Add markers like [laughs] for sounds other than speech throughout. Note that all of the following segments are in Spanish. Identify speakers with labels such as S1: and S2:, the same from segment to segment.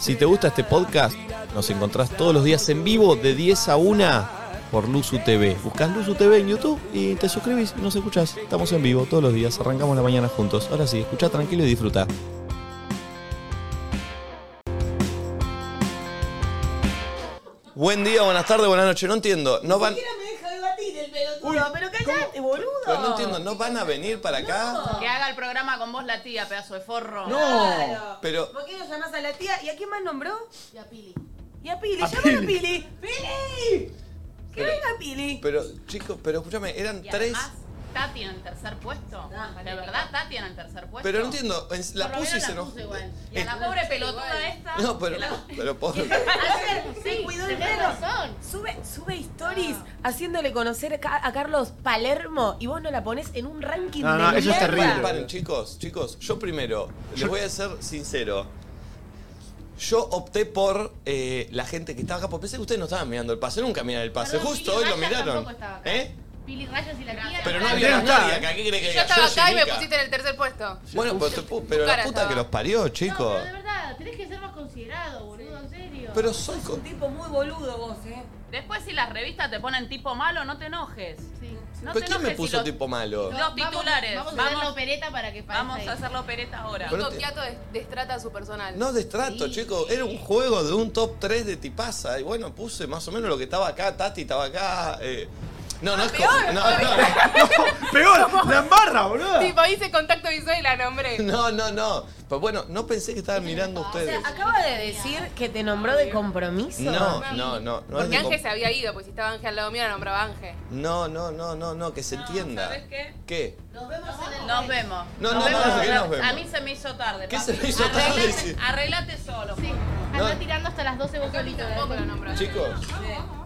S1: Si te gusta este podcast, nos encontrás todos los días en vivo de 10 a 1 por Luzu TV. Buscás Luzu TV en YouTube y te suscribís y nos escuchás. Estamos en vivo todos los días, arrancamos la mañana juntos. Ahora sí, escucha tranquilo y disfruta. Buen día, buenas tardes, buenas noches. No entiendo, no van,
S2: Siquiera me deja debatir el pelotudo, pero callate, boludo.
S1: pero no entiendo, no van a venir para acá.
S3: Que haga el programa con vos la tía, pedazo de forro.
S2: Claro.
S1: Pero
S2: ¿Por qué no llamás a la tía? ¿Y a quién más nombró?
S3: Y a Pili.
S2: Y a Pili, llámala a Pili. ¡Pili! Que venga Pili.
S1: pero chicos, pero escúchame, eran
S3: Y
S1: tres
S3: además, Tati en el tercer puesto.
S4: Ah,
S3: De verdad, Tati en el tercer puesto.
S1: Pero no entiendo, en-
S3: Por
S1: la
S3: lo
S1: puse y
S3: menos
S1: se
S3: la
S1: enojó.
S3: puse igual. Y
S1: Eh,
S3: a la pobre pelotuda esta. Ah, [laughs]
S1: No, pero, pero pobre.
S4: [laughs]
S2: Ayer se cuidó el
S4: Tenés
S2: pelo.
S4: razón.
S2: Sube, sube stories haciéndole conocer ca- a Carlos Palermo y vos no la ponés en un ranking
S5: No,
S2: de
S5: no, eso es
S2: mierda.
S5: terrible.
S1: Paren, chicos, chicos, yo primero, les voy a ser sincero. Yo opté por eh, la gente que estaba acá, porque pensé que ustedes no estaban mirando el pase, nunca miran el pase,
S4: Perdón,
S1: justo
S4: Pili
S1: hoy lo
S4: Raya
S1: miraron.
S4: tampoco estaba acá.
S1: ¿Eh?
S4: Pili Rayos y la tía.
S1: Pero no
S4: Ah,
S1: había
S5: no está,
S1: nadie
S5: ¿eh?
S1: acá, ¿qué crees que
S6: Yo
S1: diga?
S6: estaba acá y me
S1: Jenica.
S6: pusiste en el tercer puesto.
S1: Bueno, pero, te pu- pero la
S6: cara
S1: puta
S6: estaba.
S1: que los parió,
S4: No,
S1: chicos.
S4: pero de verdad, tenés que ser más considerado, boludo, en serio.
S1: Pero soy...
S2: Sos
S1: co-
S2: un tipo muy boludo vos, eh.
S3: Después, si las revistas te ponen tipo malo, no te enojes.
S4: Sí.
S3: No
S1: ¿Pero
S3: te
S1: quién
S3: enojes
S1: me
S3: si
S1: puso
S3: los-
S1: tipo malo?
S3: Los titulares.
S4: Vamos, a hacer la
S3: Vamos,
S4: opereta para que pase.
S3: vamos a hacer la opereta ahora.
S1: Pero-
S6: Nico Quiato des- destrata a su personal.
S1: No destrato,
S4: Sí.
S1: chicos. Era un juego de un top 3 de tipaza. Y bueno, puse más o menos lo que estaba acá. Tati estaba acá. eh. No, no es como. No, no,
S5: ¡Peor! ¡La embarra, boludo!
S6: Tipo, hice contacto visual y la
S1: [laughs]
S6: nombré.
S1: no, no, no. Pues bueno, no pensé que estaban mirando
S2: O sea,
S1: ustedes.
S2: acaba de decir que te nombró de compromiso.
S1: No, no, no. No, es
S6: Porque
S1: de
S6: Ángel
S1: comp-
S6: se había ido, pues si estaba Ángel al lado mío, la nombraba Ángel.
S1: no, no, no, no, no, que se entienda.
S3: ¿sabes qué?
S1: ¿Qué?
S4: Nos vemos en el.
S3: Nos vemos.
S1: No,
S3: Nos
S1: no,
S3: vemos.
S1: no, ¿qué nos vemos?
S3: A mí se me hizo tarde.
S1: ¿Qué [laughs]
S3: papi.
S1: se me
S7: Ah,
S1: hizo tarde?
S3: Arreglate-
S1: Sí.
S3: Arreglate solo.
S4: Sí.
S1: No.
S4: Andá tirando hasta las 12 vos
S6: Capito
S4: solito.
S6: tampoco la nombró.
S1: Chicos,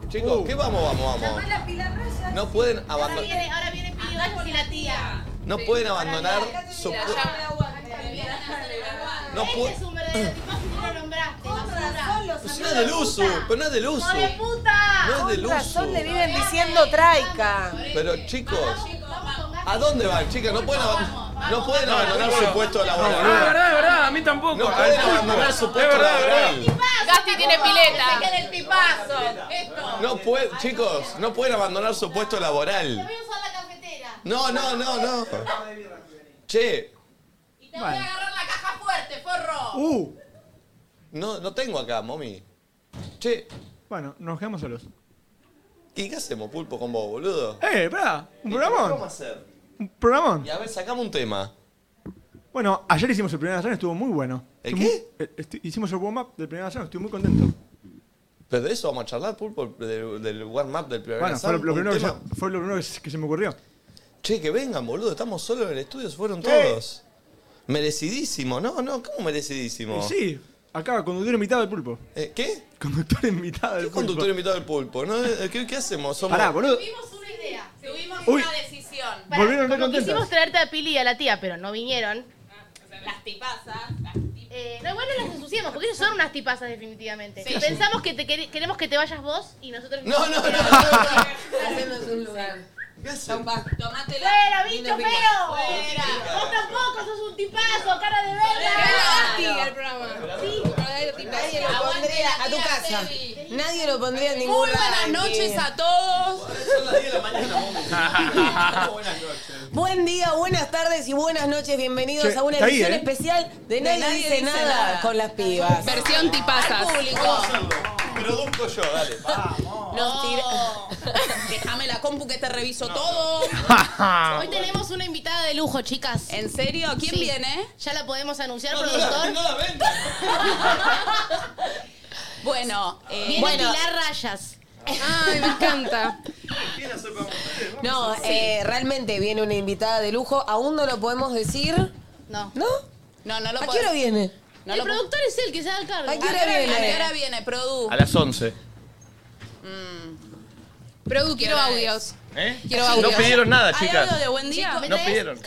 S1: chicos, ¿qué vamos, vamos, vamos?
S2: Llamala a Pilar Raya.
S1: No pueden
S4: Ahora
S1: abandonar.
S4: viene, ahora viene Pili Rayos y la tía.
S1: No pueden abandonar su.
S6: La
S1: pu-
S6: llama.
S1: No
S4: Este
S1: puede-
S4: es un verdadero
S1: [laughs]
S4: tipazo y no lo nombraste. basura.
S1: Pues no es del uso, pero no es del uso.
S4: ¡Hijo de puta!
S1: No es del
S2: Con
S1: uso.
S2: razón le viven diciendo traica.
S1: Pero chicos.
S4: Vamos con
S1: ¿A dónde van, chicas? No pueden, aban- no pueden abandonar su puesto
S5: No, es
S1: laboral.
S5: verdad, es verdad, a mí tampoco.
S1: No
S5: Al
S1: pueden
S5: turco.
S1: abandonar su
S5: Es
S1: puesto
S5: verdad, es verdad.
S1: laboral.
S6: Gasti
S4: Ah,
S6: tiene pileta.
S3: Que el tipazo. Esto.
S1: No pueden, chicos, no pueden abandonar su puesto
S4: Te
S1: laboral.
S4: voy a usar la cafetera.
S1: No, no, no, no. Che,
S3: Y te voy a agarrar la caja fuerte, forro.
S5: Uh,
S1: no, no tengo acá, mommy. Che,
S5: bueno, nos quedamos solos.
S1: ¿y qué hacemos, pulpo, con vos, boludo?
S5: ¡Eh, pará! ¿Un
S1: ¿Cómo
S5: programón?
S1: hacer?
S5: ¿Un programón?
S1: Y a ver, sacamos un tema.
S5: Bueno, ayer hicimos el primer asano, estuvo muy bueno.
S1: ¿El
S5: Estuvo muy- eh, estu- Hicimos el warm-up del primer asano, estoy muy contento.
S1: Pero de eso vamos a charlar, pulpo, del, del warm-up del primer
S5: Bueno, fue lo,
S1: asado,
S5: lo
S1: un
S5: primero que
S1: tema.
S5: se, fue lo primero que se- que se me ocurrió.
S1: Che, que vengan, boludo, estamos solos en el estudio, se fueron
S5: Sí.
S1: todos. Merecidísimo, no, no, ¿cómo merecidísimo?
S5: Y sí, acá, conductor invitado del pulpo.
S1: Eh, ¿Qué?
S5: Conductor invitado
S1: ¿Qué
S5: del pulpo.
S1: conductor invitado del pulpo? ¿No? Eh, ¿Qué, qué hacemos? Somos-
S5: Pará, boludo.
S4: Tuvimos una idea.
S3: Tuvimos
S5: Uy.
S3: una decisión.
S4: Pará,
S5: Volvieron re
S4: como
S5: contentas.
S4: Quisimos traerte a Pili y a la tía, pero no vinieron.
S3: Las tipazas.
S4: Eh, no, igual no las ensuciemos, porque ellos son unas tipazas definitivamente.
S3: Sí.
S4: Pensamos que te quere- queremos que te vayas vos y nosotros...
S1: No, no, no.
S2: Hacernos un lugar.
S1: ¿Qué hacemos?
S3: Tomátela.
S4: ¡Fuera, bicho feo!
S3: Fuera.
S4: ¡Vos tampoco sos un tipazo, cara de
S6: Gasti
S4: verga!
S6: el programa.
S2: Nadie lo pondría a tu casa. Nadie lo pondría en ningún
S6: Muy
S2: lugar.
S6: buenas noches a todos.
S1: Son las 10 de la mañana, mami. Buenas noches.
S2: Buen día, buenas tardes y buenas noches. Bienvenidos
S5: Che,
S2: a una
S5: está ahí,
S2: edición
S5: ¿eh?
S2: especial de Nadie, dice, nada, con las pibas.
S6: Versión tipazas.
S1: Vamos a hacerlo. Produzco yo, dale.
S5: [laughs]
S2: Nos tira-
S7: [laughs] Déjame la compu que te reviso todo.
S4: Hoy tenemos una invitada de lujo, chicas.
S7: ¿En serio? ¿Quién
S4: Sí.
S7: viene?
S4: Ya la podemos anunciar,
S1: No, no la,
S4: productor.
S1: no la vendan.
S7: Bueno, eh,
S4: Viene
S7: bueno,
S4: Pilar Rayas.
S6: Ay, me encanta.
S2: No, eh, realmente viene una invitada de lujo. Aún no lo podemos decir.
S4: No.
S2: ¿No?
S7: no, no lo
S2: ¿A
S7: puedo.
S2: qué hora viene?
S7: No
S4: el
S7: lo puedo-
S4: productor es el que se da cargo.
S2: ¿A qué
S7: ¿A qué
S2: hora
S7: hora
S2: viene?
S7: viene? ¿A qué hora viene, Produ?
S1: A las 11.
S6: Produ, quiero
S3: Mm.
S7: Quiero
S6: audios.
S7: Quiero
S6: No
S7: audios.
S6: pidieron
S1: ¿eh? nada,
S7: ¿Hay audio de buen día?
S1: pidieron.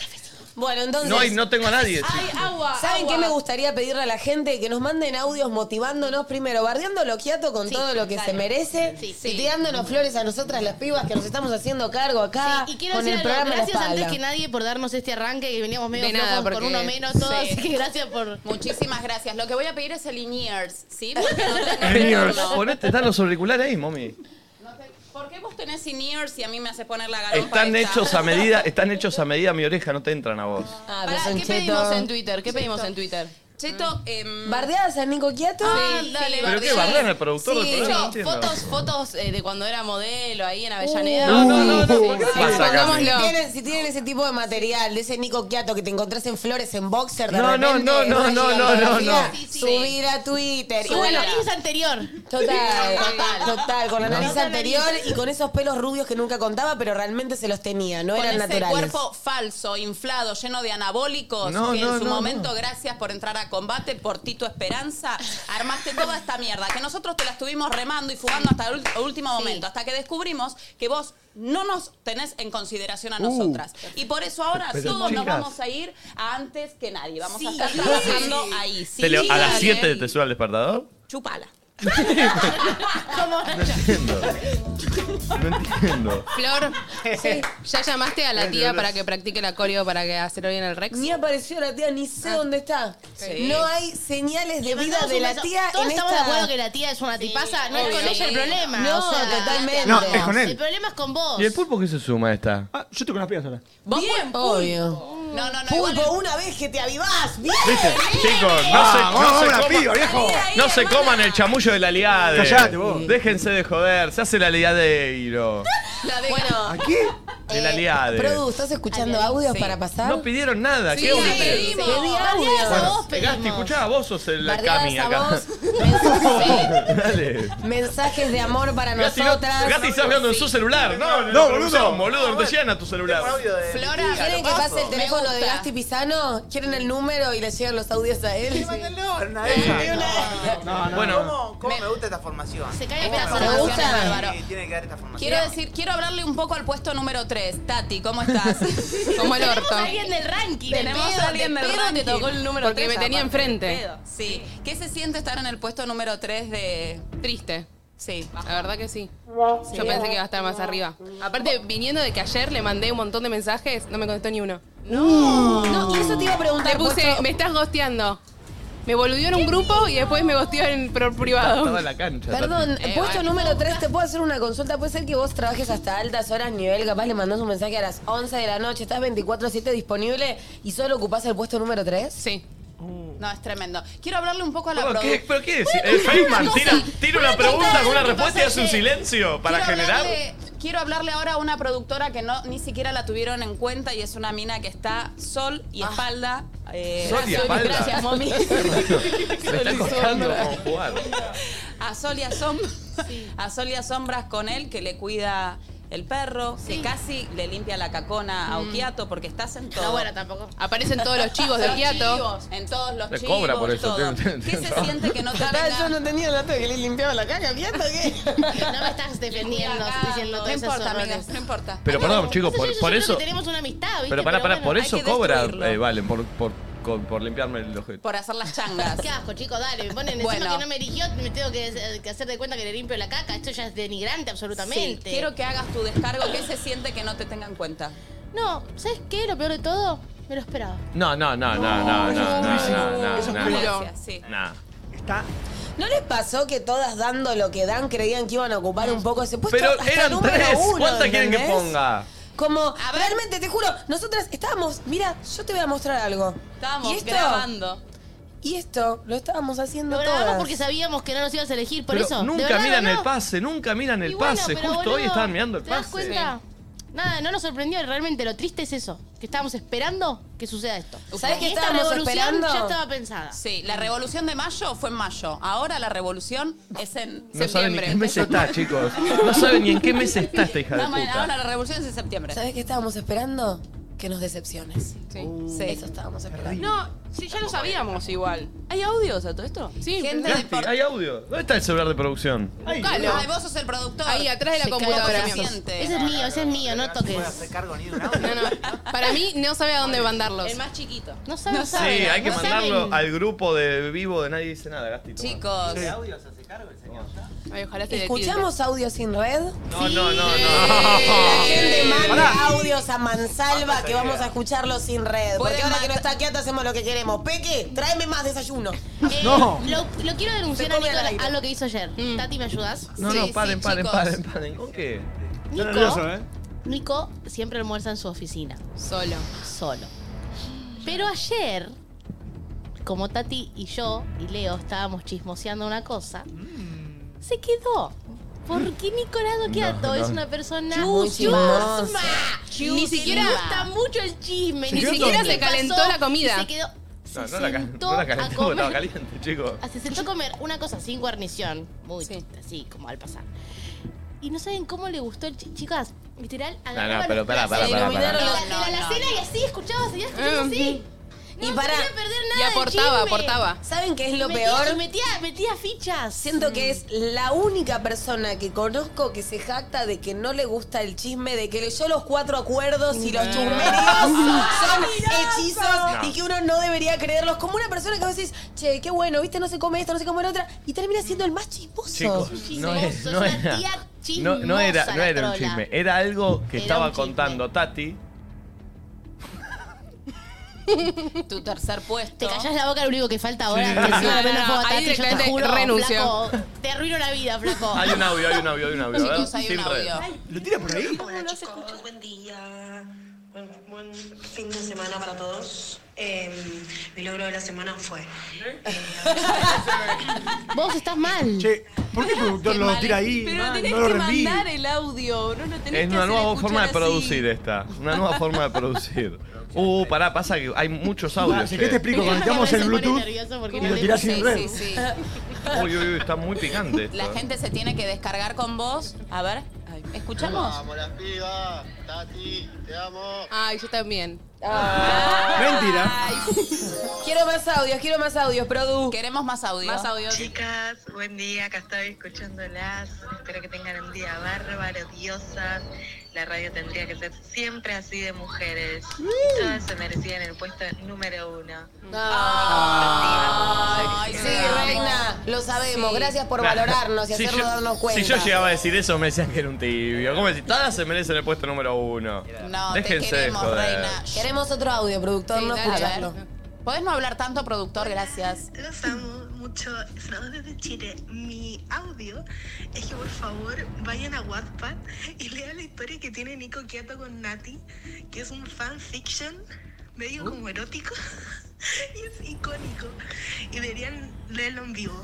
S2: Bueno, entonces.
S1: No hay, no tengo a nadie.
S6: Hay agua.
S2: ¿Saben
S6: agua.
S2: qué me gustaría pedirle a la gente? Que nos manden audios motivándonos primero, bardeando loquiato con
S4: Sí,
S2: todo lo que
S4: dale.
S2: se merece
S4: Sí,
S2: y
S4: sí.
S2: tirándonos flores a nosotras las pibas que nos estamos haciendo cargo acá
S4: Sí, y quiero
S2: con
S4: decir
S2: el
S4: algo,
S2: programa en la
S4: gracias antes
S2: espalda.
S4: que nadie por darnos este arranque que veníamos medio
S6: De nada,
S4: flojos por
S6: porque-
S4: uno menos todos,
S7: sí.
S4: así que gracias por...
S7: Muchísimas gracias. Lo que voy a pedir es el in-ears,
S3: [laughs]
S7: ¿sí? Porque no tengo
S1: Señor,
S7: retorno.
S1: Ponete, están los auriculares ahí, mami.
S7: ¿Por qué vos tenés in-ears y a mí me hace poner la garganta?
S1: Están
S7: esta?
S1: hechos a medida, están hechos a medida mi oreja, no te entran a vos.
S2: Ah,
S7: Pará,
S2: beso en
S7: ¿qué
S2: cheto.
S7: pedimos en Twitter?
S6: ¿Qué pedimos en Twitter?
S7: Cheto, em,
S2: ¿Bardeadas Mm. a Nico Quiato?
S7: Ah, dale,
S1: ¿Pero qué
S7: bardear.
S1: bardean al productor del
S6: Sí,
S1: programa? No
S6: yo,
S1: entiendo.
S6: fotos, fotos eh, de cuando era modelo ahí
S2: Uh,
S6: en Avellaneda.
S1: No, no, no, no,
S6: Sí,
S1: ¿por qué
S6: sí,
S1: te vas a sacar?
S2: Si
S6: pongámoslo.
S2: tienen, si tienen ese tipo de material, de ese Nico Quiato que te encontrás en flores en boxer, de
S1: No, no,
S2: repente,
S1: no,
S2: en
S1: no,
S2: una
S1: no, no,
S2: gigantografía,
S1: no,
S4: no. Sí, sí.
S2: Subir a Twitter. Y
S4: Su
S2: bueno,
S4: nariz anterior. [laughs]
S2: Total, total, con la nariz
S4: No.
S2: anterior y con esos pelos rubios que nunca contaba, pero realmente se los tenía, no
S7: con
S2: eran
S7: ese
S2: naturales.
S7: cuerpo falso, inflado, lleno de anabólicos,
S1: No,
S7: que
S1: no,
S7: en su
S1: no,
S7: momento,
S1: no.
S7: gracias por entrar a combate, por Tito Esperanza, armaste toda esta mierda, que nosotros te la estuvimos remando y fugando hasta el ul- último momento, hasta que descubrimos que vos no nos tenés en consideración a nosotras. Y por eso ahora
S1: Uh. pero
S7: todos nos
S1: chicas.
S7: vamos a ir a antes que nadie. Vamos a
S6: Sí.
S7: estar trabajando ahí. Sí,
S1: Te leo- ¿A las
S7: dale.
S1: 7 te suena el despertador?
S7: Chupala.
S1: No
S2: [laughs]
S1: entiendo. No entiendo.
S6: Flor, ¿ya llamaste a la tía para que practique la coreo para que hacer hoy en el Rex? Ah,
S2: Ni apareció la tía, ni sé dónde está.
S7: Sí.
S2: No hay señales de
S4: Le
S2: vida
S4: mandamos
S2: de
S4: un
S2: la
S4: beso.
S2: tía
S4: Todos
S2: en
S4: estamos
S2: esta...
S4: de acuerdo que la tía es una tipaza, no es con
S7: obvio.
S4: ella el problema.
S2: No,
S4: o sea,
S2: totalmente.
S8: No, es con
S4: El
S8: él.
S4: problema es con vos.
S1: ¿Y el pulpo qué se suma a esta?
S8: Ah, yo estoy con las piedras ahora.
S7: ¿Vos
S2: Bien,
S7: pu-
S2: obvio.
S7: No, no, no. igual
S2: Pulpo, una vez que te avivás, bien.
S1: ¿Viste? Chicos, no se,
S8: Ah, vamos,
S1: no se
S8: vamos, la
S1: coman-
S8: piba, viejo.
S1: no se coman el chamullo de la liade.
S8: Callate, vos.
S1: Déjense de joder, se hace la liadeiro.
S6: La de
S2: Bueno,
S8: ¿Aquí?
S1: De la
S2: eh,
S1: liade.
S2: Produ, ¿estás escuchando audios para pasar?
S1: No pidieron nada,
S6: Sí,
S1: ¿qué onda?
S6: sí, pedimos.
S2: Pedí audios.
S4: Bardeadas a vos
S1: Gasti,
S4: pedimos.
S1: escuchá, vos sos el
S2: Bardeadas
S1: Cami
S2: a
S1: acá. [laughs] Oh,
S2: vos, mensajes,
S1: Dale.
S2: mensajes de amor para
S1: Gasti, no,
S2: nosotras.
S1: Gasti está hablando en su celular. No, no,
S8: No,
S1: boludo.
S8: boludo.
S1: Boludo, no te llegan a tu celular.
S2: eh.
S7: Flora,
S2: ¿Quieren que pase el teléfono de
S7: gusta.
S2: Gasti Pisano? ¿Quieren el número y le llegan los audios a él? eh.
S8: No, no.
S1: Bueno,
S9: ¿Cómo me gusta esta formación?
S4: Se cae el
S7: Esta
S4: corazón.
S2: ¿Te
S7: formación
S2: gusta?
S7: es bárbaro.
S9: Sí, tiene que dar esta formación.
S7: Quiero decir, quiero hablarle un poco al puesto número 3. Tati, ¿cómo estás?
S6: [laughs] como el
S4: Tenemos
S6: orto.
S4: a alguien del ranking.
S7: Tenemos
S4: de
S7: a alguien
S4: de
S7: del
S4: pedo
S7: ranking.
S4: que tocó el número
S6: Porque me
S4: tres,
S6: tenía
S4: aparte.
S6: enfrente.
S7: Sí. ¿Qué se siente estar en el puesto número 3 de...?
S6: Triste.
S7: Sí.
S6: La verdad que sí. Yo pensé que iba a estar más arriba. Aparte, viniendo de que ayer le mandé un montón de mensajes, no me contestó ni uno.
S2: No, y eso te iba a
S6: Le
S2: preguntar.
S6: puse,
S2: puesto-
S6: me estás gosteando. Me volvió en un grupo y después me gosteó en por
S1: estaba
S6: privado.
S1: en la cancha.
S2: Perdón,
S6: Eh,
S2: puesto
S6: bueno.
S2: número 3, te puedo hacer una consulta. Puede ser que vos trabajes hasta altas horas nivel, capaz le mandás un mensaje a las 11 de la noche, estás 24-7 disponible y solo ocupás el puesto número 3.
S6: Sí.
S1: Uh.
S7: No, es tremendo. Quiero hablarle un poco a la
S1: ¿Pero
S7: productora.
S1: qué, pero qué es? ¿El Feynman tira, tira una pregunta con una
S7: Lo que
S1: respuesta y
S7: pasa
S1: hace un
S7: es que
S1: silencio para
S7: quiero
S1: generar?
S7: hablarle- quiero hablarle ahora a una productora que no ni siquiera la tuvieron en cuenta y es una mina que está sol y
S6: Ah.
S7: espalda. eh,
S1: Sol y
S7: a
S1: espalda.
S7: Gracias,
S1: [laughs]
S7: mami.
S1: Me está costando como jugar.
S7: a sol y a sombras, [laughs] a sol y a sombras con él que le cuida el perro, que casi le limpia la cacona a Okiato porque estás en todo.
S4: Mm. No, bueno, tampoco.
S6: Aparecen todos
S4: [laughs]
S6: los chivos de
S7: Los
S6: Giato.
S7: chivos, en todos los
S1: Le
S7: chivos,
S1: cobra por eso,
S7: todo.
S1: tiene-
S7: ¿Qué se siente que no te
S2: Pará,
S7: tenga-
S2: yo no tenía la que le limpiaba la caca, ¿viendo qué?
S4: No me estás defendiendo, diciendo
S7: No
S4: todos esos
S7: importa, amigas,
S4: horrores.
S7: no importa.
S1: Pero perdón, chicos,
S4: Entonces,
S1: por,
S4: yo- yo
S1: por
S4: creo
S1: eso.
S4: que tenemos una amistad, ¿viste?
S1: Pero pará, pará,
S4: bueno,
S1: por
S7: hay
S1: eso
S7: que
S1: cobra,
S7: destruirlo.
S1: eh, Valen, por, por, con- por limpiarme el ojete.
S7: Por hacer las changas.
S4: [laughs] Qué asco, chicos, dale. Me ponen
S7: Bueno.
S4: encima que no me eligió, me tengo que, que hacer de cuenta que le limpio la caca. Esto ya es denigrante, absolutamente.
S7: Sí, quiero que hagas tu descargo. ¿Qué se siente que no te tenga en cuenta?
S4: No, ¿sabes qué? Lo peor de todo, me lo esperaba.
S1: No, no, no, no, no, no, no, no,
S8: Eso es
S1: no, no.
S8: peligro.
S7: Gracias, sí.
S1: Nah.
S8: Está.
S2: ¿No les pasó que todas dando lo que dan creían que iban a ocupar un poco ese puesto?
S1: Pero
S2: Hasta
S1: eran
S2: número
S1: tres.
S2: uno,
S1: ¿Cuántas quieren que
S2: ¿entendés?
S1: ponga?
S2: Como,
S7: A ver.
S2: realmente, te juro, nosotras estábamos, mira, yo te voy a mostrar algo.
S7: Estábamos
S2: y esto,
S7: grabando.
S2: Y esto lo estábamos haciendo
S4: Lo
S2: todas.
S4: grabamos porque sabíamos que no nos ibas a elegir, por
S1: Pero
S4: eso.
S1: nunca
S4: De verdad,
S1: miran
S4: ¿no?
S1: el pase, nunca miran el
S4: Y bueno,
S1: pase.
S4: pero,
S1: Justo hoy
S4: boludo,
S1: estaban mirando el
S4: ¿Te
S1: pase.
S4: das cuenta? Nada, no nos sorprendió. Realmente lo triste es eso. Que estábamos esperando que suceda esto.
S2: ¿Sabés qué
S4: Y esta
S2: estábamos
S4: revolución
S2: esperando?
S4: ya estaba pensada.
S7: Sí, la revolución de mayo fue en mayo. Ahora la revolución es
S1: No
S7: en
S1: saben ni
S7: septiembre.
S1: en qué mes está, chicos. No saben ni en qué mes está esta hija de
S7: No, man, ahora
S1: puta.
S7: la revolución es en septiembre.
S2: ¿Sabés qué estábamos esperando? que nos decepciones.
S6: Sí.
S2: Sí, eso estábamos esperando.
S6: No, sí, ya lo sabíamos igual. ¿Hay audios a todo esto? Sí.
S2: Gente de
S1: Nati,
S2: por-
S1: hay audio. ¿Dónde está el celular de producción?
S6: Búscalo.
S7: Ay, vos sos el productor.
S6: Ahí atrás de la
S7: Se cae
S6: computadora.
S7: por accidente.
S4: Ese es mío, ese es mío, no
S9: puede
S4: toques.
S9: hacer cargo ni de un audio.
S6: No, no. Para mí no sabe a dónde mandarlos.
S7: El más chiquito.
S4: No saben, no
S1: Sí,
S4: saben.
S1: hay que
S4: no
S1: mandarlo
S4: saben.
S1: al grupo de vivo de Nadie Dice Nada, Gasti. toma.
S7: Chicos.
S9: ¿De audio se hace cargo el señor? ya?
S6: Ay, ojalá se
S2: ¿Escuchamos audio sin red?
S1: No, no, no,
S2: La
S1: no.
S2: gente manda audios a mansalva que vamos a escucharlos sin red. Porque
S7: Pueden
S2: ahora que no
S7: mandar-
S2: está quieto hacemos lo que queremos. Peque, tráeme más desayuno.
S4: Eh,
S10: No.
S4: Lo, lo quiero denunciar
S2: Se
S4: a
S2: come al
S4: Nico
S2: aire.
S4: a lo que hizo ayer.
S6: Mm.
S4: Tati, ¿me ayudas?
S1: No,
S7: Sí,
S1: no,
S7: sí,
S1: paren, paren,
S7: chicos.
S1: paren, paren. ¿Con qué?
S10: Está
S4: Nico,
S10: nervioso, ¿eh?
S4: Nico siempre almuerza en su oficina,
S6: Solo.
S4: solo. Pero ayer, como Tati y yo y Leo estábamos chismoseando una cosa,
S9: Mm.
S4: se quedó. Porque Nicolás Quiato
S1: No,
S4: es
S1: no.
S4: una persona
S2: Muy chismosa.
S4: chusma. Ni
S6: Chusma.
S4: siquiera le gusta mucho el chisme.
S10: Se
S4: ni
S10: quedó
S4: siquiera
S10: tonto.
S4: se calentó la comida. Se quedó.
S1: No, [laughs]
S4: Se
S1: no la, cal-
S4: sentó
S1: no la
S4: a
S1: calenté porque estaba
S4: comer
S1: caliente, chicos.
S4: Ah, Se sentó a comer una cosa sin guarnición, muy
S6: Sí.
S4: así como al pasar. Y no saben cómo le gustó el chi- chicas, literal,
S1: No,
S4: agarraba
S1: no,
S4: los
S1: pero pará,
S4: brazos
S1: pará,
S4: de
S1: pará. pará.
S4: la- de la,
S7: No,
S4: de la
S7: no,
S4: cena y así escuchaba, seguía escuchando
S6: Ah.
S4: así.
S2: Y
S4: No
S2: pará.
S4: se quería perder nada
S6: Y
S4: del
S6: aportaba,
S4: chisme.
S6: aportaba.
S2: ¿Saben qué es lo
S4: Y metía-
S2: peor?
S4: y metía, metía fichas.
S2: Siento
S8: Mm.
S2: que es la única persona que conozco que se jacta de que no le gusta el chisme, de que leyó los cuatro acuerdos y los
S8: [laughs]
S2: chusmeríos
S8: Ah,
S2: son hechizos y que uno no debería creerlos. Como una persona que a veces, che, qué bueno, viste, no se come esto, no se come la otra, y termina siendo el más chismoso.
S1: Chicos, no, es- no
S4: Sos una
S1: era,
S4: tía
S1: no, no era,
S4: chismosa,
S1: no
S4: la
S1: era un
S4: trola.
S1: chisme, era algo que
S4: Era un
S1: estaba
S4: chisme.
S1: contando Tati.
S7: Tu tercer puesto.
S4: Te callás la boca, lo único que falta
S6: [laughs]
S4: ahora. Que
S6: No,
S4: si una vez
S6: no,
S4: no puedo
S6: ahí
S4: atarte, yo te
S6: directamente
S4: juro,
S6: renuncio.
S4: flaco, te arruino la vida, flaco.
S1: Hay un audio, hay un audio, hay un audio. a ver,
S7: Chicos, hay un
S1: sin red.
S7: audio.
S10: ¿Lo tira por ahí?
S8: Hola chicos, buen día. Buen, buen fin de semana para todos. Eh, mi logro de la semana fue.
S4: Vos estás mal.
S10: Che, ¿por qué el productor
S7: Qué
S10: lo
S7: mal,
S10: tira ahí?
S11: Pero
S10: man?
S11: lo tenés
S10: no lo
S11: que
S10: reenvíe.
S11: mandar el audio, no lo tenés
S1: Es
S11: que
S1: una
S11: hacer
S1: nueva
S11: escuchar
S1: forma de
S11: así.
S1: producir esta, una nueva forma de producir. Uh, pará, pasa que hay muchos
S10: Ah,
S1: audios.
S10: si querés te
S1: che.
S10: explico,
S1: [laughs]
S4: Ahora
S10: conectamos
S4: se
S10: el
S4: pone
S10: Bluetooth
S4: nervioso porque
S10: y
S4: no
S10: lo
S4: le-
S10: tirás sin red.
S7: Sí, sí.
S1: Uy, uy, uy, está muy picante esto.
S7: La
S1: eh.
S7: gente se tiene que descargar con vos. A ver, ay, ¿escuchamos?
S8: las pibas, Tati, te amo.
S6: Ay, yo también.
S10: Mentira.
S2: Ah. Quiero más audios, quiero más audios, produ.
S7: Queremos más audio.
S6: Más audio.
S8: Chicas, buen día, acá estoy escuchándolas. Espero que tengan un día bárbaro, diosas. La radio tendría que ser siempre así de mujeres. Todas se merecían el puesto número uno.
S7: Ay,
S2: Sí, reina, lo sabemos. Gracias por
S1: Nah.
S2: valorarnos y
S1: Si
S2: hacernos
S1: yo-
S2: darnos cuenta.
S1: Si yo llegaba a decir eso, me decían que era un tibio. ¿Cómo decir? Todas se merecen el puesto número uno.
S7: No,
S1: Déjense
S7: te
S1: de
S7: queremos,
S1: joder.
S7: reina.
S2: Queremos otro audio, productor,
S6: Sí,
S2: no
S6: dale,
S2: escucharlo.
S6: a ver.
S7: ¿Podés no hablar tanto, productor? Gracias.
S8: Los amo mucho, saludos desde Chile. Mi audio es que por favor vayan a Wattpad y lean la historia que tiene Nico Quiato con Nati, que es un fanfiction medio
S10: Oh.
S8: como erótico [laughs] y es icónico. Y deberían leerlo en vivo.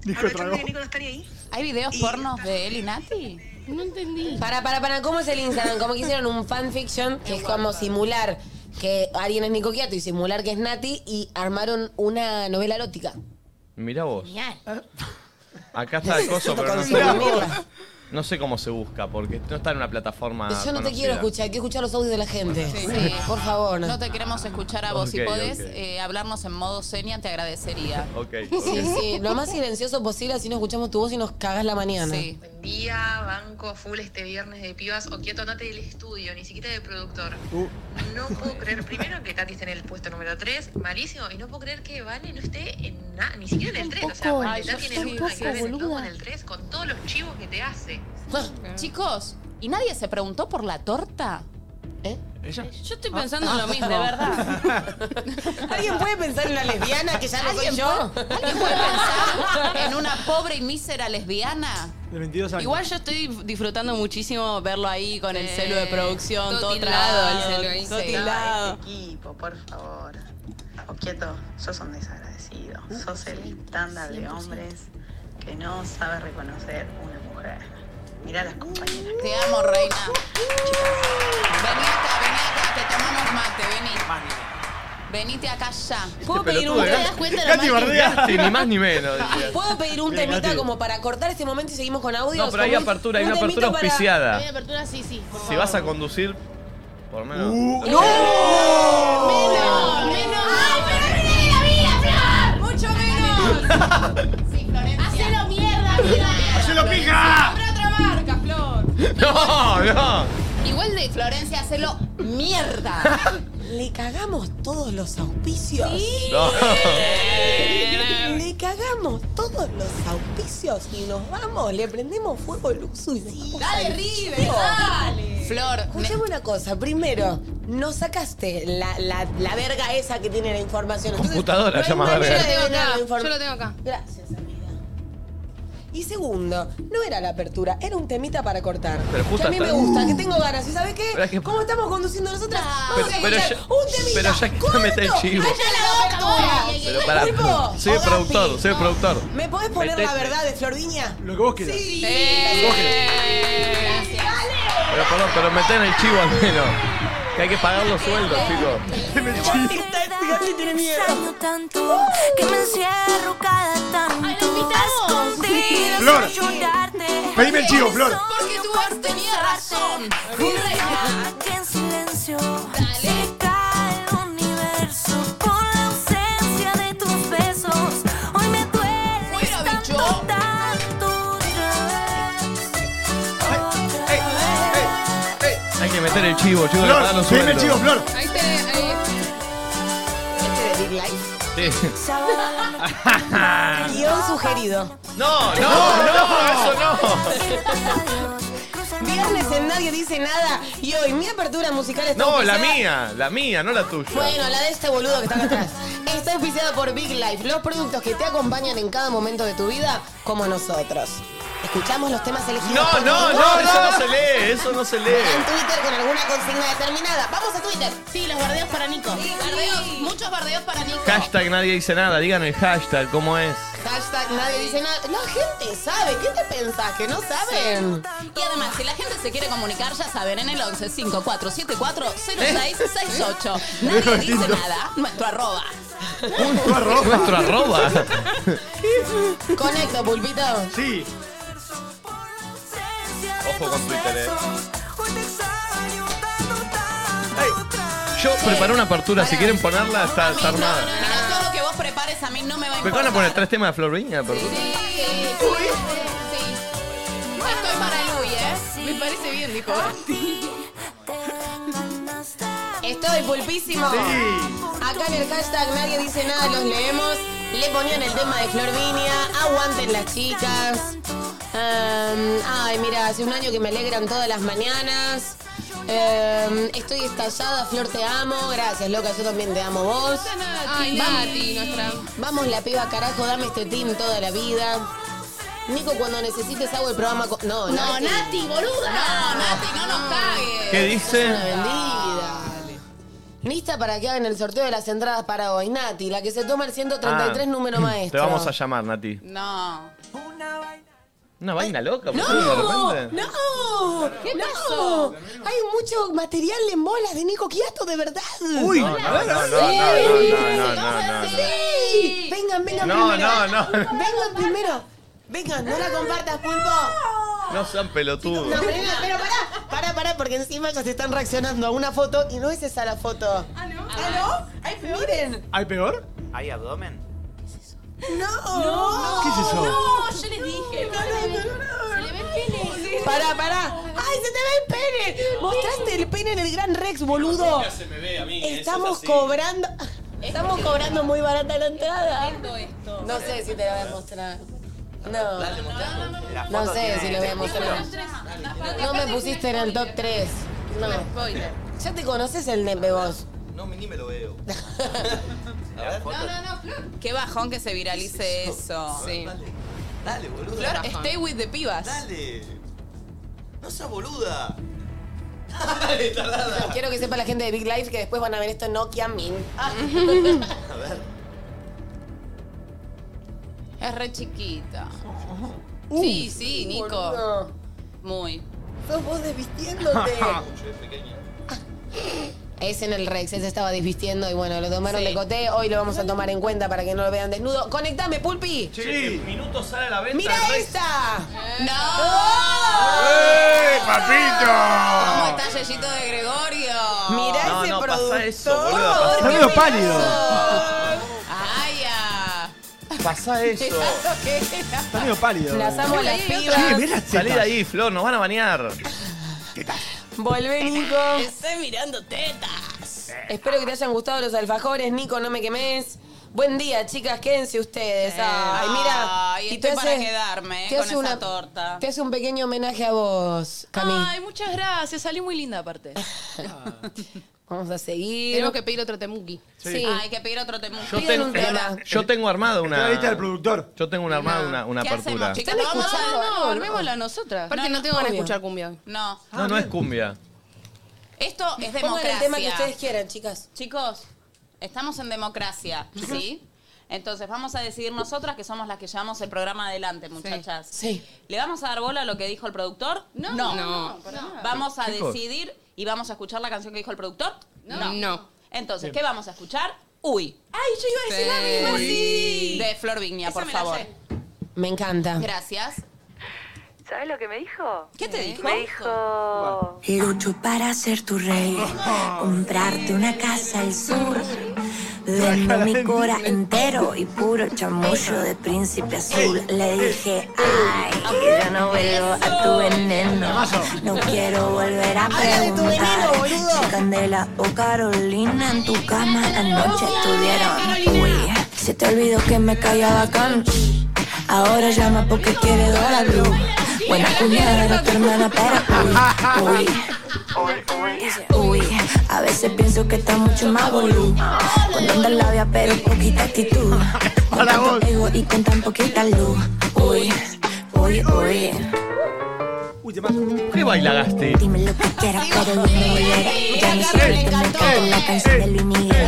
S10: Dijo otra
S8: Aprovechando que
S10: voz.
S8: Nico no está ni ahí.
S7: ¿Hay videos pornos de él y Nati?
S4: No entendí.
S2: Para, para, para, ¿cómo es el Instagram? Como que hicieron un fanfiction que es como simular que alguien es Nico Quiato y simular que es Nati y armaron una novela erótica.
S1: Mirá vos.
S4: Genial.
S2: Ah,
S1: Acá
S2: [laughs]
S1: está el coso, pero no sé,
S2: Mirá
S1: cómo,
S2: vos.
S1: no sé cómo se busca, porque no está en una plataforma.
S2: Yo no te
S1: conocida.
S2: quiero escuchar, hay que escuchar los audios de la gente.
S7: Sí.
S2: [laughs] Por favor.
S7: No te queremos escuchar a vos. si
S1: Ok,
S7: podés
S1: ok.
S7: eh, hablarnos en modo seña, te agradecería.
S1: Ok.
S2: Sí, sí, lo más silencioso posible, así no escuchamos tu voz y nos cagas la mañana.
S7: Sí.
S8: Buen día, banco full este viernes de pibas. O quieto, andate del estudio, ni siquiera de productor.
S10: Uh,
S8: No puedo creer, primero, que Tati esté en el puesto número 3, malísimo, y no puedo creer que Vale no esté en nada, ni siquiera en el 3. O sea,
S4: Tampoco.
S8: Vale
S4: Ay,
S8: Tati
S4: yo
S8: en el uno,
S4: tampoco,
S8: hay que ver en el dos
S4: boluda.
S8: con el 3, con todos los chivos que te hace.
S7: Pues, Chicos, ¿y nadie se preguntó por la torta?
S10: ¿Ella? Ah.
S6: Yo estoy pensando en lo mismo. De verdad.
S2: ¿Alguien puede pensar en una lesbiana que ya no soy yo?
S7: ¿Alguien puede pensar en una pobre y mísera lesbiana?
S10: De 22 años.
S11: Igual yo estoy disfrutando muchísimo verlo ahí con el
S6: Sí.
S11: celo de producción,
S6: Todo
S11: todo,
S6: tildado,
S11: tildado,
S6: el celu ahí,
S11: todo
S6: sí.
S11: tildado.
S8: equipo, por favor. O quieto, sos un desagradecido.
S2: Uh,
S8: Sos el estándar de hombres que no sabe reconocer una mujer. Mirá las compañeras.
S7: Te amo, reina. Vení acá, vení acá, te tomamos mate, vení.
S9: Más ni menos.
S7: Venite acá ya.
S2: ¿Puedo pedir
S1: pelotudo,
S2: un
S4: ¿Te
S1: ¿eh?
S2: tema?
S4: das cuenta de lo
S10: Katy
S4: mal que-
S10: Bardea.
S1: Sí, ni más ni
S2: [laughs]
S1: menos. decía.
S2: ¿Puedo pedir un
S10: Bien,
S2: temita
S10: Nati.
S2: como para cortar este momento y seguimos con audios?
S1: No, pero hay
S2: Como un-
S1: apertura, hay
S2: un
S1: una apertura
S2: temito para-
S4: Hay una
S1: auspiciada.
S4: apertura, sí, sí. por
S1: Si
S4: favor.
S1: vas a conducir, por lo menos.
S2: Uh,
S7: ¡No! ¡Menos! ¡Menos! ¡Ay, pero viene la vida, Flor! ¡Mucho menos! Sí, Florencia. ¡Hacelo mierda, vida!
S12: ¡Hacelo pija!
S7: ¡Compra otra marca, Flor!
S1: No, no.
S7: Igual de Florencia, hacelo mierda.
S2: [laughs] Le cagamos todos los auspicios.
S7: [laughs]
S1: No.
S2: [laughs] Le cagamos todos los auspicios y nos vamos. Le prendemos fuego al Luxu y sí,
S7: Dale, River, dale. Flor,
S2: Escuchame una cosa. Primero, no sacaste la, la- la verga esa que tiene la información. Entonces,
S1: Computadora,
S2: no hay
S1: llama
S2: manera
S1: verga.
S2: de
S6: Yo la tengo
S2: ganar
S6: acá,
S2: la informa-
S6: yo la tengo acá.
S2: Gracias, amiga. Y segundo, no era la apertura, era un temita para cortar.
S1: Pero justo
S2: que a mí
S1: hasta-
S2: me gusta, que tengo ganas. ¿Y sabes qué?
S1: Pero es que-
S2: ¿Cómo estamos conduciendo nosotras?
S1: Pero-
S7: Ah,
S2: Vamos a
S1: pero
S2: escuchar
S1: ya-
S2: un temita.
S1: pero ya que
S2: corto,
S1: me mete el chivo.
S2: allá la apertura.
S1: Pero pará,
S2: Pulpo,
S1: soy el
S2: o Gaspi,
S1: productor, soy el productor.
S2: ¿Me podés poner
S1: Metete.
S2: la verdad de Florviña?
S12: Lo que vos quieras.
S2: Sí.
S1: Pero perdón, pero meten el chivo al menos. Que hay que pagar los sueldos, chicos.
S2: Gaspi tiene miedo.
S8: Extraño tanto que me encierro cada tanto. A escondidas
S12: Flor.
S8: sin llorarte.
S12: Pedime el chivo, Flor.
S8: Porque tú has tenido razón. Mi reina, que en silencio se cae el universo por la ausencia de tus besos. Hoy me duele tanto, tanto otra vez. Otra vez.
S1: Hay que meter el chivo, chicos, hay que pagar los
S12: Flor, pedime el
S1: sueldos.
S12: chivo, Flor.
S6: Ahí te. Ahí.
S2: Este de Big Life.
S1: Sí.
S8: Sábado a la
S2: [laughs]
S8: noche,
S2: Guión sugerido.
S1: No, no, no, eso no.
S8: cruzando
S2: Viernes en Nadie Dice Nada. Y hoy mi apertura musical está
S1: No, la
S2: oficiada-
S1: mía, la mía, no la tuya.
S2: Bueno, la de este boludo que está acá atrás. Está oficiada por Big Life, los productos que te acompañan en cada momento de tu vida, como nosotros. Escuchamos los temas elegidos.
S1: No,
S2: por
S1: no, no,
S2: nosotros
S1: eso no se lee, eso no se
S2: En
S1: lee.
S2: Twitter con alguna consigna determinada. Vamos a Twitter.
S13: Sí, los bardeos para Nico.
S7: bardeos, muchos bardeos para Nico.
S1: Hashtag nadie dice nada, digan el hashtag, ¿cómo es?
S2: Hashtag nadie dice nada. La gente sabe. ¿Qué te pensás? ¿Que no saben?
S7: Y además, si la gente se quiere comunicar, ya saben, en el 11 5474
S2: Eh. [laughs]
S7: 0668. Nadie dice nada. Nuestro arroba.
S12: Punto arroba.
S1: Nuestro arroba.
S2: Conecto, pulpito.
S12: Sí.
S1: Ojo con Twitter, eh.
S8: Hoy te extraño tanto, tanto otra vez.
S1: Yo preparé una apertura, si quieren ponerla, está, está armada.
S7: Mira, todo lo que vos prepares a mí no me va a
S1: ¿Me
S7: importar.
S1: van a poner tres temas de Florviña?
S7: Sí,
S1: apertura?
S7: sí, sí. No estoy para Luis, ¿eh?
S6: Me parece bien, dijo.
S2: Estoy pulpísimo. Acá en el hashtag nadie dice nada, los leemos. Le ponían el tema de Florvinia. Aguanten las chicas. Em, ay, mira, hace un año que me alegran todas las mañanas. Em, estoy estallada, Flor, te amo. Gracias, loca, yo también te amo vos.
S6: Ay, Nati, nuestra.
S2: Vamos, la piba, carajo, dame este team toda la vida. Nico, cuando necesites hago el programa. con- No,
S13: No,
S2: Nati,
S13: Nati, boluda.
S7: No, Nati, no nos cagues.
S1: ¿Qué
S2: una
S1: dice?
S2: vendida. Lista para que hagan el sorteo de las entradas para hoy. Nati, la que se toma el 133
S1: Ah.
S2: número
S1: [laughs]
S2: maestro.
S1: Te vamos a llamar, Nati.
S7: No.
S1: Una vaina loca, ¿por qué de repente?
S2: ¡No! ¡No! Hay mucho material en bolas de Nico Quiato, de verdad.
S12: Uy.
S1: No, no, no, no, no, no, no, no, no, no.
S2: ¡Sí! Vengan, vengan
S1: No,
S2: primero.
S1: no, no, no.
S2: Vengan primero. Vengan, no la compartas, pulpo.
S1: No sean
S2: No,
S1: pelotudos.
S2: pero, pero pará, pará, pará, porque encima ellos están reaccionando a una foto y no es esa la foto. ¿Ah, no? ¿Ah, no? Ay, miren.
S12: ¿Hay peor?
S9: ¿Hay abdomen?
S2: No. No.
S12: ¿Qué es eso?
S14: No, yo les dije. Se le ve el pene.
S2: Pará, pará. ¡Ay, se te ve el pene! Mostraste el pene en el Gran Rex, boludo. Estamos cobrando. Estamos cobrando muy barata la entrada. No sé si te la voy a mostrar. No,
S9: La
S2: no
S9: foto
S2: sé
S9: tiene-
S2: si la voy a mostrar. No me pusiste en el top 3. No.
S6: Spoiler.
S2: Ya te conoces el nepe vos.
S9: No, ni me lo
S2: [laughs]
S9: veo.
S7: Qué bajón que se viralice eso.
S6: Sí.
S9: Dale, boluda.
S7: Flor, stay with the pibas.
S9: Dale. No seas boluda. Dale, tardada.
S2: Quiero que sepa la gente de Big Life que después van a ver esto en
S7: [laughs]
S2: Nokia Min.
S9: A ver.
S7: Es re chiquita.
S6: Uh.
S7: sí, sí, Nico.
S2: Boludo.
S7: Muy.
S2: Sos vos desvistiéndote. Es en el Rex, ese estaba desvistiendo y bueno, lo tomaron
S7: Sí.
S2: de coté. Hoy lo vamos a tomar en cuenta para que no lo vean desnudo. ¡Conectame, Pulpi!
S1: Sí. Minutos sale a la venta.
S2: ¡Mira esta!
S7: ¡No!
S12: ¡Eh, papito!
S7: ¿Cómo está Yeyito de Gregorio?
S2: Mirá
S1: No,
S2: ese
S1: no, pasa
S2: productor.
S1: eso, boludo,
S2: Por
S1: pasa
S2: favor,
S1: eso.
S2: qué
S1: Pálido.
S2: pedazo.
S1: Pasa
S2: [laughs]
S1: eso.
S2: Está
S1: medio pálido.
S2: Las amo a las pibas.
S1: Salí de ahí, Flor, nos van a banear.
S2: Volvé, Nico.
S7: Estoy mirando tetas.
S2: Espero que te hayan gustado los alfajores, Nico, no me quemes. Buen día, chicas, quédense ustedes. Ay, mira.
S7: Eh, Ay,
S2: y
S7: estoy
S2: te
S7: para
S2: hace-
S7: quedarme eh,
S2: te
S7: con
S2: hace
S7: esa
S2: una-
S7: torta.
S2: Te hace un pequeño homenaje a vos, Cami.
S15: Ay, muchas gracias. Salí muy linda aparte.
S2: Vamos a seguir.
S6: Tenemos que pedir otro temuki.
S1: Sí. Ah, hay
S7: que pedir otro temuki.
S1: Yo tengo, yo tengo armado una.
S16: Está la lista del
S1: productor. Yo tengo un armado una, una
S7: ¿Qué
S1: apertura.
S7: hacemos, chicas? ¿Nos vamos a
S6: No, no,
S7: dormir?
S6: armémosla nosotras. Aparte,
S7: No,
S6: no,
S7: no,
S6: tengo ganas de
S7: obvio.
S6: escuchar cumbia.
S7: No.
S1: No, no es cumbia.
S7: Esto es democracia.
S2: Pongan el tema que ustedes quieran, chicas.
S7: Chicos, estamos en democracia, ¿sí? Entonces vamos a decidir nosotras que somos las que llevamos el programa adelante, muchachas.
S2: Sí.
S7: ¿Le vamos a dar bola a lo que dijo el productor?
S6: No.
S7: No.
S6: No, para nada.
S7: ¿Vamos a
S6: Chicos.
S7: decidir y vamos a escuchar la canción que dijo el productor?
S6: No.
S7: Entonces, ¿qué vamos a escuchar? Uy. Ay, yo iba
S2: a decir la misma, sí. Ah.
S7: De Flor Vigna, por favor.
S2: Me encanta.
S7: Gracias.
S17: ¿Sabes lo que me dijo?
S7: ¿Qué te dijo?
S17: Me dijo.
S8: Lucho para ser tu rey, comprarte una casa al sur. Vendo mi cora entero y puro chamullo de príncipe azul. Le dije, ay, yo no vuelvo a tu veneno. No quiero volver a preguntar si Candela o Carolina en tu cama anoche estuvieron. Uy, se te olvidó que me callaba can. Ahora llama porque quiere dólar blue. Buena cuñada, tu hermana, pero uy, uy. Dice, Uy, a veces pienso que está mucho más boludo. Con tanta labia, pero poquita actitud. Con tanto ego y con tan poquita luz. Uy, uy, uy.
S1: ¿Qué baila Gasti?
S8: Dime lo que quieras, pero Luis Miguel. Ya ni siquiera me con la canción de Luis Miguel.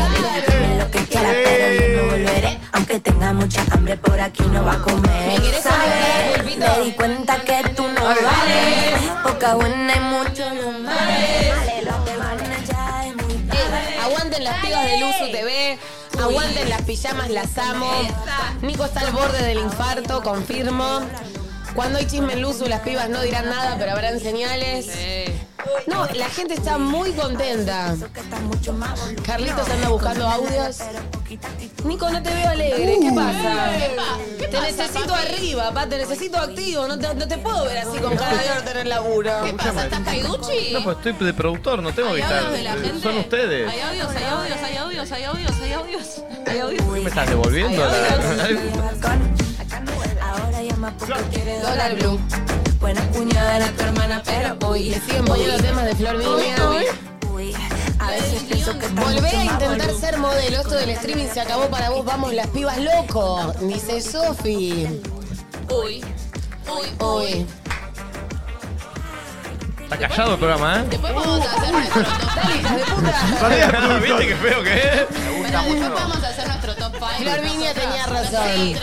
S8: Dime lo que quieras, pero yo no volveré. Aunque tenga mucha hambre, por aquí no va a comer. ¿Sabes? Me di cuenta que tú no vales. Poca buena y mucho no vales. Lo que vale ya es muy
S2: Eh, aguanten las pibas de Luzu TV. Aguanten las pijamas, las amo. Nico está al borde del infarto, confirmo. Cuando hay chisme en Luzu, las pibas no dirán nada, pero habrán señales. No, la gente está muy contenta. Carlitos anda buscando audios. Nico, no te veo alegre. ¿Qué
S8: Uh.
S2: pasa?
S8: ¿Qué
S2: Te necesito arriba, pa. Te necesito activo. No te, no te puedo ver así con
S8: [laughs]
S2: cara de no tener laburo. ¿Qué pasa? ¿Estás caiduchi?
S1: No, pues estoy de productor, no tengo que estar.
S7: audios de la gente.
S1: Son ustedes.
S7: Hay audios, hay audios, hay audios, hay audios, hay audios. Hay audios.
S1: ¿Qué me estás devolviendo? [laughs]
S8: Ahora llama porque quiere
S2: Dólar
S8: dólar
S2: Blue.
S8: Buena cuñada era tu hermana, pero hoy
S2: Le siguen poniendo
S8: Uy.
S2: temas de Flor Vigna.
S8: Uy, uy. A veces pienso que está
S2: Volver
S8: mucho
S2: a
S8: más
S2: intentar
S8: boludo.
S2: ser modelo, esto del streaming se acabó para vos, vamos las pibas loco, dice Sofi.
S7: Uy. Uy,
S2: Uy.
S1: Está callado el programa, ¿eh?
S7: Después vamos a hacer nuestro top
S1: [laughs] ¿Viste qué feo que es?
S7: Después vamos a hacer nuestro top 5.
S2: Flor Vigna tenía razón.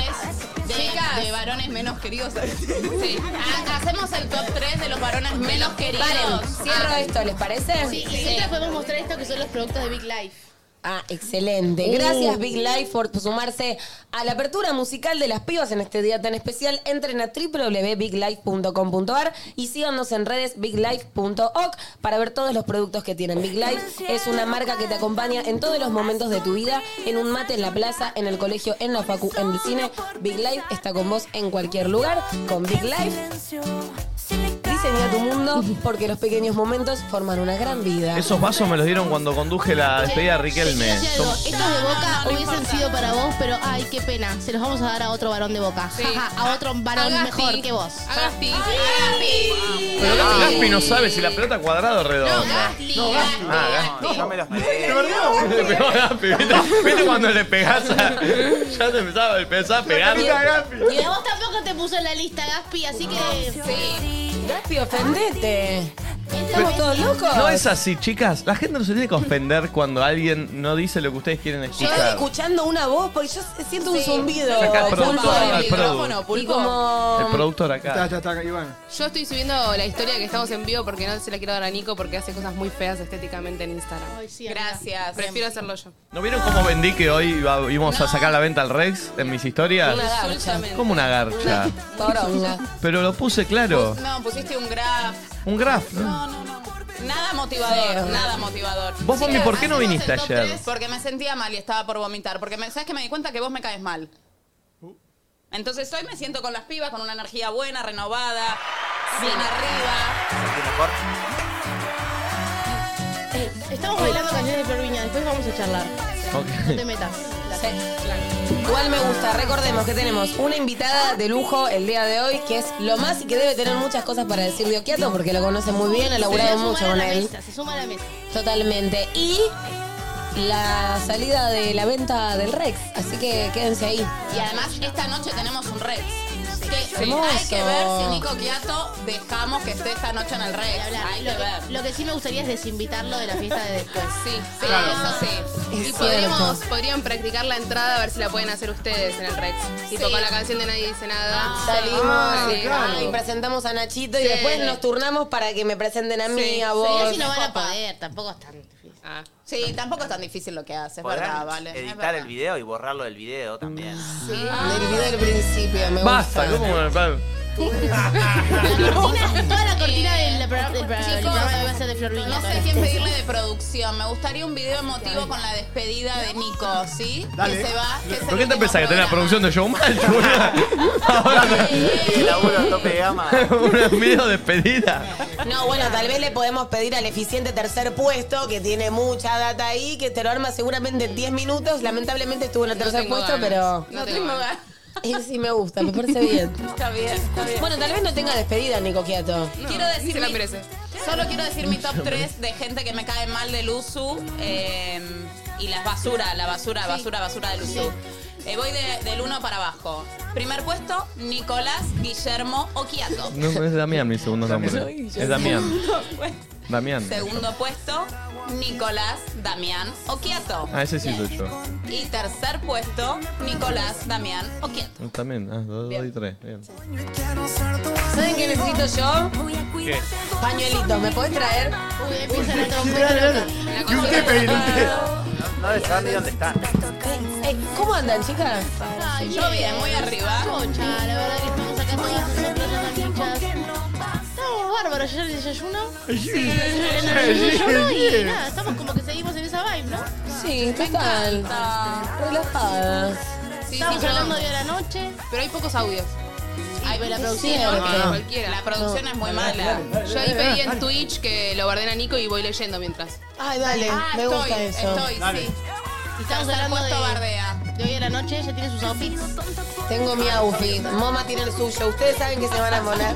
S7: De, de varones menos queridos. Sí. Ha- Hacemos el top 3 de los varones menos queridos.
S2: Paren, cierro esto, ¿les parece?
S4: Ah. Sí, y siempre podemos mostrar esto que son los productos de Big Life.
S2: Ah, excelente. Gracias Big Life por sumarse a la apertura musical de las pibas en este día tan especial. Entren a www.biglife.com.ar y síganos en redes biglife.org para ver todos los productos que tienen. Big Life es una marca que te acompaña en todos los momentos de tu vida, en un mate en la plaza, en el colegio, en la facu, en el cine. Big Life está con vos en cualquier lugar. Con Big Life, diseña tu mundo porque los pequeños momentos forman una gran vida.
S1: Esos vasos me los dieron cuando conduje la despedida de Riquelme.
S4: Escuchá
S1: Son-
S4: algo, estos de Boca hubiesen sido para vos, pero ay, qué pena. Se los vamos a dar a otro varón de Boca. Jaja, a otro varón
S6: Agasti.
S4: mejor que vos.
S6: Agasti.
S1: Pero Gaspi-
S18: Ah.
S1: Gaspi no sabe si la pelota es cuadrada o redonda.
S6: No, Gaspi.
S1: Ah, Gaspi.
S18: No me las
S1: Le pegó a Gaspi, ¿viste? ¿Viste cuando le pegás a- Ya te empezaba, empezaba a pegar.
S4: Y a vos tampoco te puso en la lista, Gaspi, así que. Sí.
S2: Gaspi, ofendete. Eh, Estamos todos locos.
S1: No es así, chicas. La gente no se tiene que ofender cuando alguien no dice lo que ustedes quieren
S2: Yo estoy
S1: escuchar.
S2: escuchando una voz porque yo siento un zumbido.
S1: Saca el
S2: Pulpo.
S1: productor, el
S6: micrófono,
S1: productor.
S6: Pulpo.
S2: Y como-
S1: El productor
S16: Está,
S1: acá.
S16: está, está, Iván.
S6: Yo estoy subiendo la historia que estamos en vivo porque no se la quiero dar a Nico porque hace cosas muy feas estéticamente en Instagram.
S7: Gracias.
S6: Prefiero hacerlo yo.
S1: ¿No vieron cómo vendí que hoy iba- íbamos a sacar a la venta al Rex en mis historias?
S7: Una garcha.
S1: Como una garcha.
S7: Poronga.
S1: Pero lo puse claro.
S7: No, pusiste un graph.
S1: Un graph.
S7: No, no, no. Nada motivador,
S6: Sí.
S7: nada motivador.
S19: Vos, Pomi, ¿por qué no
S7: hacemos
S19: viniste
S7: el top
S19: ayer?
S7: tres Porque me sentía mal y estaba por vomitar. Porque me, sabes que me di cuenta que vos me caes mal. Entonces hoy me siento con las pibas, con una energía buena, renovada, bien arriba.
S4: Eh, estamos bailando canciones de Flor Viña, después vamos a charlar. No te metas.
S2: Igual me gusta, recordemos que tenemos una invitada de lujo el día de hoy, que es lo más y que debe tener muchas cosas para decir de Occhiato, porque lo conoce muy bien, ha laburado
S4: Se suma
S2: mucho
S4: a
S2: con
S4: la
S2: él.
S4: mesa, se suma a la mesa.
S2: Totalmente. Y la salida de la venta del Rex, así que quédense ahí.
S7: Y además esta noche tenemos un Rex. Que
S2: Hermoso.
S7: hay que ver si Nico Quiato dejamos que esté esta noche en el Rex. Hay
S4: lo,
S7: que ver.
S4: que, lo que sí me gustaría es desinvitarlo de la fiesta de después.
S6: Sí, sí,
S4: Claro.
S6: eso sí.
S4: Es
S6: y
S4: cierto.
S6: podríamos, podrían practicar la entrada a ver si la pueden hacer ustedes en el Rex. Tipo
S2: Sí.
S6: con la canción de Nadie Dice Nada.
S2: Salimos
S6: Ah,
S2: y, y presentamos a Nachito y
S6: Sí.
S2: después nos turnamos para que me presenten a mí, a vos.
S4: Sería si no van a poder, tampoco es tan difícil.
S7: Sí, tampoco es tan difícil lo que hace, es
S9: Podrán
S7: verdad, vale. es
S9: Editar
S7: verdad.
S9: el video y borrarlo del video también.
S2: El video del principio, me
S19: Basta,
S2: gusta.
S19: ¿cómo me pa-
S4: La cortina- toda la cortina del, pro- del pro- del
S7: Chicos,
S4: programa debe ser de Flor Viña.
S7: No sé quién pedirle de producción. Me gustaría un video emotivo con la despedida de Nico, ¿sí?
S19: Dale.
S7: Que se va, que se
S19: ¿Por qué te pensás que tenés la producción de Showmatch? boludo? Ahora
S9: El laburo a tope de gama.
S1: [laughs]
S19: una medio despedida.
S2: No, bueno, tal vez le podemos pedir al eficiente tercer puesto, que tiene mucha data ahí, que te lo arma seguramente en 10 minutos. Lamentablemente estuvo en el tercer
S7: tengo
S2: puesto,
S7: ganas.
S2: pero.
S7: No tengo
S2: [laughs]
S7: ganas.
S2: Eh, sí me gusta, me parece bien.
S7: Está bien, está bien.
S2: Bueno, tal vez no tenga despedida, Nico Quiato.
S7: quiero decir mi- Solo quiero decir mi top 3 de gente que me cae mal del Luzu eh, y las basura, la basura, basura, basura del Luzu. Eh, voy de- del 1 para abajo. Primer puesto, Nicolás Guillermo Oquiato.
S19: No, es Damián mi segundo nombre. Es Damián. Damián.
S7: Segundo puesto, Nicolás Damián Oquiato.
S19: Ah, ese sí soy yo.
S7: Y tercer puesto, Nicolás Damián Oquiato.
S19: También, ah, dos, dos y tres. Bien.
S2: ¿Saben qué necesito yo? Pañuelito, ¿me podés traer?
S4: empieza la
S5: ¿Y usted pedir un
S7: Ah.
S5: té?
S9: No debe saber ni dónde están.
S2: Eh, ¿Cómo andan, chicas?
S7: Yo bien, muy arriba.
S4: Concha, Ah, la verdad que estamos acá todas nosotras las hinchas. Estamos bárbaros, ayer el desayuno. [laughs] En el desayuno y nada, estamos como que seguimos en esa vibe, ¿no?
S2: Sí, total. Relajada.
S4: Estamos
S6: sí,
S4: hablando
S6: no.
S4: de la noche.
S6: Pero hay pocos audios.
S4: Ay, pero la producción.
S6: Sí, porque
S4: no.
S6: cualquiera.
S7: La producción es muy mala.
S6: Yo ahí pedí en Twitch que lo barden a Nico y voy leyendo mientras.
S2: Ay, dale,
S7: Ah,
S2: me
S7: estoy,
S2: gusta eso.
S7: Estoy, sí.
S4: Estamos
S7: Tercer
S4: hablando
S7: puesto, bardea.
S4: de, de hoy a la noche, ella tiene sus outfits.
S2: Tengo mi outfit, Moma tiene el suyo, ustedes saben que se van a
S7: [laughs]
S2: molar.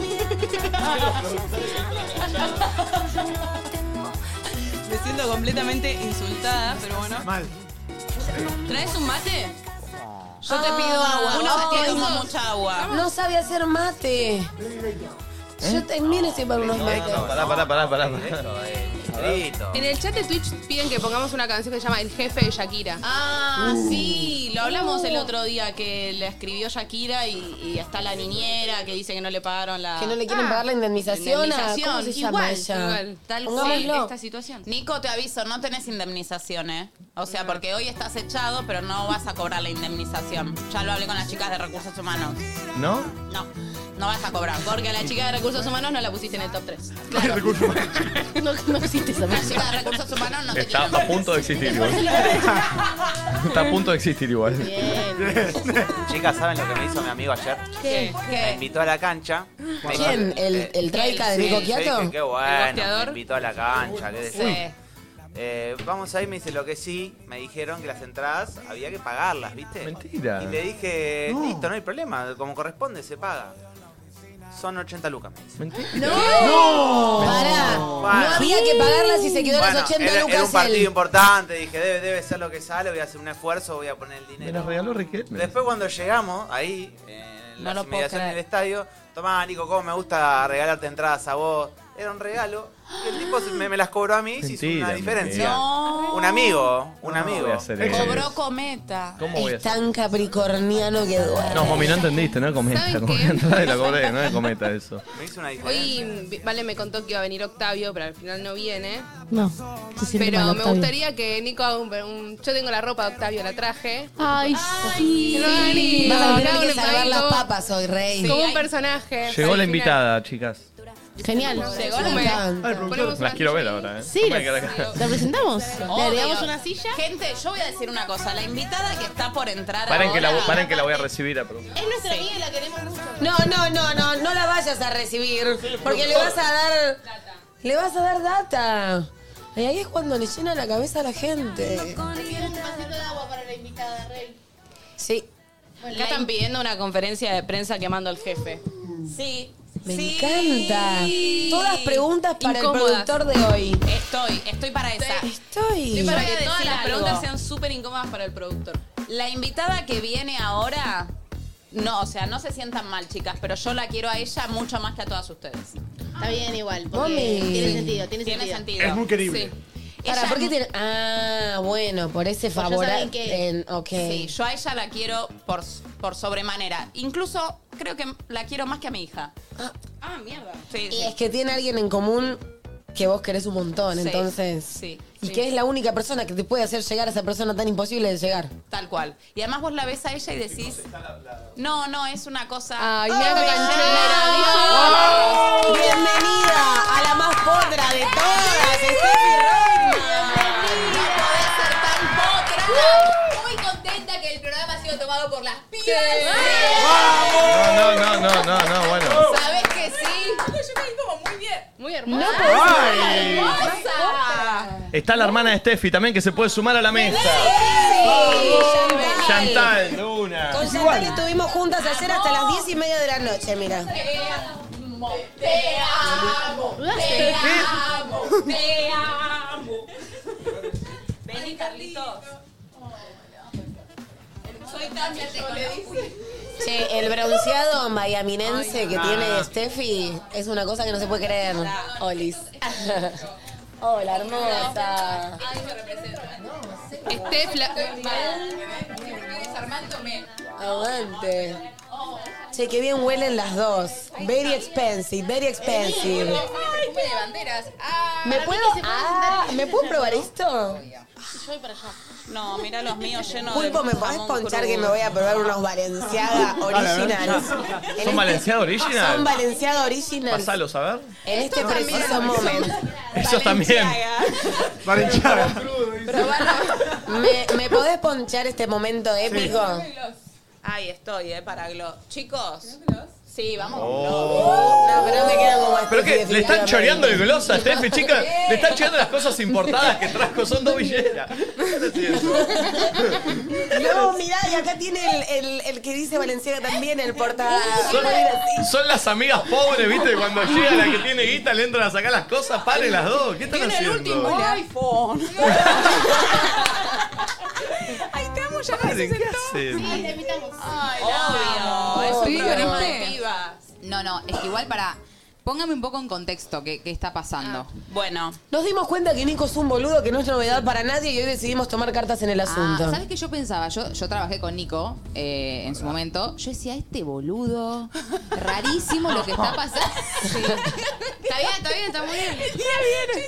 S7: Me siento completamente insultada, pero bueno.
S5: Mal.
S7: ¿Traes un mate? Yo te
S2: Ah,
S7: pido agua.
S2: uno
S7: Uno que
S2: que
S7: tomo
S2: no-
S7: mucha agua.
S2: No sabe hacer
S9: ¿Eh?
S2: mate. Yo también estoy para unos mates.
S19: Pará, pará, pará, pará.
S9: Listo.
S6: En el chat de Twitch piden que pongamos una canción que se llama El jefe de Shakira.
S7: Ah,
S2: Uh.
S7: sí, lo hablamos el otro día que la escribió Shakira y, y está la niñera que dice que no le pagaron la.
S2: Que no le quieren
S7: Ah.
S2: pagar la indemnización. a- ¿Cómo se llama
S7: Igual,
S2: ella?
S7: igual, tal
S2: Pongámoslo.
S7: cual esta situación. Nico, te aviso, no tenés indemnización, ¿eh? O sea, porque hoy estás echado, pero no vas a cobrar la indemnización. Ya lo hablé con las chicas de recursos humanos.
S19: ¿No?
S7: No, no vas a cobrar, porque a la chica de recursos humanos no la pusiste en el top 3.
S2: [laughs]
S4: No, no existe esa
S7: La
S4: música.
S7: chica de recursos humanos no te
S19: Está
S7: quieren.
S19: a punto de existir igual. [laughs] Está a punto de existir igual.
S4: Bien.
S9: Chicas, ¿saben lo que me hizo mi amigo ayer?
S4: ¿Qué?
S9: Me
S7: ¿Qué?
S9: invitó a la cancha. Me-
S2: ¿Quién? ¿El, el traica de
S9: eh, Sí,
S2: Nico
S9: yo dije,
S2: Quiato?
S9: qué bueno, me
S6: bosteador?
S9: invitó a la cancha, qué
S7: Sí.
S9: deseo. Eh, vamos ahí, me dice lo que sí, me dijeron que las entradas había que pagarlas, ¿viste?
S19: Mentira.
S9: Y le dije,
S5: No.
S9: listo, no hay problema, como corresponde, se paga. Son 80 lucas, me dice.
S19: Mentira.
S5: ¡No!
S2: Pará. No había que pagarla si se quedó
S9: Bueno,
S2: las 80
S9: era,
S2: lucas
S9: era un partido
S2: él.
S9: importante, dije, debe, debe ser lo que sale, voy a hacer un esfuerzo, voy a poner el
S19: Me
S9: dinero.
S19: las regaló Riquelme.
S9: Después cuando llegamos ahí, eh, en
S7: No
S9: las
S7: lo puedo
S9: inmediaciones
S7: creer.
S9: del estadio, tomá, Nico, cómo me gusta regalarte entradas a vos. Era un regalo. Y el tipo se- me, me las cobró a mí y se hizo
S19: Mentira,
S9: una diferencia.
S19: mentira.
S7: No.
S9: Un amigo, un
S19: No
S9: amigo.
S19: voy a hacer eso.
S9: [laughs]
S7: Cobró Oh, cometa.
S19: ¿Cómo voy a
S2: Es
S19: hacer?
S2: tan capricorniano que duele.
S19: No, Momi, no entendiste, no es cometa.
S6: ¿Saben
S19: Como
S6: qué?
S19: que entrada y la cobré, no es cometa eso.
S9: Me hizo una diferencia.
S6: Hoy vi- Vale me contó que iba a venir Octavio, pero al final no viene.
S4: No, se siente
S6: Pero
S4: mal,
S6: me
S4: Octavio.
S6: gustaría que Nico haga un, un- Yo tengo la ropa de Octavio, la traje.
S4: Ay, sí.
S6: Ay,
S2: Vas a
S6: acá
S2: tener que
S6: un
S2: salvar las
S6: país como-
S2: papas hoy, rey.
S6: Como un personaje.
S19: Llegó la
S6: Al final.
S19: invitada, chicas.
S4: Genial.
S8: Llegó la
S4: Ponemos
S1: Las
S4: una-
S1: quiero ver ahora, ¿eh?
S4: Sí,
S1: No me
S4: las-
S1: queda acá.
S4: ¿La presentamos? ¿Le agregamos
S7: Obvio.
S4: una silla?
S7: Gente, yo voy a decir una cosa. La invitada que está por entrar
S1: Paren que,
S7: ahora...
S1: la, paren que la voy a recibir a preguntar.
S7: Es nuestra amiga y la queremos mucho.
S2: No, no, no, no, no la vayas a recibir. Porque le vas a dar. Le vas a dar data. Y ahí es cuando le llena la cabeza a la gente.
S4: Quiero un vasito de agua para la invitada, Rey.
S2: Sí.
S8: Acá están pidiendo una conferencia de prensa quemando al jefe.
S7: Sí.
S2: Me encanta. Todas preguntas para el
S7: Incómodas.
S2: productor de hoy.
S7: Estoy, estoy para esa.
S2: Estoy.
S7: Estoy para que todas
S8: Voy a decir
S7: las
S8: algo.
S7: preguntas sean súper incómodas para el productor. La invitada que viene ahora... No, o sea, no se sientan mal, chicas, pero yo la quiero a ella mucho más que a todas ustedes.
S4: Está bien igual, porque
S2: Mami.
S4: tiene sentido, tiene,
S7: Tiene
S4: sentido.
S7: sentido. Es muy querible.
S2: Para, ¿por qué tiene- Ah, bueno, por ese
S7: Pues ya
S2: favor.
S7: saben que-
S2: en- ok.
S7: Sí, yo a ella la quiero por, por sobremanera. Incluso creo que la quiero más que a mi hija. Ah, mierda. Sí,
S2: Y es que tiene alguien en común que vos querés un montón,
S7: Sí,
S2: entonces.
S7: sí,
S2: Y
S7: sí.
S2: que es la única persona que te puede hacer llegar a esa persona tan imposible de llegar.
S7: Tal cual. Y además vos la ves a ella y decís. No, no, es una cosa.
S8: Ay, mira
S7: ¡Ah!
S8: la
S7: ¡Ah!
S8: canchera, dijo.
S7: Bienvenida a la más potra de todas, Steffi
S20: Muy contenta que el programa ha sido tomado por las pibas. Ah,
S1: No, no, no, no, no, no, bueno.
S20: ¿Sabes que sí? Yo caí como muy bien. Muy hermosa.
S8: No puedo
S1: Ay. ser.
S20: hermosa.
S1: Está la hermana de Steffi también que se puede sumar a la mesa.
S2: Sí,
S1: Chantal, de una.
S2: Con Chantal estuvimos juntas ayer hasta las 10 y media de la noche, mira.
S20: Te amo. Te amo. Te amo.
S7: Vení, Carlitos. Soy tan
S2: Che, el bronceado miamiense que tiene Steffi es una cosa que no se puede creer. [laughs] Olis. Hola, hermosa.
S20: Ay, Ah, me representa. Este
S8: Steph, la-
S20: Estoy mal. Me estoy desarmándome.
S2: Aguante. Che, qué bien huelen las dos. Very expensive, very expensive.
S20: Perfume de banderas. Ah,
S2: ¿Me puedo, ah, ¿me puedo probar esto?
S4: Yo voy para allá.
S7: No, mira los míos llenos de.
S2: Pulpo, ¿me podés
S7: jamón
S2: ponchar
S7: crudo.
S2: que me voy a probar unos Valenciaga originals?
S1: ¿Son Valenciaga original?
S2: Son Valenciaga originals.
S1: Pasalos, a ver.
S2: En este preciso momento. [laughs]
S1: Ellos también. Valenciaga.
S2: ¿Me, me podés ponchar este momento épico?
S7: Ahí estoy, eh, para Glow. Chicos. Sí,
S1: Oh,
S7: vamos.
S2: No, pero me quedo como
S1: Pero que
S2: Steffi,
S1: le están
S2: definitivamente.
S1: choreando el gloss a Steffi, chicas. Le están choreando las cosas importadas que trajo, son dos billeras.
S2: No, mirá, y acá tiene el, el- el que dice Valenciaga también, el porta...
S1: Son, son las amigas pobres, ¿viste? Cuando llega la que tiene guita, le entran a sacar las cosas, paren las dos. ¿Qué están
S7: Tiene el último
S1: haciendo?
S7: iPhone. Ay, te amo, ya
S1: Paren, ¿Qué hacen?
S4: Sí, te invitamos.
S20: Ay,
S7: Obvio,
S20: Es un
S7: Sí,
S20: programa
S7: ¿viste?
S20: de pibas. No, no, es que igual para. Póngame un poco en contexto qué, qué está pasando.
S7: Bueno.
S2: Nos dimos cuenta que Nico es un boludo que no es novedad para nadie y hoy decidimos tomar cartas en el asunto.
S20: Ah, ¿Sabes qué yo pensaba? Yo, yo trabajé con Nico eh, en su momento. Yo decía, este boludo, rarísimo lo que está pasando.
S8: Está bien, está bien, está muy bien.
S20: Mira bien,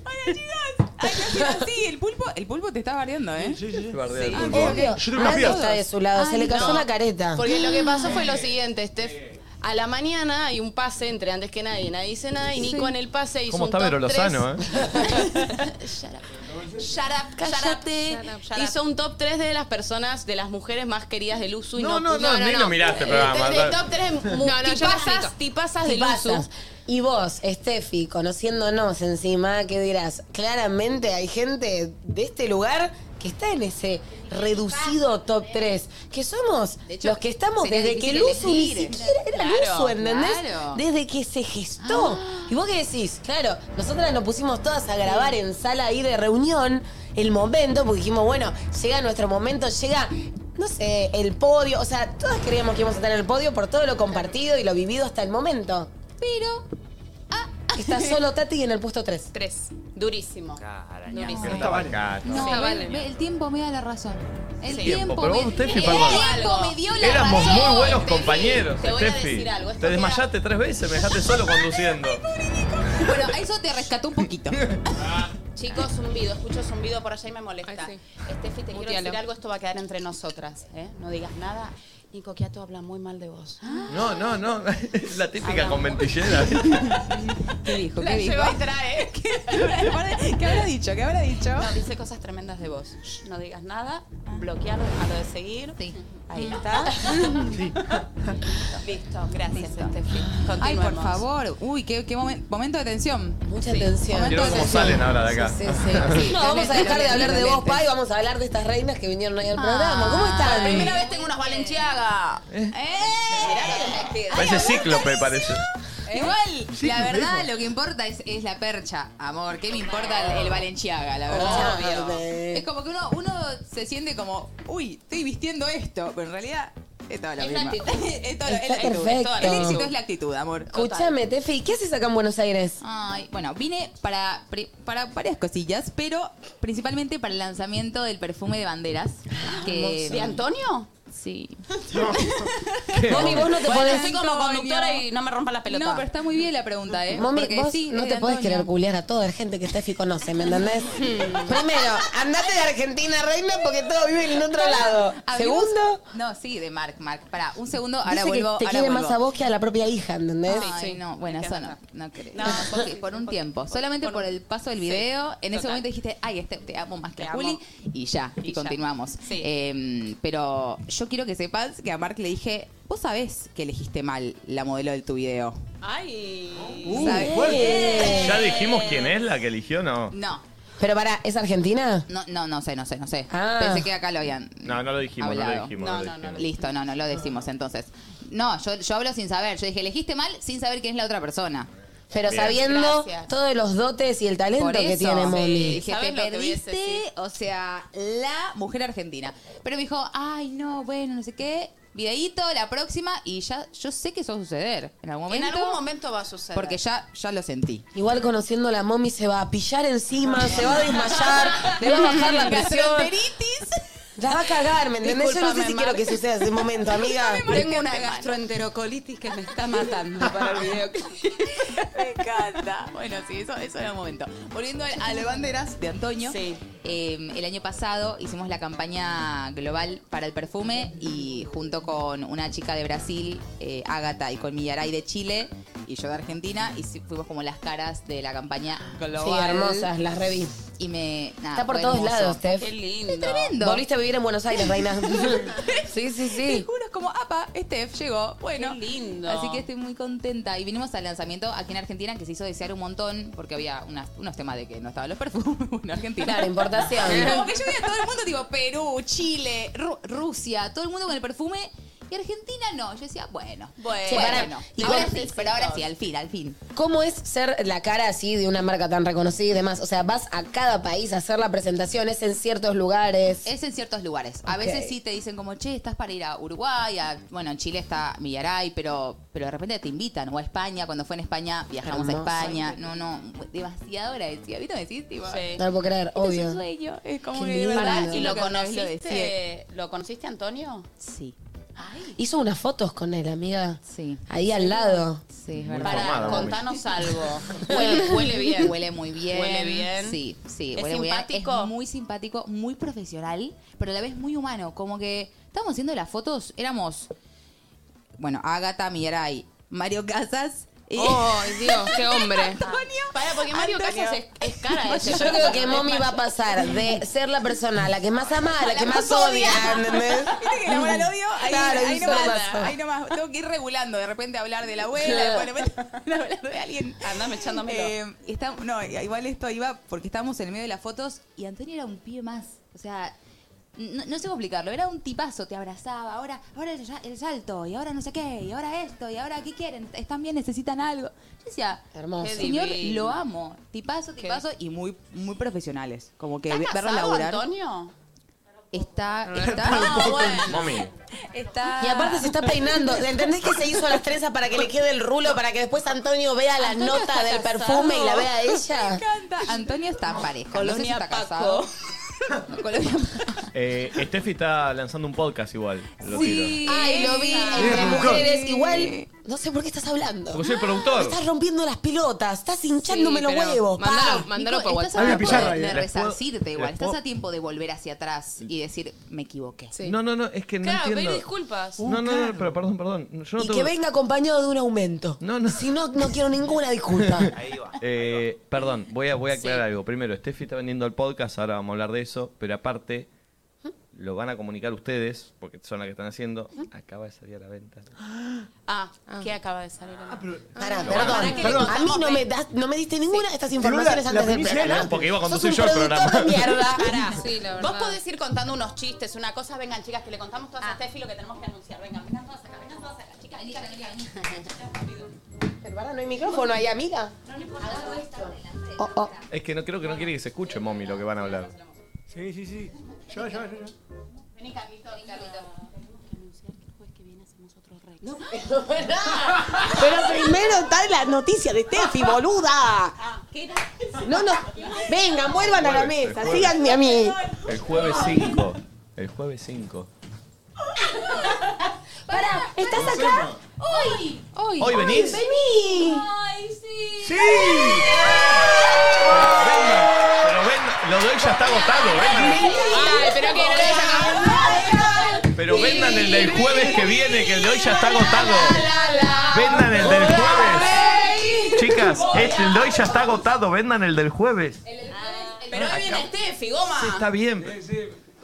S20: Hola, chicas. Ay, no, chicas, sí, el pulpo, el pulpo te está bardeando, ¿eh? Sí, sí, sí.
S1: Bardea el
S2: Obvio,
S1: pulpo.
S2: nadie está de su lado, se le cayó
S6: no.
S2: la careta.
S6: Porque lo que pasó fue lo siguiente, Steph. A la mañana hay un pase entre antes que nadie, nadie dice nada y Nico en el pase hizo
S1: ¿Cómo
S6: un
S1: está
S6: top
S1: Vero
S6: tres.
S1: Lozano, eh?
S6: Shut up, cállate. Hizo un top 3 de las personas, de las mujeres más queridas de Luzu. Y
S1: No,
S6: no,
S1: no,
S6: puso-
S1: no, ni lo miraste el
S6: Eh,
S1: programa.
S6: de- de top
S1: [laughs]
S6: 3
S2: No, no, yo lo explico.
S6: tipazas, tipazas de Luzu.
S2: Tipazas. Y vos, Steffi, conociéndonos encima, ¿qué dirás? Claramente hay gente de este lugar que está en ese reducido top 3, que somos los que estamos
S20: sería
S2: desde que
S20: difícil
S2: Luzu ni
S20: elegir.
S2: siquiera era
S20: Claro, Ah.
S2: Luzu, ¿entendés?
S20: claro.
S2: Desde que se gestó. Y vos qué decís, claro, nosotras nos pusimos todas a grabar en sala ahí de reunión el momento, porque dijimos, bueno, llega nuestro momento, llega, no sé, el podio, o sea, todas creíamos que íbamos a estar en el podio por todo lo compartido y lo vivido hasta el momento.
S7: Pero.
S20: [laughs]
S2: Está solo Tati en el puesto 3.
S7: Tres. Durísimo. Durísimo.
S1: Pero estaba acá,
S20: No,
S1: estaba acá.
S20: ve- ve, el tiempo me da la razón. El
S1: Sí.
S20: tiempo,
S1: Pero vos,
S20: me,
S1: Steffi,
S20: el
S1: perdón.
S20: tiempo me dio la
S1: Éramos
S20: razón.
S1: muy buenos
S20: Steffi.
S1: compañeros,
S20: Te voy a
S1: Steffi.
S20: decir algo,
S1: Te
S20: esto queda-
S1: desmayaste tres veces, me dejaste solo
S20: [laughs]
S1: conduciendo.
S20: Bueno, a eso te rescató un poquito.
S7: Chicos, zumbido, escucho zumbido por allá y me molesta.
S8: Ay,
S7: Estefi, te quiero
S8: Mutealo.
S7: decir algo, esto va a quedar entre nosotras, ¿eh? No digas nada. Nico Quiato habla muy mal de vos.
S19: No, no,
S1: [laughs]
S19: no. La típica con
S1: ¿eh?
S19: ventillera.
S7: ¿Qué dijo?
S19: ¿Qué dijo?
S7: y [laughs] trae. ¿Qué,
S6: ¿Qué habrá dicho? ¿Qué habrá dicho?
S7: ¿eh? No, dice cosas tremendas de vos. Shh, No digas nada. Bloquear a lo de seguir. Ahí [laughs] está. Listo, gracias, Estefi.
S20: Ay, por
S7: Continuemos.
S20: favor. Uy, qué, qué momen- momento de tensión. Mucha
S2: tensión.
S19: Quiero ver cómo salen ahora de acá.
S20: Ah.
S19: [laughs]
S2: No, vamos a dejar de hablar de vos,
S20: Totalmente.
S2: Pa, y vamos a hablar de estas reinas que vinieron hoy al programa. ¿Cómo están?
S7: Por primera vez tengo unas Valenciaga. ¿Eh?
S19: Parece cíclope, parece.
S20: Igual,
S19: Sí,
S20: la
S19: lo
S20: verdad,
S19: dijo.
S20: lo que importa es, es la percha, amor. ¿Qué me importa el, el Valenciaga, la verdad?
S2: Obvio.
S20: Es como que uno, uno se siente como, uy, estoy vistiendo esto, pero en realidad es toda la
S2: Es
S20: misma.
S2: la actitud.
S20: [laughs] es toda la- es
S2: Está
S20: la actitud, es
S2: perfecto.
S20: toda la- El éxito es la actitud, amor.
S2: Escúchame, Tefi, ¿qué haces acá en Buenos Aires?
S20: Ay, bueno, vine para, pri- para varias cosillas, pero principalmente para el lanzamiento del perfume de banderas.
S2: Ah,
S20: Que...
S7: ¿De Antonio?
S2: [laughs]
S20: Sí.
S7: Mami, vos no te Bueno, podés- soy como conductora
S20: y no me rompa la pelota. No, pero está muy bien la pregunta, ¿eh?
S2: Mami,
S20: Porque
S2: vos
S20: sí,
S2: no
S20: es
S2: te
S20: de
S2: podés
S20: Antonio.
S2: querer culiar a toda la gente que Tefi conoce,
S20: [laughs]
S2: ¿me entendés? Primero, andate de Argentina, reina, porque todos viven en otro lado.
S20: Abrimos-
S2: Segundo,
S20: No, sí, de Mark, Mark. Para, un segundo, ahora
S2: dice
S20: vuelvo.
S2: que te
S20: ahora
S2: quiere
S20: vuelvo.
S2: más a vos que a la propia hija, ¿entendés?
S20: Ay, no, bueno, eso no, no creo. No, porque por un tiempo.
S2: por-
S20: Solamente por, el paso del video, en ese
S2: total.
S20: momento dijiste, ay, este, te amo más que
S2: Te
S20: a
S2: amo.
S20: Juli, y ya, y,
S2: Y ya.
S20: continuamos. Eh, pero yo quiero que sepas que a Mark le dije, vos sabés que elegiste mal la modelo de tu video.
S7: Ay.
S20: Uh, ¿Sabés?
S19: fuerte. ¿Ya dijimos quién es la que eligió? No.
S20: No.
S2: Pero para, ¿es Argentina? Ah.
S20: No, no, no sé, no sé, no sé. Pensé que acá lo habían
S19: No, no lo dijimos, no lo
S20: hablado.
S19: dijimos. lo dijimos.
S20: Listo, no, no lo decimos entonces. No, yo, yo hablo sin saber. Yo dije, elegiste mal sin saber quién es la otra persona.
S2: Pero sabiendo todos los dotes y el talento
S20: Por
S2: que
S20: eso,
S2: tiene
S20: sí,
S2: Molly.
S20: dije, te perdiste, o sea, la mujer argentina. Pero me dijo, ay, no, bueno, no sé qué. Videíto, la próxima, y ya yo sé que eso va a suceder en algún momento.
S7: En algún momento va a suceder.
S20: Porque ya, ya lo sentí.
S2: Igual conociendo a la mommy se va a pillar encima, se va a desmayar, le va a bajar la presión. La va a cagar, ¿me entendés? Yo no sé
S7: Disculpame,
S2: si quiero
S7: Mar.
S2: que suceda ese momento, amiga.
S7: Tengo una gastroenterocolitis que me está matando para el video.
S20: Me encanta. Bueno, sí, eso, eso era un momento. Volviendo al- a las banderas de Antonio. Eh, el año pasado hicimos la campaña global para el perfume y junto con una chica de Brasil, eh, Ágata, y con Millaray de Chile y yo de Argentina, y sí, fuimos como las caras de la campaña global.
S2: Sí, hermosas, las reví.
S20: Y me. nada,
S2: Está por
S20: fue
S2: todos
S20: hermoso.
S2: lados, Steph.
S20: Es tremendo.
S2: Volviste a vivir en Buenos Aires,
S20: [laughs]
S2: reina. sí, sí,
S20: Te
S2: sí.
S20: juro, es como, apa, Steph llegó. Bueno.
S7: lindo.
S20: Así que estoy muy contenta. Y vinimos al lanzamiento aquí en Argentina, que se hizo desear un montón, porque había unas- unos temas de que no estaban los perfumes [laughs] en Argentina.
S2: Claro, importación.
S20: [laughs] Como que yo vi a todo el mundo, tipo Perú, Chile, Ru- Rusia, todo el mundo con el perfume. Y Argentina no. Yo decía, bueno.
S7: Bueno.
S2: Che, pará. Y
S20: ahora
S2: vos-
S20: sí, pero ahora sí, al fin, al fin.
S2: ¿Cómo es ser la cara así de una marca tan reconocida y demás? O sea, vas a cada país a hacer la presentación, es en ciertos lugares.
S20: Es en ciertos lugares. A
S2: Ok.
S20: veces sí te dicen como, che, estás para ir a Uruguay, a- bueno, en Chile está Millaray, pero, pero de repente te invitan, o a España, cuando fue en España, viajamos
S2: Hermoso.
S20: a España. No, no, demasiado agradecida. ¿Viste? Me decís, tipo, este
S2: No lo puedo creer, obvio.
S20: Es un sueño. Es como
S2: Qué
S20: que de
S2: lindo.
S20: verdad,
S2: Pará,
S7: ¿Y
S20: es
S7: lo
S20: que una vez
S7: conociste? ¿Lo conociste, Antonio?
S20: Sí.
S2: Hizo unas fotos con él, amiga.
S20: Sí.
S2: Ahí al lado.
S20: Sí, es
S7: Para, contanos algo.
S20: Huele,
S7: huele bien.
S20: Huele muy bien.
S7: Huele bien.
S20: Sí, sí,
S7: ¿Es
S20: huele muy bien.
S7: simpático?
S20: Es muy simpático, muy profesional, pero a la vez muy humano. Como que estábamos haciendo las fotos, éramos, bueno, Agatha Mirai, Mario Casas. y-
S6: ¡Ay, Dios, qué
S20: [laughs]
S6: hombre!
S7: Para, porque Mario
S20: Antonio.
S7: Casas es, es cara de
S2: Yo creo
S20: [laughs]
S2: que Mommy va a pasar de ser la persona a la que más ama a la que más odia, ¿entendés?
S20: Viste que el amor al odio, ahí,
S2: Claro,
S20: ahí
S2: eso
S20: nomás,
S2: pasa.
S20: ahí nomás. Tengo que ir regulando, de repente hablar de la abuela,
S7: Claro.
S20: después de repente hablar de alguien.
S7: Andame echándomelo.
S20: Eh, está- no, igual esto iba porque estábamos en el medio de las fotos y Antonio era un pibe más. O sea, no, no sé cómo explicarlo. Era un tipazo, te abrazaba. Ahora, ahora el, sa- el salto, y ahora no sé qué, y ahora esto, y ahora qué quieren. Están bien, necesitan algo. Yo decía,
S2: Hermoso.
S20: "Qué señor,
S2: divino.
S20: lo amo. Tipazo, tipazo y muy, muy profesionales. Como que
S7: ¿Está
S20: verlo
S7: casado,
S20: laburar. [laughs]
S7: Antonio?
S20: Está, está,
S19: Mami.
S20: está.
S2: Y aparte se está
S20: [laughs]
S2: [gasps] peinando. ¿Entendés que se hizo las trenzas para que le quede el rulo, para que después Antonio vea la
S20: Antonio
S2: nota
S20: está
S2: del
S20: casado.
S2: perfume y la vea ella?
S20: Antonio está en pareja. no sé si
S7: Colonia
S20: está
S7: Paco.
S20: casado. [laughs] Colonia-
S1: Eh, Steffi está lanzando un podcast igual. Lo
S2: Sí.
S1: tiro.
S2: Ay, lo vi entre
S1: Sí.
S2: mujeres. Igual, no sé por qué estás hablando.
S1: Porque soy productor.
S2: Estás rompiendo las pelotas, estás hinchándome
S20: Sí,
S2: los
S20: pero
S2: huevos. pa.
S20: mandalo- mandalo
S2: Nico,
S20: por
S2: estás
S20: WhatsApp.
S2: hablando-
S20: de,
S1: ahí.
S20: de
S1: Les puedo-
S20: resarcirte igual.
S1: les
S20: Estás
S1: puedo-
S20: a tiempo de volver hacia atrás y decir, me equivoqué.
S1: No, no, no, es que no
S20: Claro, pedir
S1: entiendo.
S20: disculpas.
S1: No, no, no, pero perdón, perdón. Yo no
S2: Y
S1: tengo-
S2: que venga acompañado de un aumento. Si no, no quiero ninguna disculpa. Ah,
S1: Eh, perdón, voy a, voy a aclarar algo. Primero, Steffi está vendiendo el podcast, ahora vamos a hablar de eso, pero aparte, lo van a comunicar ustedes, porque son las que están haciendo. Acaba de salir a la venta.
S7: Ah, ¿qué acaba de salir? Ah, pero,
S2: Pará, perdón. A mí no me, das- no me diste ninguna de estas
S7: Sí,
S2: informaciones
S7: la- la
S2: antes del
S7: primicia
S2: programa.
S7: era- Porque iba a
S2: Sos
S7: conducir
S2: un
S7: yo el
S2: productor [laughs]
S7: programa.
S2: de
S7: [laughs]
S2: mierda.
S7: Pará.
S2: Sí, la
S7: Vos
S2: verdad.
S7: podés ir contando unos chistes, una cosa. Vengan, chicas, que le contamos todas a Steffi lo que tenemos que anunciar. Vengan, vengan todas acá, vengan todas acá. Chicas, chicas, chicas.
S2: Pero pará, no hay micrófono ahí, amiga.
S1: Es que no creo que no quiere que se escuche, mommy, lo que van a hablar.
S8: Sí, sí, sí. Yo, yo, yo.
S7: Vení, Carlito, vení, Carlito.
S20: [laughs]
S2: Pero primero está la noticia de Steffi, boluda.
S7: Ah,
S2: No, no. Vengan, vuelvan a la
S1: Jueves,
S2: mesa.
S1: jueves.
S2: Síganme a mí.
S1: El jueves 5. El jueves 5.
S2: Pará, ¿estás acá? Hoy. Hoy.
S1: Ah, ¿Hoy venís?
S2: Vení.
S21: Ay, sí.
S1: ¡Sí! Pero vendan, lo de hoy ya está agotado, vendan.
S6: Ay, pero que no le
S1: Pero vendan el del jueves que viene, que el de hoy ya está agotado. Vendan el del jueves. Chicas, es- el de hoy ya está agotado, vendan el del jueves.
S7: Pero hoy viene Steffi, goma.
S1: Sí, está bien.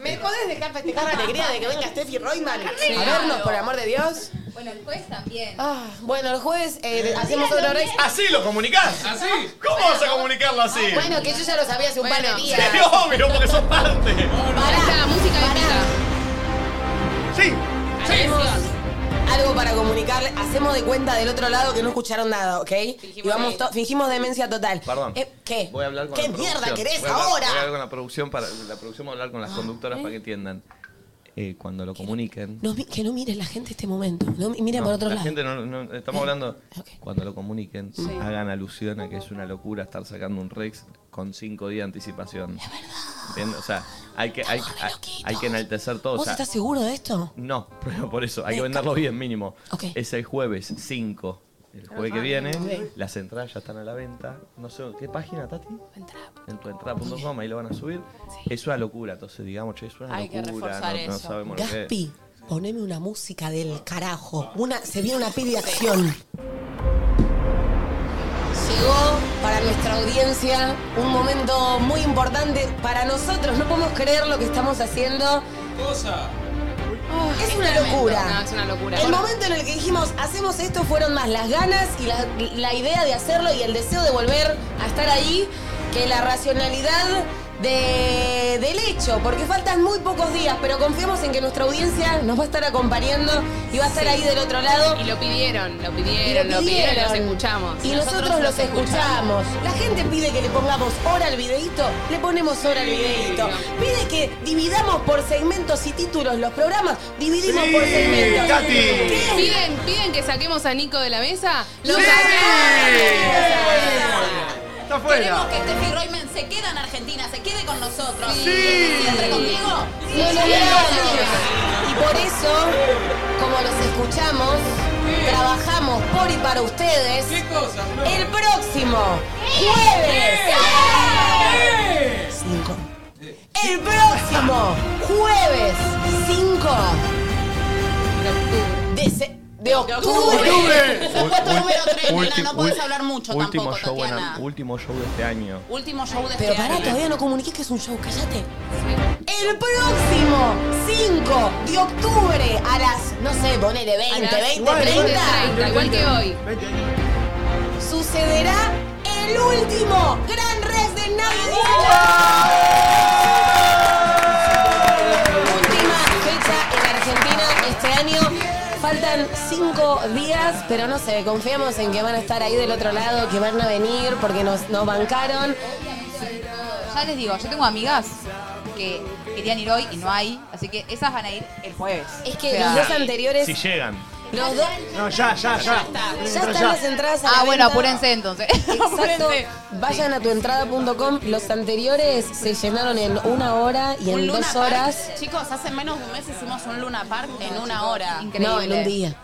S2: ¿Me podés dejar festejar la alegría de que venga Steffi Royman
S20: Sí.
S2: a vernos, por amor de Dios?
S20: Bueno, el juez también.
S2: Ah, bueno, el jueves eh, hacemos otra hora. extra.
S1: ¿Así lo comunicás? ¿Así? ¿Cómo vas a comunicarlo así?
S2: Ah, Bueno, que yo ya lo sabía hace un par de
S1: Sí,
S2: días.
S1: [laughs] obvio, porque sos parte.
S2: Pará, música
S1: Sí.
S2: Haremos algo para comunicarle. Hacemos de cuenta del otro lado que no escucharon nada, ¿ok? y vamos to- fingimos demencia total.
S1: Perdón.
S2: Eh, ¿Qué?
S1: Voy a hablar con
S2: ¿Qué
S1: la
S2: mierda
S1: producción.
S2: querés
S1: Voy a hablar- Voy
S2: ahora?
S1: a hablar con la producción para la producción va a hablar con las conductoras para que entiendan. Eh, cuando lo comuniquen.
S2: No mi- que no mire la gente este momento. No, mi- mire
S1: No,
S2: por otro
S1: la
S2: lado.
S1: gente no, no- estamos hablando cuando lo comuniquen hagan alusión a que es una locura estar sacando un Rex con cinco días de anticipación. Es verdad. O sea, hay que hay, hay- hay que enaltecer todo. o
S2: ¿Vos
S1: sea,
S2: estás seguro de esto?
S1: no, [laughs] pero por eso, hay que venderlo bien mínimo. Es el jueves 5. El jueves que viene,
S9: Ok.
S1: las entradas ya están a la venta. No sé, ¿qué página, Tati? En tu entrada.com, ahí lo van a subir. Es una locura, entonces digamos, che, es una
S2: Hay que
S1: locura.
S2: reforzar
S1: no, no
S2: eso.
S1: sabemos lo que
S2: Gaspi, poneme una música del carajo. Una, se viene una peli de acción. Llegó para nuestra audiencia un momento muy importante para nosotros. No podemos creer lo que estamos haciendo.
S22: Cosa.
S2: es una locura.
S6: No, es una locura.
S2: El momento en el que dijimos, hacemos esto, fueron más las ganas y la, la idea de hacerlo y el deseo de volver a estar ahí que la racionalidad de- del hecho, porque faltan muy pocos días, pero confiamos en que nuestra audiencia nos va a estar acompañando y va a estar
S6: Sí.
S2: ahí del otro lado.
S6: Y lo pidieron, lo
S2: Y
S6: pidieron, lo pidieron, y los escuchamos.
S2: Y nosotros, los escuchamos. La gente pide que le pongamos hora al videito, le ponemos hora al
S6: Sí.
S2: videito. Pide que dividamos por segmentos y títulos los programas, dividimos
S6: Sí,
S2: por segmentos.
S6: Tati.
S2: ¿Qué?
S6: ¿Piden, piden que saquemos a Nico de la mesa. ¡Lo
S2: Sí.
S6: Está
S7: Queremos que
S20: Este
S7: Steffi Royman se quede en Argentina, se quede con nosotros.
S6: Sí.
S7: ¿Siempre contigo?
S2: No, no, no, no. Y por eso, como los escuchamos, trabajamos por y para ustedes. El próximo jueves 5. El próximo jueves 5 de, se- de octubre.
S7: Puesto número 3,
S1: Ulti-
S7: no podés
S1: ul-
S7: hablar mucho
S1: último
S7: tampoco,
S1: show en-
S7: Tatiana.
S1: último show de este año.
S7: Último show de
S2: Pero
S7: este
S2: pará,
S7: año.
S2: todavía no comuniqué que es un show, cállate. El próximo 5 de octubre a las, no sé, ponele 20, 20, 30.
S6: Igual que hoy.
S2: Sucederá el último Gran Rex de Nadie Dijo. Última fecha en Argentina este año. Faltan cinco días, pero no sé, confiamos en que van a estar ahí del otro lado, que van a venir porque nos, nos bancaron.
S20: Ya les digo, yo tengo amigas que querían ir hoy y no hay, así que esas van a ir el jueves.
S2: Es que los dos anteriores
S1: Si llegan.
S2: Los dos.
S5: No, ya, ya, ya.
S2: Ya
S5: Tienen que entrar
S2: están las entradas a la
S20: Ah, bueno,
S2: venta.
S20: apúrense entonces.
S2: Exacto. Vayan a tuentrada.com. Los anteriores se llenaron en una hora y en dos
S7: Park.
S2: horas.
S7: Chicos, hace menos de un mes hicimos un Luna Park en una hora.
S2: No, en un día.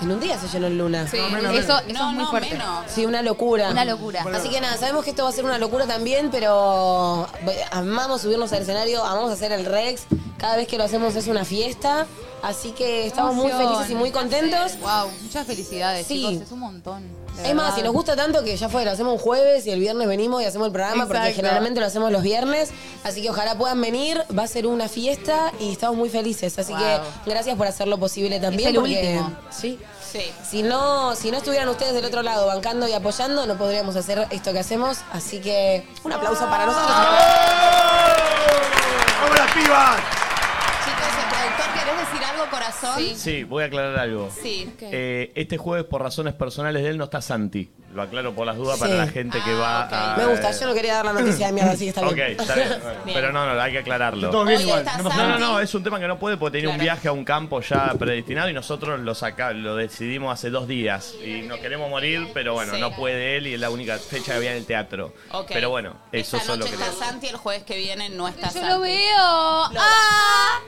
S2: En un día se llenó el Luna.
S7: Sí, No, menos, eso- menos. eso es muy fuerte.
S2: Sí, una locura.
S7: Una locura.
S2: Así que nada, sabemos que esto va a ser una locura también, pero amamos subirnos al escenario, amamos hacer el Rex. Cada vez que lo hacemos es una fiesta. Así que estamos muy
S20: Emoción.
S2: felices y muy contentos.
S20: Wow, muchas felicidades,
S2: Sí.
S20: chicos. Es un montón. de
S2: Es más,
S20: verdad.
S2: si nos gusta tanto que ya fue, lo hacemos un jueves y el viernes venimos y hacemos el programa porque
S20: Exacto.
S2: generalmente lo hacemos los viernes. Así que ojalá puedan venir, va a ser una fiesta y estamos muy felices. Así
S20: Wow.
S2: que gracias por hacerlo posible también.
S20: el
S2: porque-
S20: último.
S2: Sí. Si no, si no estuvieran ustedes del otro lado bancando y apoyando, no podríamos hacer esto que hacemos. Así que un aplauso para nosotros.
S5: ¡Vamos las pibas!
S7: Chicos, el productor, ¿querés decir algo, corazón?
S19: Sí, voy a aclarar algo.
S7: Sí.
S19: Eh, este jueves, por razones personales de él, no está Santi. Lo aclaro por las dudas
S2: Sí.
S19: para la gente que
S7: Ah,
S19: va a.
S2: Me gusta, yo no quería dar la noticia de mierda, así que está [laughs] bien.
S19: Ok, está bien. bueno, Pero no, no, hay que aclararlo.
S5: Todo bien Hoy igual,
S2: está
S5: no
S19: No,
S5: pasa
S19: no,
S5: nada.
S19: no, es un tema que no puede porque tenía un viaje a un campo ya predestinado y nosotros lo saca, lo decidimos hace dos días y nos queremos morir, pero bueno, no puede él y es la única fecha que había en el teatro.
S7: Ok.
S19: Pero bueno, eso
S7: Esta
S19: solo
S7: noche
S19: que
S7: está Santi, el jueves que viene no está
S20: Yo
S7: Santi.
S20: lo veo. ¡Ah!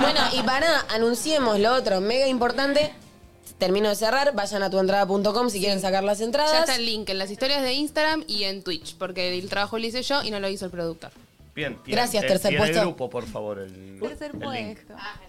S2: Bueno, y para anunciemos lo otro, mega importante. Termino de cerrar, vayan a tuentrada.com si quieren sacar las entradas.
S6: Ya está el link en las historias de Instagram y en Twitch, porque el trabajo lo hice yo y no lo hizo el productor.
S19: Bien, y-
S2: Gracias,
S19: eh,
S2: tercer
S19: y en
S2: puesto.
S19: el grupo, por favor. El, el link.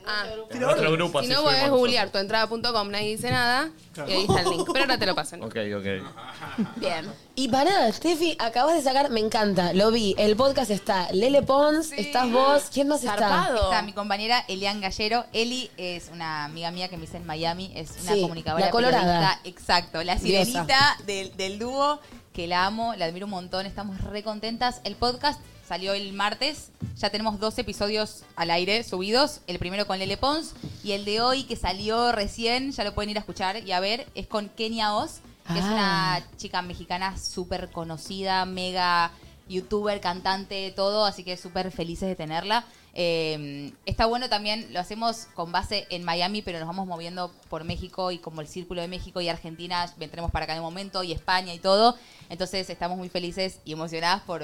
S6: Ah,
S19: En nuestro grupo,
S6: Si
S19: así
S6: no,
S19: subimos
S6: podés
S19: nosotros.
S6: googlear tuentrada.com, nadie dice nada, y ahí está el link. Pero ahora te lo pasan.
S19: Ok, ok.
S2: Bien. Y pará, Steffi, acabas de sacar, me encanta, lo vi. El podcast está Lele Pons, estás vos, ¿quién más está?
S20: Está mi compañera Elian Gallero. Eli es una amiga mía que me hice en Miami. Es una
S2: Sí,
S20: comunicadora.
S2: la colorada.
S20: periodista. Exacto, la
S2: Diosa.
S20: sirenita del, del dúo, que la amo, la admiro un montón. Estamos re contentas. El podcast salió el martes. Ya tenemos dos episodios al aire subidos. El primero con Lele Pons y el de hoy que salió recién, ya lo pueden ir a escuchar y a ver, es con Kenia Oz, que es
S2: Ah.
S20: una chica mexicana súper conocida, mega youtuber, cantante, todo, así que súper felices de tenerla. Eh, está bueno también, lo hacemos con base en Miami, pero nos vamos moviendo por México y como el Círculo de México y Argentina, vendremos para acá en un momento, y España y todo. Entonces estamos muy felices y emocionadas por...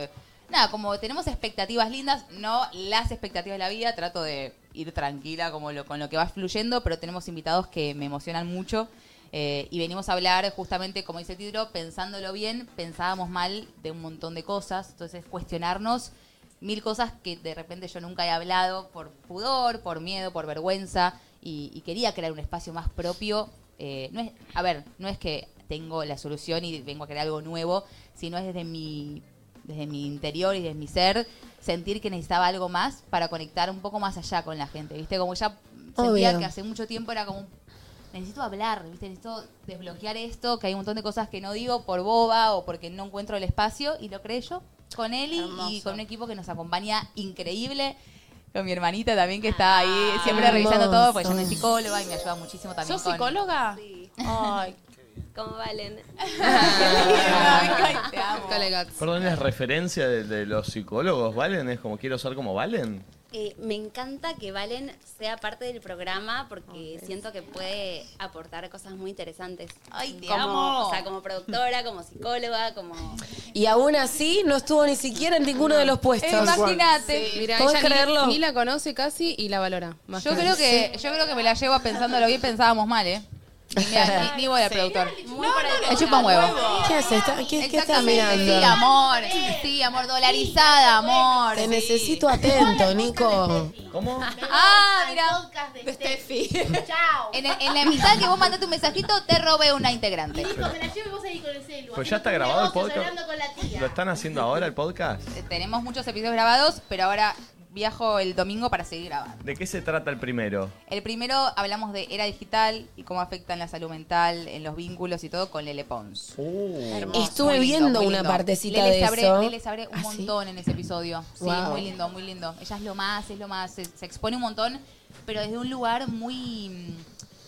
S20: Nada, como tenemos expectativas lindas, no las expectativas de la vida, trato de ir tranquila como lo, con lo que va fluyendo, pero tenemos invitados que me emocionan mucho. Eh, y venimos a hablar justamente, como dice el título, pensándolo bien, pensábamos mal de un montón de cosas, entonces cuestionarnos mil cosas que de repente yo nunca he hablado por pudor, por miedo, por vergüenza, y, y quería crear un espacio más propio. Eh, no es, a ver, no es que tengo la solución y vengo a crear algo nuevo, sino es desde mi, desde mi interior y desde mi ser sentir que necesitaba algo más para conectar un poco más allá con la gente, ¿viste? Como ya sentía
S2: Obvio.
S20: que hace mucho tiempo era como necesito hablar, ¿viste? necesito desbloquear esto, que hay un montón de cosas que no digo por boba o porque no encuentro el espacio, y lo creé yo con Eli y con un equipo que nos acompaña increíble. Con mi hermanita también que está ahí siempre revisando
S2: Ah, hermoso.
S20: todo, porque yo soy psicóloga y me ayuda muchísimo también.
S6: Ah, ¿Sos
S20: con-
S6: psicóloga? Ay,
S23: Como
S20: [laughs]
S6: [laughs]
S23: Valen.
S6: te amo. Colegas.
S19: Perdón, es referencia de, de los psicólogos, ¿valen? Es como quiero ser como Valen.
S23: Eh, me encanta que Valen sea parte del programa porque siento que puede aportar cosas muy interesantes. Ay, te
S20: amo.
S23: O sea, como productora, como psicóloga, como...
S2: Y aún así no estuvo ni siquiera en ninguno de los puestos.
S20: Eh,
S6: Imagínate. Mira,
S2: ¿Podés
S6: ella ni-
S2: creerlo?
S6: Ni, la conoce casi y la valora. más
S20: Yo creo que, yo creo que me la llevo a pensándolo bien, pensábamos mal, ¿eh? Ni, ni- ni voy al productor.
S23: Muy para
S20: Le chupa un huevo.
S2: ¿Qué haces? ¿Está- ¿Qué, qué estás
S20: Exactamente,
S2: mirando?
S20: Sí, amor. Sí, amor, dolarizada, amor.
S2: Te necesito atento, Nico.
S19: ¿Cómo?
S20: Ah, mira.
S3: De
S20: Steffi.
S3: Chao.
S20: En, en la mitad que vos mandaste un mensajito, te robé una integrante.
S3: Nico, me la llevo y vos ahí con el celu.
S19: Pues ya está
S3: Haciendo
S19: grabado el
S3: negocios,
S19: podcast.
S3: hablando con la tía.
S19: ¿Lo están haciendo ahora el podcast?
S20: Tenemos muchos episodios grabados, pero ahora viajo el domingo para seguir grabando.
S19: ¿De qué se trata el primero?
S20: El primero hablamos de era digital y cómo afecta en la salud mental, en los vínculos y todo con Lele Pons.
S5: Uh.
S20: Hermoso,
S2: Estuve
S20: muy lindo,
S2: viendo
S20: muy
S2: una
S20: lindo.
S2: partecita
S20: Lele
S2: de
S20: Sabré-
S2: eso. Ah,
S20: Lele Sabré un montón en ese episodio. Sí,
S2: Wow.
S20: muy lindo, muy lindo. Ella es lo más, es lo más, se, se expone un montón, pero desde un lugar muy mm,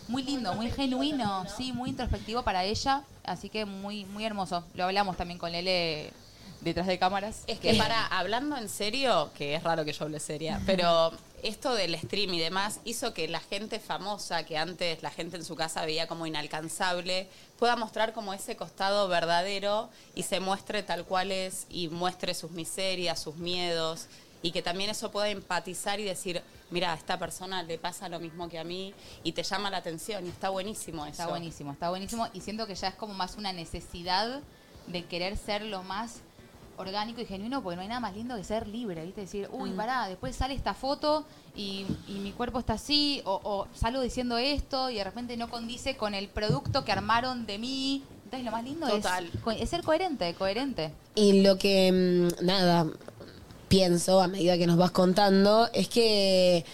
S20: muy lindo, muy genuino, sí, muy introspectivo para ella, así que muy muy hermoso. Lo hablamos también con Lele detrás de cámaras.
S7: Es que para, hablando en serio, que es raro que yo hable seria, pero esto del stream y demás hizo que la gente famosa, que antes la gente en su casa veía como inalcanzable, pueda mostrar como ese costado verdadero y se muestre tal cual es y muestre sus miserias, sus miedos. Y que también eso pueda empatizar y decir, mira, a esta persona le pasa lo mismo que a mí y te llama la atención y está buenísimo eso.
S20: Está buenísimo, está buenísimo. Y siento que ya es como más una necesidad de querer ser lo más orgánico y genuino, porque no hay nada más lindo que ser libre, ¿viste? Decir, uy,
S23: Mm.
S20: pará, después sale esta foto y, y mi cuerpo está así, o, o salgo diciendo esto y de repente no condice con el producto que armaron de mí. Entonces lo más lindo es-
S23: Total.
S20: co- es, ser coherente, coherente.
S2: Y lo que, mm, nada, pienso a medida que nos vas contando es que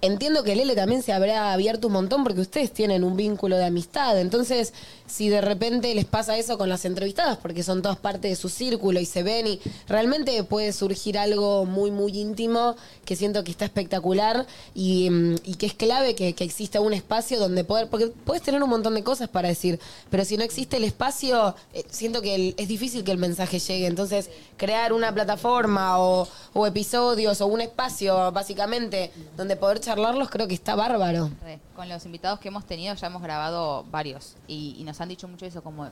S2: entiendo que Lele también se habrá abierto un montón porque ustedes tienen un vínculo de amistad. Entonces, si de repente les pasa eso con las entrevistadas, porque son todas parte de su círculo y se ven y realmente puede surgir algo muy, muy íntimo que siento que está espectacular y, mm, y que es clave que, que exista un espacio donde poder, porque puedes tener un montón de cosas para decir, pero si no existe el espacio, eh, siento que el- es difícil que el mensaje llegue. Entonces, crear una plataforma o, o episodios o un espacio, básicamente, donde poder charlarlos, creo que está bárbaro.
S20: Re. Con los invitados que hemos tenido ya hemos grabado varios y, y nos han dicho mucho eso, como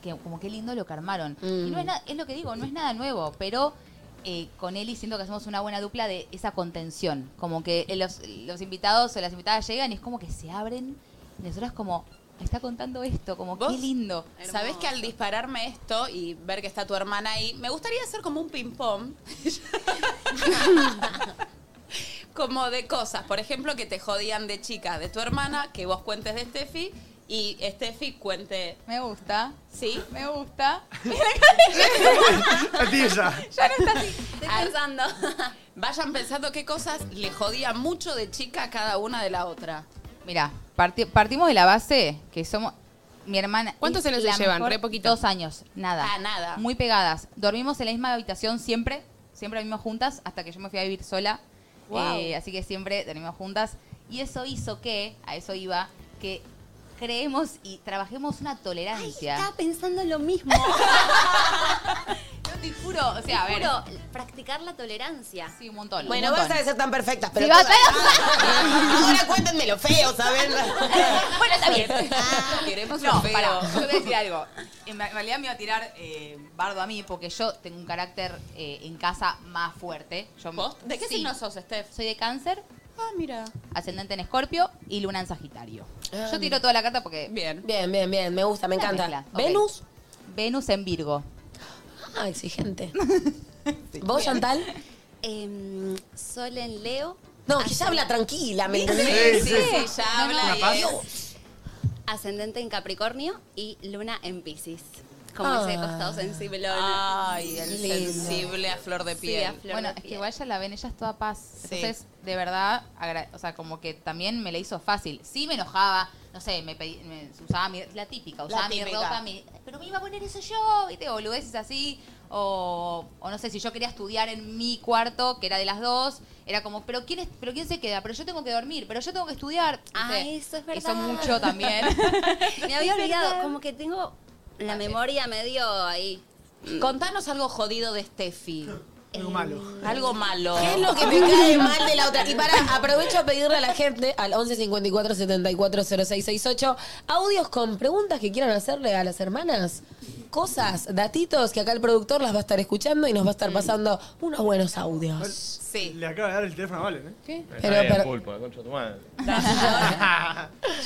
S20: que como qué lindo lo que armaron. Y no es, nada, es lo que digo, no es nada nuevo, pero eh, con Eli siento que hacemos una buena dupla de esa contención. Como que eh, los, los invitados o las invitadas llegan y es como que se abren y nosotros como, está contando esto, como qué lindo.
S7: Sabés que al dispararme esto y ver que está tu hermana ahí, me gustaría hacer como un ping-pong. [laughs] como de cosas, por ejemplo, que te jodían de chica, de tu hermana, que vos cuentes de Steffi y Steffi cuente.
S20: Me gusta.
S7: Sí.
S20: Me gusta.
S7: [laughs] Ya no está así. Estoy pensando. [laughs] Vayan pensando qué cosas le jodía mucho de chica a cada una de la otra.
S20: Mira, parti- partimos de la base que somos. Mi hermana.
S7: ¿Cuántos
S20: es
S7: años se
S20: la
S7: llevan?
S20: mejor-
S7: Re poquito.
S20: Dos años, nada.
S7: Ah, nada.
S20: Muy pegadas. Dormimos en la misma habitación siempre. Siempre dormimos juntas hasta que yo me fui a vivir sola.
S23: Guau.
S20: Eh, así que siempre dormimos juntas. Y eso hizo que, a eso iba, que creemos y trabajemos una tolerancia.
S23: Estaba pensando lo mismo.
S20: no te juro, o sea, a ver.
S23: practicar la tolerancia.
S20: Sí, un montón.
S2: Bueno,
S20: un
S2: vas
S20: montón.
S2: a ser tan perfectas, pero.
S20: Sí, va a
S2: todas- Ahora cuéntenme lo feo,
S20: [laughs]
S2: ¿saben?
S20: bueno, está bien.
S23: Ah.
S7: Queremos
S20: no,
S7: lo feo.
S20: pará, yo voy a decir algo. En ra- en realidad me iba a tirar eh, bardo a mí porque yo tengo un carácter eh, en casa más fuerte. Yo me-
S7: ¿Vos? ¿De qué
S20: Sí.
S7: signo sos, Steph?
S20: Soy de cáncer,
S7: Ah, mira.
S20: ascendente en escorpio y luna en sagitario.
S2: Ah,
S20: yo
S2: mira.
S20: tiro toda la carta porque...
S7: Bien.
S2: Bien, bien, bien. Me gusta, me
S20: Una
S2: encanta.
S20: mezcla, ok.
S2: ¿Venus?
S20: Venus en Virgo.
S2: Ah, exigente. [laughs] ¿Vos, Chantal?
S23: Em, Sol en Leo.
S2: No, que ya habla tranquila, ¿me
S23: Sí,
S2: entendés?
S23: sí, sí, ya
S2: No,
S23: habla
S2: no,
S23: bien.
S2: Dios.
S23: Ascendente en Capricornio y Luna en Pisces. Como
S7: Ah.
S23: ese costado sensible.
S7: Ay, el sensible a flor de piel.
S20: bueno, es que igual ya la ven, ella es toda paz. Entonces, de verdad, agra- o sea, como que también me la hizo fácil. Sí me enojaba, no sé, me, pedí- me- usaba mi, la típica, usaba mi
S23: típica.
S20: ropa, mi- pero me iba a poner eso yo, viste, boludeces así, o, o no sé, si yo quería estudiar en mi cuarto, que era de las dos, era como, pero ¿quién, es- pero quién se queda? Pero yo tengo que dormir, pero yo tengo que estudiar.
S23: Ah,
S20: ¿viste?
S23: eso es verdad.
S20: Eso mucho también.
S23: [laughs] Me había
S20: Es
S23: olvidado,
S20: verdad.
S23: como que tengo la memoria medio ahí.
S7: Contanos algo jodido de Steffi. Algo malo. Algo malo.
S2: ¿Qué es lo que te cae mal de la otra? Y para, aprovecho a pedirle a la gente al 11 54 74 0668 audios con preguntas que quieran hacerle a las hermanas. Cosas, datitos que acá el productor las va a estar escuchando y nos va a estar pasando unos buenos audios.
S7: Sí.
S5: Le acaba de dar el teléfono a Valen, ¿eh? ¿Qué?
S2: Pero- bien, pero-
S19: Pulpo, la concha de tu
S2: [laughs]
S19: madre.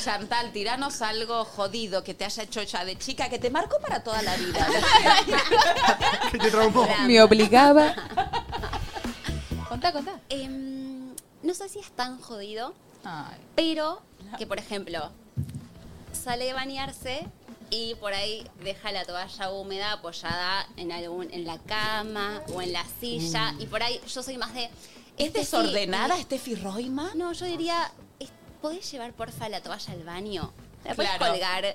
S7: Chantal, tiranos algo jodido que te haya hecho ya de chica, que te marcó para toda la vida.
S20: [laughs]
S5: Que [laughs] te traumó.
S20: Me obligaba. Contá, contá.
S23: Em, no sé si es tan jodido, pero que, por ejemplo, sale de bañarse y por ahí deja la toalla húmeda apoyada en, algún, en la cama o en la silla. Y por ahí yo soy más de...
S7: Mm. ¿Es
S23: este sí,
S7: desordenada
S23: y-
S7: Steffi Roima?
S23: No, yo diría, es- ¿podés llevar porfa la toalla al baño? La podés
S7: Claro.
S23: colgar.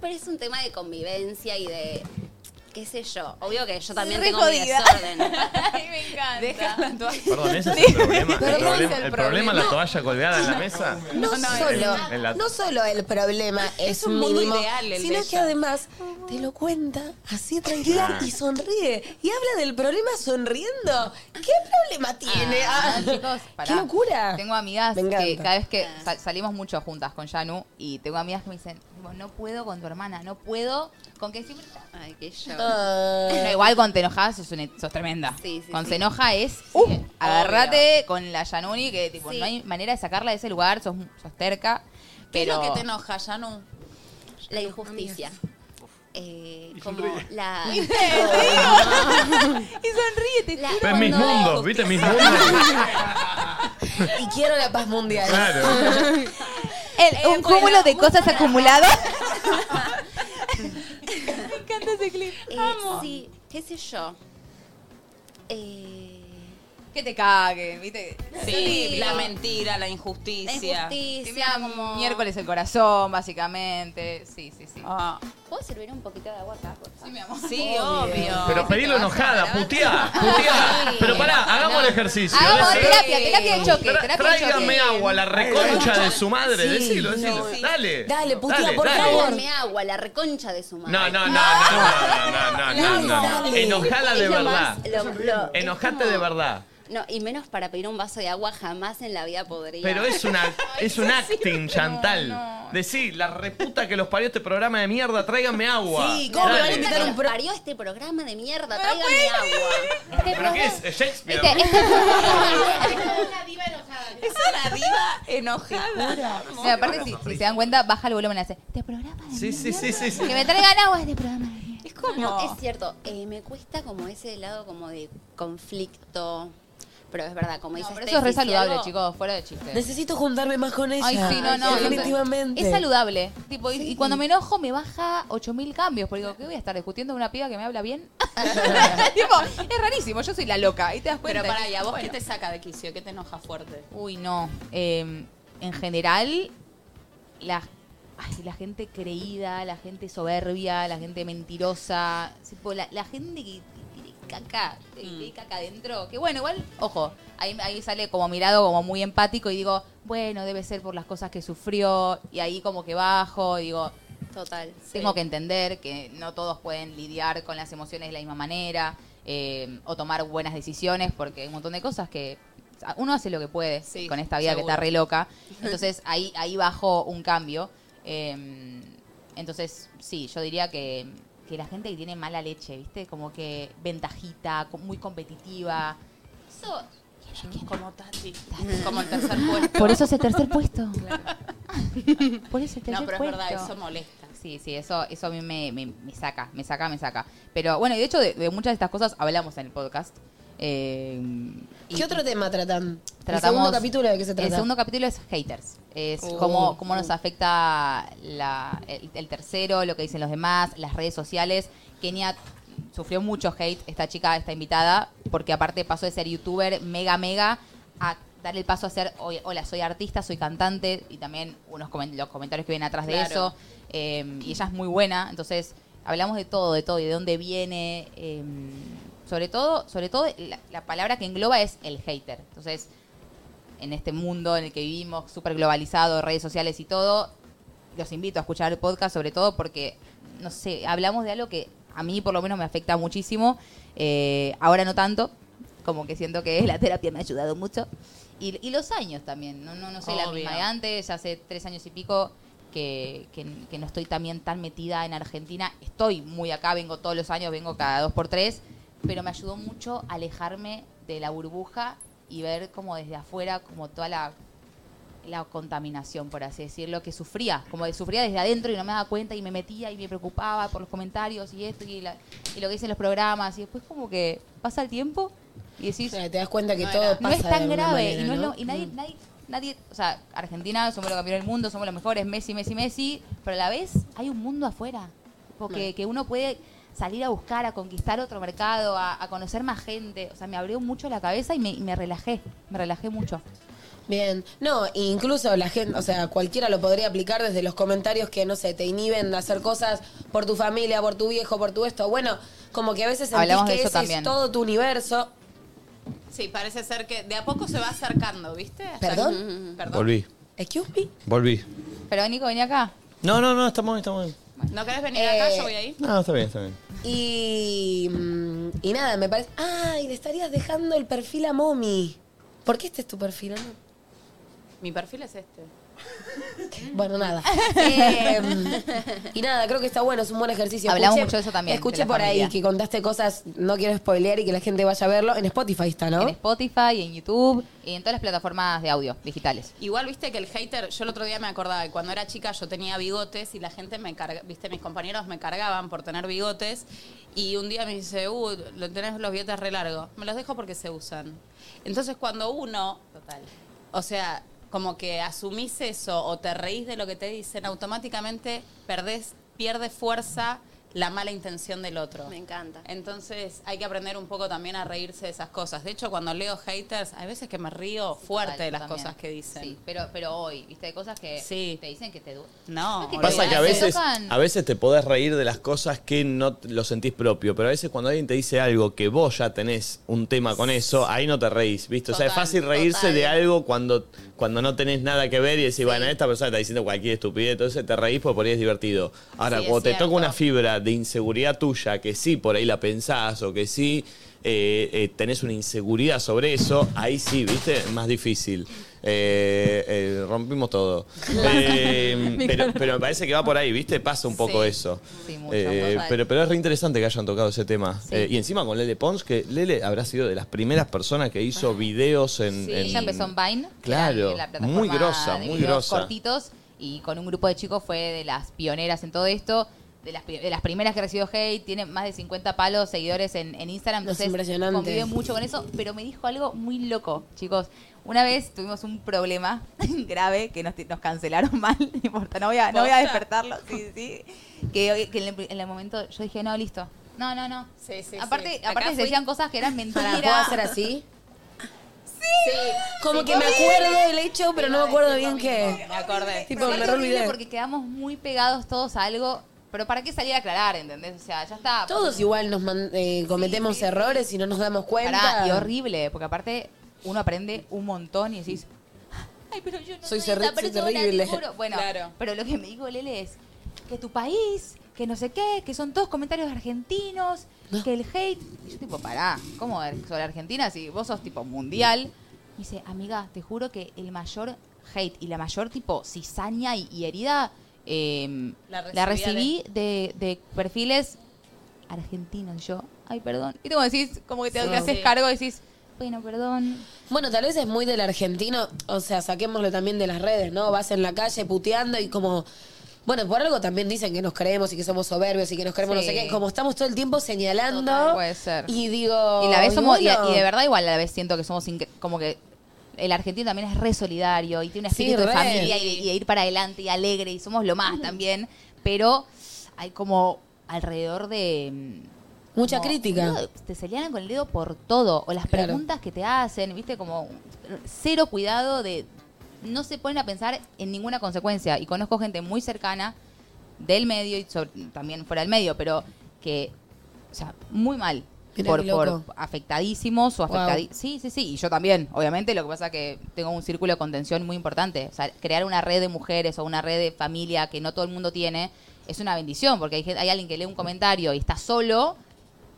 S23: Pero es un tema de convivencia y de qué sé yo. Obvio que yo también
S6: Soy
S23: tengo mi
S6: jodida.
S23: desorden.
S7: [laughs]
S6: me encanta. Deja la toalla.
S19: Perdón, ese es el problema. El
S2: Perdón,
S19: problema,
S2: es el
S19: el problema es
S2: problema.
S19: la toalla colgada en la mesa.
S2: No, solo,
S19: En- en la-
S2: no solo el problema es,
S7: un mundo
S2: mínimo,
S7: ideal el
S2: sino
S7: de
S2: que
S7: ella.
S2: además te lo cuenta así tranquila
S7: Ah.
S2: y sonríe. Y habla del problema sonriendo. ¿Qué problema tiene?
S20: Ah,
S2: Ah,
S20: chicos,
S2: ¡Qué
S20: pará.
S2: locura!
S20: Tengo amigas
S2: Me
S20: que
S2: encanta.
S20: cada vez
S7: Ah.
S20: que sal- salimos mucho juntas con Yanu y tengo amigas que me dicen, "Vos no puedo con tu hermana, no puedo con que siempre... Ay, qué yo.
S7: Ah.
S20: No, igual con te enojas sos, una- sos tremenda.
S23: Sí, sí,
S20: con
S23: sí.
S20: se enoja es... uh, agárrate con la Yanuni que tipo, no hay manera de sacarla de ese lugar, sos, sos terca.
S7: ¿Qué
S20: Pero
S7: es lo que te enoja, Yanu?
S23: La injusticia. Eh, como
S7: sonríe.
S23: [laughs] la.
S7: ¿Viste?
S23: y sonríe, te
S19: Pero es mis mundos, ¿viste? Mis mundos.
S2: Y quiero la paz mundial.
S20: [laughs]
S2: Eh,
S19: Claro.
S20: un cúmulo de cosas acumuladas.
S23: [laughs] Me encanta ese clip. Eh, sí, qué sé yo. Eh,
S20: Ah, Que te cague, ¿viste?
S7: Sí,
S23: Sí.
S7: la mentira, la injusticia.
S23: La injusticia.
S20: Tenía
S23: como-
S20: Miércoles el corazón, básicamente. Sí, sí, sí.
S23: ¿Puedo servir un poquito de agua acá? Sí, mi amor.
S7: Ah, Sí, obvio.
S19: Pero pedilo enojada, puteá, puteá. Pero pará, hagamos el ejercicio.
S20: Hagamos
S19: Decilo.
S20: terapia, terapia de choque,
S19: Tra-
S20: terapia de
S19: Tráigame
S20: choque.
S19: agua, la reconcha de su madre.
S20: Sí.
S19: decilo, decilo.
S23: Sí.
S19: Dale.
S23: Dale,
S19: putea,
S23: putea,
S19: Dale, por
S23: por
S19: dale. favor.
S23: favor. Dame agua, la reconcha de su madre.
S19: No, no, no, no, no, no, no, no, no.
S23: Dale.
S19: Enojala de
S23: Es lo
S19: verdad.
S23: más- lo- lo- es
S19: Enojate
S23: como-
S19: de verdad.
S23: No, y menos para pedir un vaso de agua jamás en la vida podría.
S19: Pero es
S23: [laughs]
S19: una es un acting, Chantal. Decí, la reputa que los parió este programa de mierda, tráiganme agua.
S23: Sí, ¿cómo me van a
S19: Dale.
S23: invitar a un pro... parió este programa de mierda? Tráiganme agua.
S19: ¿Pero qué es? ¿Es Shakespeare?
S23: Este-
S6: Es una diva enojada.
S20: O sea, aparte, si, si se dan cuenta, baja el volumen y hace, te programa de
S19: Sí, sí, sí, sí, sí.
S20: Que me traigan agua este programa. de mierda".
S23: No, es cierto. eh, me cuesta como ese lado como de conflicto. Pero es verdad, como dice
S20: Pero eso es re
S23: Steffi, si
S20: saludable,
S23: algo-
S20: chicos, fuera de chiste.
S2: Necesito juntarme más con ella.
S20: Ay, sí, no, no.
S2: Definitivamente.
S20: Es saludable. Tipo, y- Y cuando me enojo me baja 8000 cambios. Porque digo, ¿qué voy a estar discutiendo con una piba que me habla bien? [laughs] tipo, es rarísimo. Yo soy la loca. Y te das cuenta.
S7: Pero para,
S20: que-
S7: ¿y a vos
S20: bueno.
S7: qué te saca de quicio? ¿Qué te enoja fuerte?
S20: Uy, no. Eh, en general, la, ay, la gente creída, la gente soberbia, la gente mentirosa, tipo, la, la gente que, que tiene caca, que
S23: Mm.
S20: tiene caca adentro, que bueno, igual, ojo, ahí, ahí sale como mirado como muy empático y digo, bueno, debe ser por las cosas que sufrió, y ahí como que bajo, digo,
S23: Total.
S20: tengo que entender que no todos pueden lidiar con las emociones de la misma manera eh, o tomar buenas decisiones porque hay un montón de cosas que o sea, uno hace lo que puede con esta vida que
S23: seguro.
S20: está
S23: [laughs]
S20: re loca. Entonces ahí, ahí bajo un cambio. Eh, entonces sí, yo diría que, que la gente que tiene mala leche, ¿viste? Como que ventajita, co- muy competitiva. Eso,
S7: Como Tati. Como
S20: [laughs]
S7: el tercer puesto.
S20: Por eso es el tercer [laughs] puesto. Por eso el tercer
S7: No, pero es verdad,
S20: puesto.
S7: eso molesta.
S20: Sí, sí, eso, eso a mí me, me- me saca, me saca, me saca. Pero bueno, y de hecho de, de muchas de estas cosas hablamos en el podcast. Eh, y
S2: ¿Qué otro tema tratan? ¿El
S20: tratamos-
S2: segundo capítulo de qué se trata?
S20: El segundo capítulo es haters. Es
S2: Uh.
S20: cómo, cómo nos afecta la- el, el tercero, lo que dicen los demás, las redes sociales. Kenia sufrió mucho hate, esta chica, esta invitada, porque aparte pasó de ser youtuber mega, mega, a dar el paso a ser, "Oye, hola, soy artista, soy cantante, y también unos comen- los comentarios que vienen atrás de
S24: Claro.
S20: eso. Eh, y ella es muy buena, entonces hablamos de todo, de todo, y de dónde viene. eh, sobre todo, sobre todo la, la palabra que engloba es el hater. Entonces, en este mundo en el que vivimos, súper globalizado, redes sociales y todo, los invito a escuchar el podcast sobre todo porque, no sé, hablamos de algo que a mí por lo menos me afecta muchísimo, eh, ahora no tanto, como que siento que la terapia me ha ayudado mucho, y, y los años también, no, no, no soy la
S24: Obvio.
S20: misma ¿eh? de antes, ya hace tres años y pico que, que- que no estoy también tan metida en Argentina, estoy muy acá, vengo todos los años, vengo cada dos por tres, pero me ayudó mucho a alejarme de la burbuja y ver como desde afuera, como toda la la contaminación, por así decirlo, que sufría, como que sufría desde adentro y no me daba cuenta y me metía y me preocupaba por los comentarios y esto y, la- y lo que dicen los programas y después como que pasa el tiempo y decís...
S2: te das cuenta que
S20: no
S2: todo
S20: era- No
S2: pasa
S20: es
S2: de
S20: tan
S2: alguna
S20: grave
S2: manera,
S20: y, no es
S2: ¿no? Mm.
S20: lo- y nadie, nadie, nadie, o sea, Argentina somos los campeones del mundo, somos los mejores, Messi, Messi, Messi, pero a la vez hay un mundo afuera, porque que uno puede salir a buscar, a conquistar otro mercado, a, a conocer más gente, o sea, me abrió mucho la cabeza y me, y me relajé, me relajé mucho.
S2: Bien, no, incluso la gente, o sea, cualquiera lo podría aplicar desde los comentarios que, no sé, te inhiben de hacer cosas por tu familia, por tu viejo, por tu esto. Bueno, como que a veces sentís
S7: Hablamos de
S2: que
S7: eso
S2: ese
S7: también.
S2: es todo tu universo.
S7: Sí, parece ser que de a poco se va acercando, ¿viste?
S2: ¿Perdón?
S7: Perdón.
S1: Volví,
S2: Excuse me.
S1: volví.
S20: Pero Nico, vení acá.
S1: No, no, no, estamos bien, estamos bien.
S7: ¿No querés venir acá? Yo voy ahí.
S1: No, está bien, está bien.
S2: Eh, Y, mm, y nada, me parece... Ay, le estarías dejando el perfil a Momi. ¿Por qué este es tu perfil, amor?
S7: Mi perfil es este.
S2: Bueno,
S20: [laughs]
S2: nada. Eh, y nada, creo que está bueno, es un buen ejercicio.
S20: Hablamos mucho de eso también,
S2: Escuché
S20: de la
S2: por ahí
S20: familia.
S2: que contaste cosas, no quiero spoilear y que la gente vaya a verlo. En Spotify está, ¿no?
S20: En Spotify, en YouTube y en todas las plataformas de audio digitales.
S7: Igual viste que el hater, yo el otro día me acordaba que cuando era chica yo tenía bigotes y la gente me carga, viste, mis compañeros me cargaban por tener bigotes y un día me dice, uh, lo tenés los bigotes re largos. Me los dejo porque se usan. Entonces cuando uno, total, o sea, como que asumís eso o te reís de lo que te dicen, automáticamente perdés, pierde fuerza la mala intención del otro.
S23: Me encanta.
S7: Entonces hay que aprender un poco también a reírse de esas cosas. De hecho, cuando leo haters, hay veces que me río fuerte
S20: total,
S7: de las
S20: yo también.
S7: cosas que dicen.
S20: Sí, pero, pero hoy, viste, hay cosas que
S7: Sí.
S20: te dicen que te duelen.
S7: No.
S20: que
S1: Pasa
S20: te
S1: que a
S20: duelen, te
S1: veces,
S20: tocan.
S1: a veces te podés reír de las cosas que no t- lo sentís propio, pero a veces cuando alguien te dice algo que vos ya tenés un tema con eso, ahí no te reís, ¿viste? o sea, es
S25: Total,
S1: fácil reírse
S25: total.
S1: de algo cuando, cuando no tenés nada que ver y decís, bueno, esta persona está diciendo cualquier estupidez, entonces te reís porque por ahí es divertido. Ahora,
S25: Sí, es
S1: cuando te
S25: cierto.
S1: toca una fibra de inseguridad tuya, que sí por ahí la pensás o que sí eh, eh, tenés una inseguridad sobre eso, ahí sí, ¿viste? Es más difícil. Eh, eh, rompimos todo. Eh,
S25: Mi
S1: pero, pero me parece que va por ahí, ¿viste? Pasa un poco
S25: Sí.
S1: eso.
S25: Sí, mucho,
S1: Eh,
S25: mucho.
S1: pero, pero es re interesante que hayan tocado ese tema. Eh, y encima con Lele Pons, que Lele habrá sido de las primeras personas que hizo videos en.
S20: Sí,
S1: en-
S20: ella empezó en Vine. que era
S1: Claro,
S20: la plataforma
S1: muy grosa,
S20: de
S1: muy
S20: videos
S1: grosa.
S20: cortitos y con un grupo de chicos fue de las pioneras en todo esto. De las, pri- de las primeras que recibió hate, tiene más de 50 palos seguidores en, en Instagram.
S2: No, es
S20: Entonces,
S2: impresionante.
S20: convive mucho con eso, pero me dijo algo muy loco, chicos. Una vez tuvimos un problema [laughs] grave que nos, nos cancelaron [laughs] mal. No importa, no voy a, no voy a
S24: ¿Posta?
S20: despertarlo. Sí, sí. Que, que en, el, en el momento yo dije, no, listo. No, no, no. aparte,
S24: Acá
S20: aparte se
S24: fui-
S20: decían cosas que
S7: [laughs]
S20: eran
S2: Para,
S20: mentiras.
S2: ¿puedo hacer así?
S20: Sí.
S2: Como que me acuerdo del hecho, pero no me acuerdo bien qué.
S7: Me acordé.
S2: Tipo,
S20: Sí,
S2: me
S20: es
S2: re
S20: horrible
S2: olvidé.
S20: Porque quedamos muy pegados todos a algo. Pero ¿para qué salir a aclarar, entendés? O sea, ya está.
S2: Todos igual nos man- eh, cometemos errores y no nos damos cuenta.
S20: Pará, y horrible, porque aparte uno aprende un montón y decís, ay, pero yo no
S2: Soy
S20: soy,
S2: cerri-
S20: esa
S2: soy
S20: persona, te
S2: terrible.
S20: juro. Bueno,
S2: Claro.
S20: pero lo que me dijo Lele es que tu país, que no sé qué, que son todos comentarios argentinos, que el hate. Y yo tipo, pará, ¿cómo er- sobre Argentina si vos sos tipo mundial? Me dice, amiga, te juro que el mayor hate y la mayor tipo cizaña y, y herida em,
S24: La
S20: la,
S24: recibí
S20: recibí de, de perfiles argentinos. Y Yo, ay, perdón. Y como decís, como que te,
S2: Sí.
S20: te haces
S2: Sí.
S20: cargo y decís, bueno, perdón.
S2: Bueno, tal vez es muy del argentino, o sea, saquémoslo también de las redes, ¿no? Vas en la calle puteando y como. Bueno, por algo también dicen que nos creemos y que somos soberbios y que nos creemos
S20: Sí.
S2: no sé qué. Como estamos todo el tiempo señalando.
S20: puede ser.
S2: Y digo.
S20: Y la vez somos, y,
S2: bueno.
S20: y de verdad igual a la vez siento que somos incre- como que el argentino también es re solidario y tiene un
S2: Sí,
S20: espíritu de
S2: re.
S20: familia y de, y de ir para adelante y alegre y somos lo más también, pero hay como alrededor de... mm,
S2: Mucha
S20: como-
S2: crítica.
S20: no, te señalan con el dedo por todo o las
S2: Claro.
S20: preguntas que te hacen, viste, como cero cuidado de... No se ponen a pensar en ninguna consecuencia y conozco gente muy cercana del medio y sobre- también fuera del medio, pero que, o sea, muy mal.
S24: Mirá
S20: Por,
S24: qué loco.
S20: por afectadísimos o
S24: Wow.
S20: afectadi- Sí, sí, sí. Y yo también, obviamente. Lo que pasa que tengo un círculo de contención muy importante. O sea, crear una red de mujeres o una red de familia que no todo el mundo tiene es una bendición. Porque hay, gen- hay alguien que lee un comentario y está solo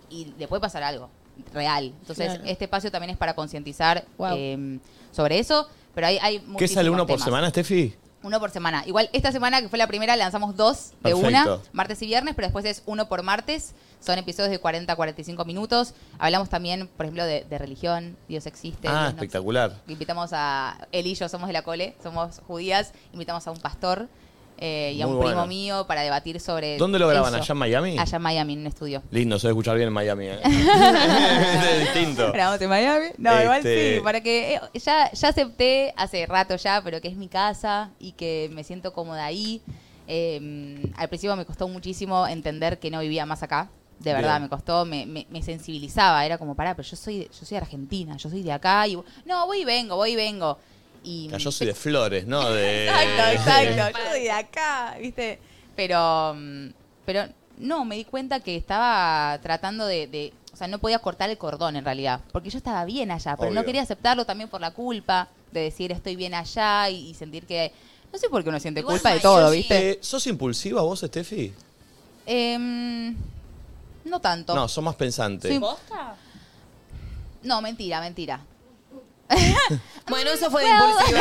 S20: y le puede pasar algo real. Entonces,
S24: Claro.
S20: este espacio también es para concientizar
S24: Wow.
S20: eh, sobre eso. Pero hay,
S1: ¿Qué
S20: hay
S1: sale
S20: muchísimos
S1: uno por
S20: temas.
S1: semana, Este- Steffi?
S20: Uno por semana. Igual esta semana que fue la primera lanzamos dos de
S1: Perfecto.
S20: una, martes y viernes, pero después es uno por martes. Son episodios de 40 a 45 minutos. Hablamos también, por ejemplo, de, de religión, Dios existe.
S1: Ah,
S20: Dios no
S1: espectacular.
S20: existe. Invitamos a, él y yo somos de la cole, somos judías, invitamos a un pastor eh, y a
S1: Muy
S20: un
S1: bueno.
S20: primo mío para debatir sobre...
S1: ¿Dónde lo graban?
S20: Eh, eso.
S1: ¿Allá en Miami?
S20: Allá en Miami, en un estudio.
S1: Lindo, se debe escuchar bien en Miami.
S20: [laughs]
S1: ¿eh? es distinto.
S20: Grabamos en Miami. No, igual
S1: Este-
S20: sí, para que eh, ya, ya acepté hace rato ya, pero que es mi casa y que me siento cómoda ahí. Eh, al principio me costó muchísimo entender que no vivía más acá. De verdad,
S24: Bien.
S20: me costó, me, me- me sensibilizaba. Era como, pará, pero yo soy, yo soy argentina, yo soy de acá. Y, no, voy y vengo, voy y vengo. y
S1: Yo soy de flores, ¿no? De...
S20: [laughs]
S1: [laughs]
S20: Exacto, exacto. Yo soy de acá, ¿viste? Pero, mm, pero no, me di cuenta que estaba tratando de, de- O sea, no podía cortar el cordón en realidad. Porque yo estaba bien allá, pero no
S25: Obvio.
S20: quería aceptarlo también por la culpa de decir estoy bien allá y, y sentir que. No sé por qué uno siente culpa de todo, ¿viste?
S1: Eh, ¿Sos impulsiva vos, Steffi?
S20: Em, no tanto.
S1: No, sos más pensante.
S20: Soy- No, mentira, mentira.
S2: [laughs] bueno, eso
S20: [laughs]
S2: fue de impulsiva.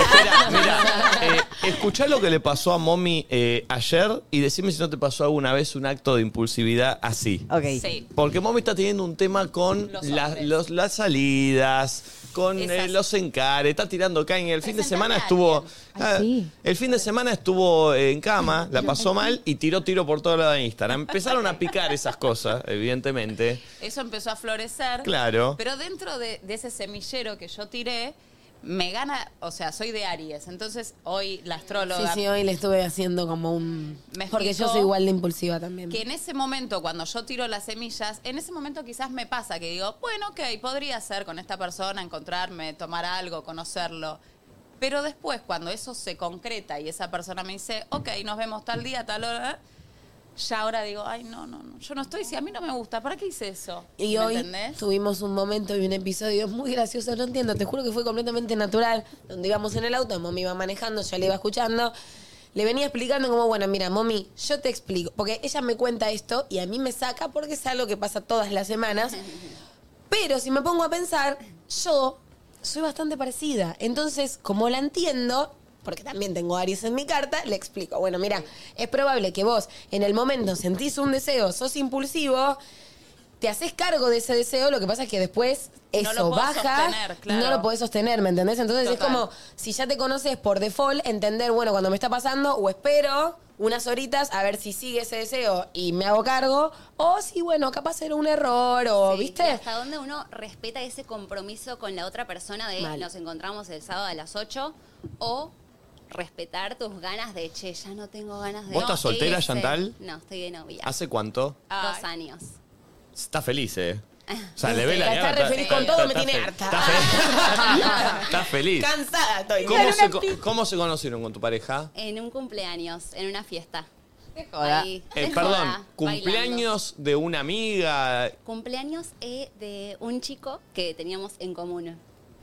S1: eh, Escuchá lo que le pasó a Mommy eh, ayer y decime si no te pasó alguna vez un acto de impulsividad así.
S2: Ok. Sí.
S1: Porque Mommy está teniendo un tema con las, los- las salidas, con eh,
S26: Esas.
S1: los encares, está tirando caña. El fin de semana estuvo... Ah, El fin de semana estuvo eh, en cama, la pasó mal y tiró tiro por todo lado de Instagram. Empezaron a picar esas cosas,
S23: [laughs]
S1: evidentemente.
S7: Eso empezó a florecer.
S1: Claro.
S7: Pero dentro de, de ese semillero que yo tiré, me gana, o sea, soy de Aries, entonces hoy la
S2: Sí,
S7: astróloga
S2: sí, hoy le estuve haciendo como un...
S7: Me
S2: Porque yo
S7: explicó
S2: soy igual de impulsiva también.
S7: que en ese momento, cuando yo tiro las semillas, en ese momento quizás me pasa que digo, bueno, ok, podría ser con esta persona, encontrarme, tomar algo, conocerlo. Pero después, cuando eso se concreta y esa persona me dice, ok, nos vemos tal día, tal hora, ya ahora digo, ay, no, no, no, yo no estoy, si a mí no me gusta, ¿para qué hice eso?
S2: Y
S7: ¿Me
S2: hoy
S7: entendés?
S2: tuvimos un momento y un episodio muy gracioso, no entiendo, te juro que fue completamente natural, donde íbamos en el auto, mami iba manejando, yo le iba escuchando, le venía explicando como, bueno, mira, mami, yo te explico, porque ella me cuenta esto y a mí me saca porque es algo que pasa todas las semanas,
S7: [laughs]
S2: pero si me pongo a pensar, yo soy bastante parecida, entonces como la entiendo... Porque también tengo Aries en mi carta, le explico. Bueno, mira, es probable que vos en el momento sentís un deseo, sos impulsivo, te haces cargo de ese deseo, lo que pasa es que después
S7: No
S2: eso
S7: lo podés
S2: baja,
S7: sostener, claro.
S2: no lo podés sostener, ¿me entendés? Entonces
S7: Total.
S2: es como si ya te conoces por default, entender, bueno, cuando me está pasando o espero unas horitas a ver si sigue ese deseo y me hago cargo o si bueno, capaz era un error o, ¿viste?
S23: Y hasta dónde uno respeta ese compromiso con la otra persona de
S2: Mal.
S23: nos encontramos el sábado a las 8 o respetar tus ganas de che, ya no tengo ganas de.
S1: ¿Vos estás
S23: No, ¿qué
S1: soltera,
S23: hice?
S1: Chantal?
S23: No, estoy de novia.
S1: ¿Hace cuánto?
S23: dos años.
S1: Está feliz, ¿eh? O sea,
S23: Sí,
S1: le ve la
S23: está
S1: cara,
S23: re feliz con todo, me tiene
S1: fe-
S23: harta.
S1: Está, fe- está feliz.
S2: Cansada estoy.
S1: ¿Cómo se, co- cómo se conocieron con tu pareja?
S23: En un cumpleaños, en una fiesta.
S20: joda.
S23: Ahí,
S1: Eh,
S23: de
S1: perdón,
S23: joda, bailando.
S1: cumpleaños de una amiga
S23: Cumpleaños eh, de un chico que teníamos en común.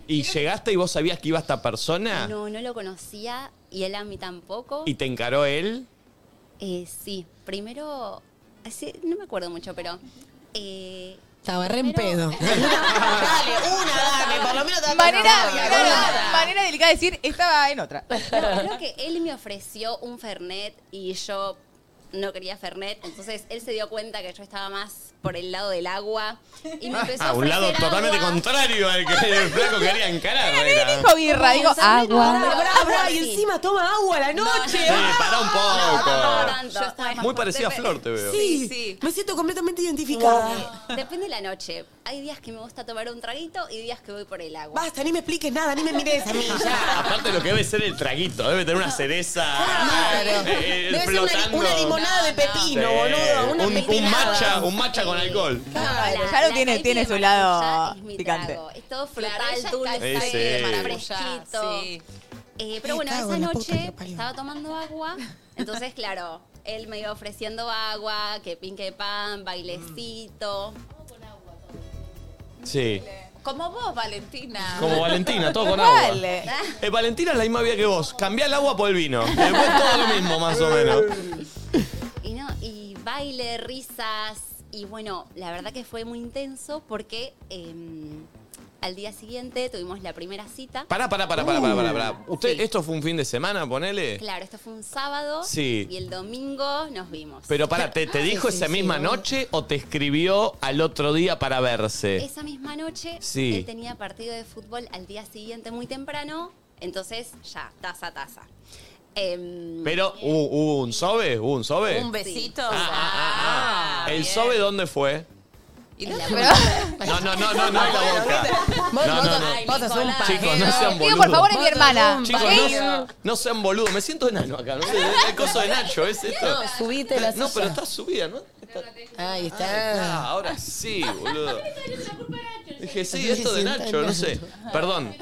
S1: y llegaste y vos sabías que iba esta persona
S23: No, no lo conocía y él a mí tampoco.
S1: y te encaró él.
S23: Eh, sí, primero, así, no me acuerdo
S1: [laughs]
S23: mucho, pero... [laughs] eh,
S2: Estaba re en pedo.
S23: dale,
S2: una, dale, por lo menos te
S23: Manera-
S20: manera delicada de decir, estaba en otra.
S23: no, creo que él me ofreció un Fernet y yo no quería Fernet, entonces él se dio cuenta que yo estaba más por el lado del agua y me empezó a
S1: a Ah, un lado
S23: ofrecer
S1: totalmente
S23: agua.
S1: contrario al que el flaco quería encarar. era.
S20: birra, digo,
S2: agua.
S23: Agua,
S2: y
S23: sí.
S2: encima toma agua a la noche.
S1: Sí, pará un poco.
S23: Tanto.
S1: Muy parecida a Flor te veo.
S2: Sí, me siento completamente identificada.
S23: Depende de la noche. Hay días que me gusta tomar un traguito y días que voy por el agua.
S2: Basta, ni me expliques nada, ni me mires a mí ya.
S1: Aparte lo que debe ser el traguito, debe tener una cereza eh, eh,
S2: Debe ser una,
S1: flotando.
S2: una limonada de
S1: Sí,
S2: pepino, boludo. Una
S1: un, un
S2: pepinada.
S1: matcha, un matcha con alcohol.
S20: ya lo tiene, tiene su lado picante. [laughs]
S23: Es todo frutal,
S1: está
S23: dulce,
S1: ahí de Sí. maracuyá,
S23: fresquito. Eh, pero bueno,
S2: Cago
S23: esa
S2: en la puta que
S23: noche
S2: lo parió.
S23: estaba tomando
S2: [laughs]
S23: agua, entonces claro, él me iba ofreciendo agua, que pinque pan, bailecito.
S1: Sí.
S7: Como
S23: [laughs]
S7: vos, Valentina.
S1: Como Valentina, todo con agua. Eh, Valentina es la misma vía que vos. Cambiá el agua por el vino. Después todo lo mismo, más o menos.
S23: Y no, y baile, risas. Y bueno, la verdad que fue muy intenso porque em, al día siguiente tuvimos la primera cita.
S1: Pará, pará, pará, pará, pará, pará, pará. Usted, esto fue un fin de semana, ponele.
S23: Uh. Claro, esto fue un sábado.
S1: Sí.
S23: Y el domingo nos vimos.
S1: Pero pará, ¿te, te dijo esa misma noche o te escribió al otro día para verse?
S23: Esa misma noche
S1: Sí.
S23: él tenía partido de fútbol al día siguiente muy temprano. Entonces, ya, taza, taza. Em,
S1: Pero, ¿hubo, hubo un sobe? ¿Hubo un sobe?
S23: Un besito.
S1: Ah, ah, ah, ah. ¿El sobe dónde fue? No, no, no, no, no, en la boca.
S2: Vos-
S1: No,
S2: vos-
S1: no, no.
S2: vos sos un
S1: Chicos, no sean
S20: Digo,
S1: boludos.
S20: por favor, es mi hermana.
S1: Chicos, no, no sean boludos. Me siento enano acá. No sé, es el coso de Nacho, ¿es esto?
S2: No, subite la
S1: No,
S2: silla.
S1: pero está subida, ¿no?
S2: Ahí
S1: Ah,
S2: está.
S1: ahora sí, boludo. Dije, sí, esto de Nacho, no sé. Perdón.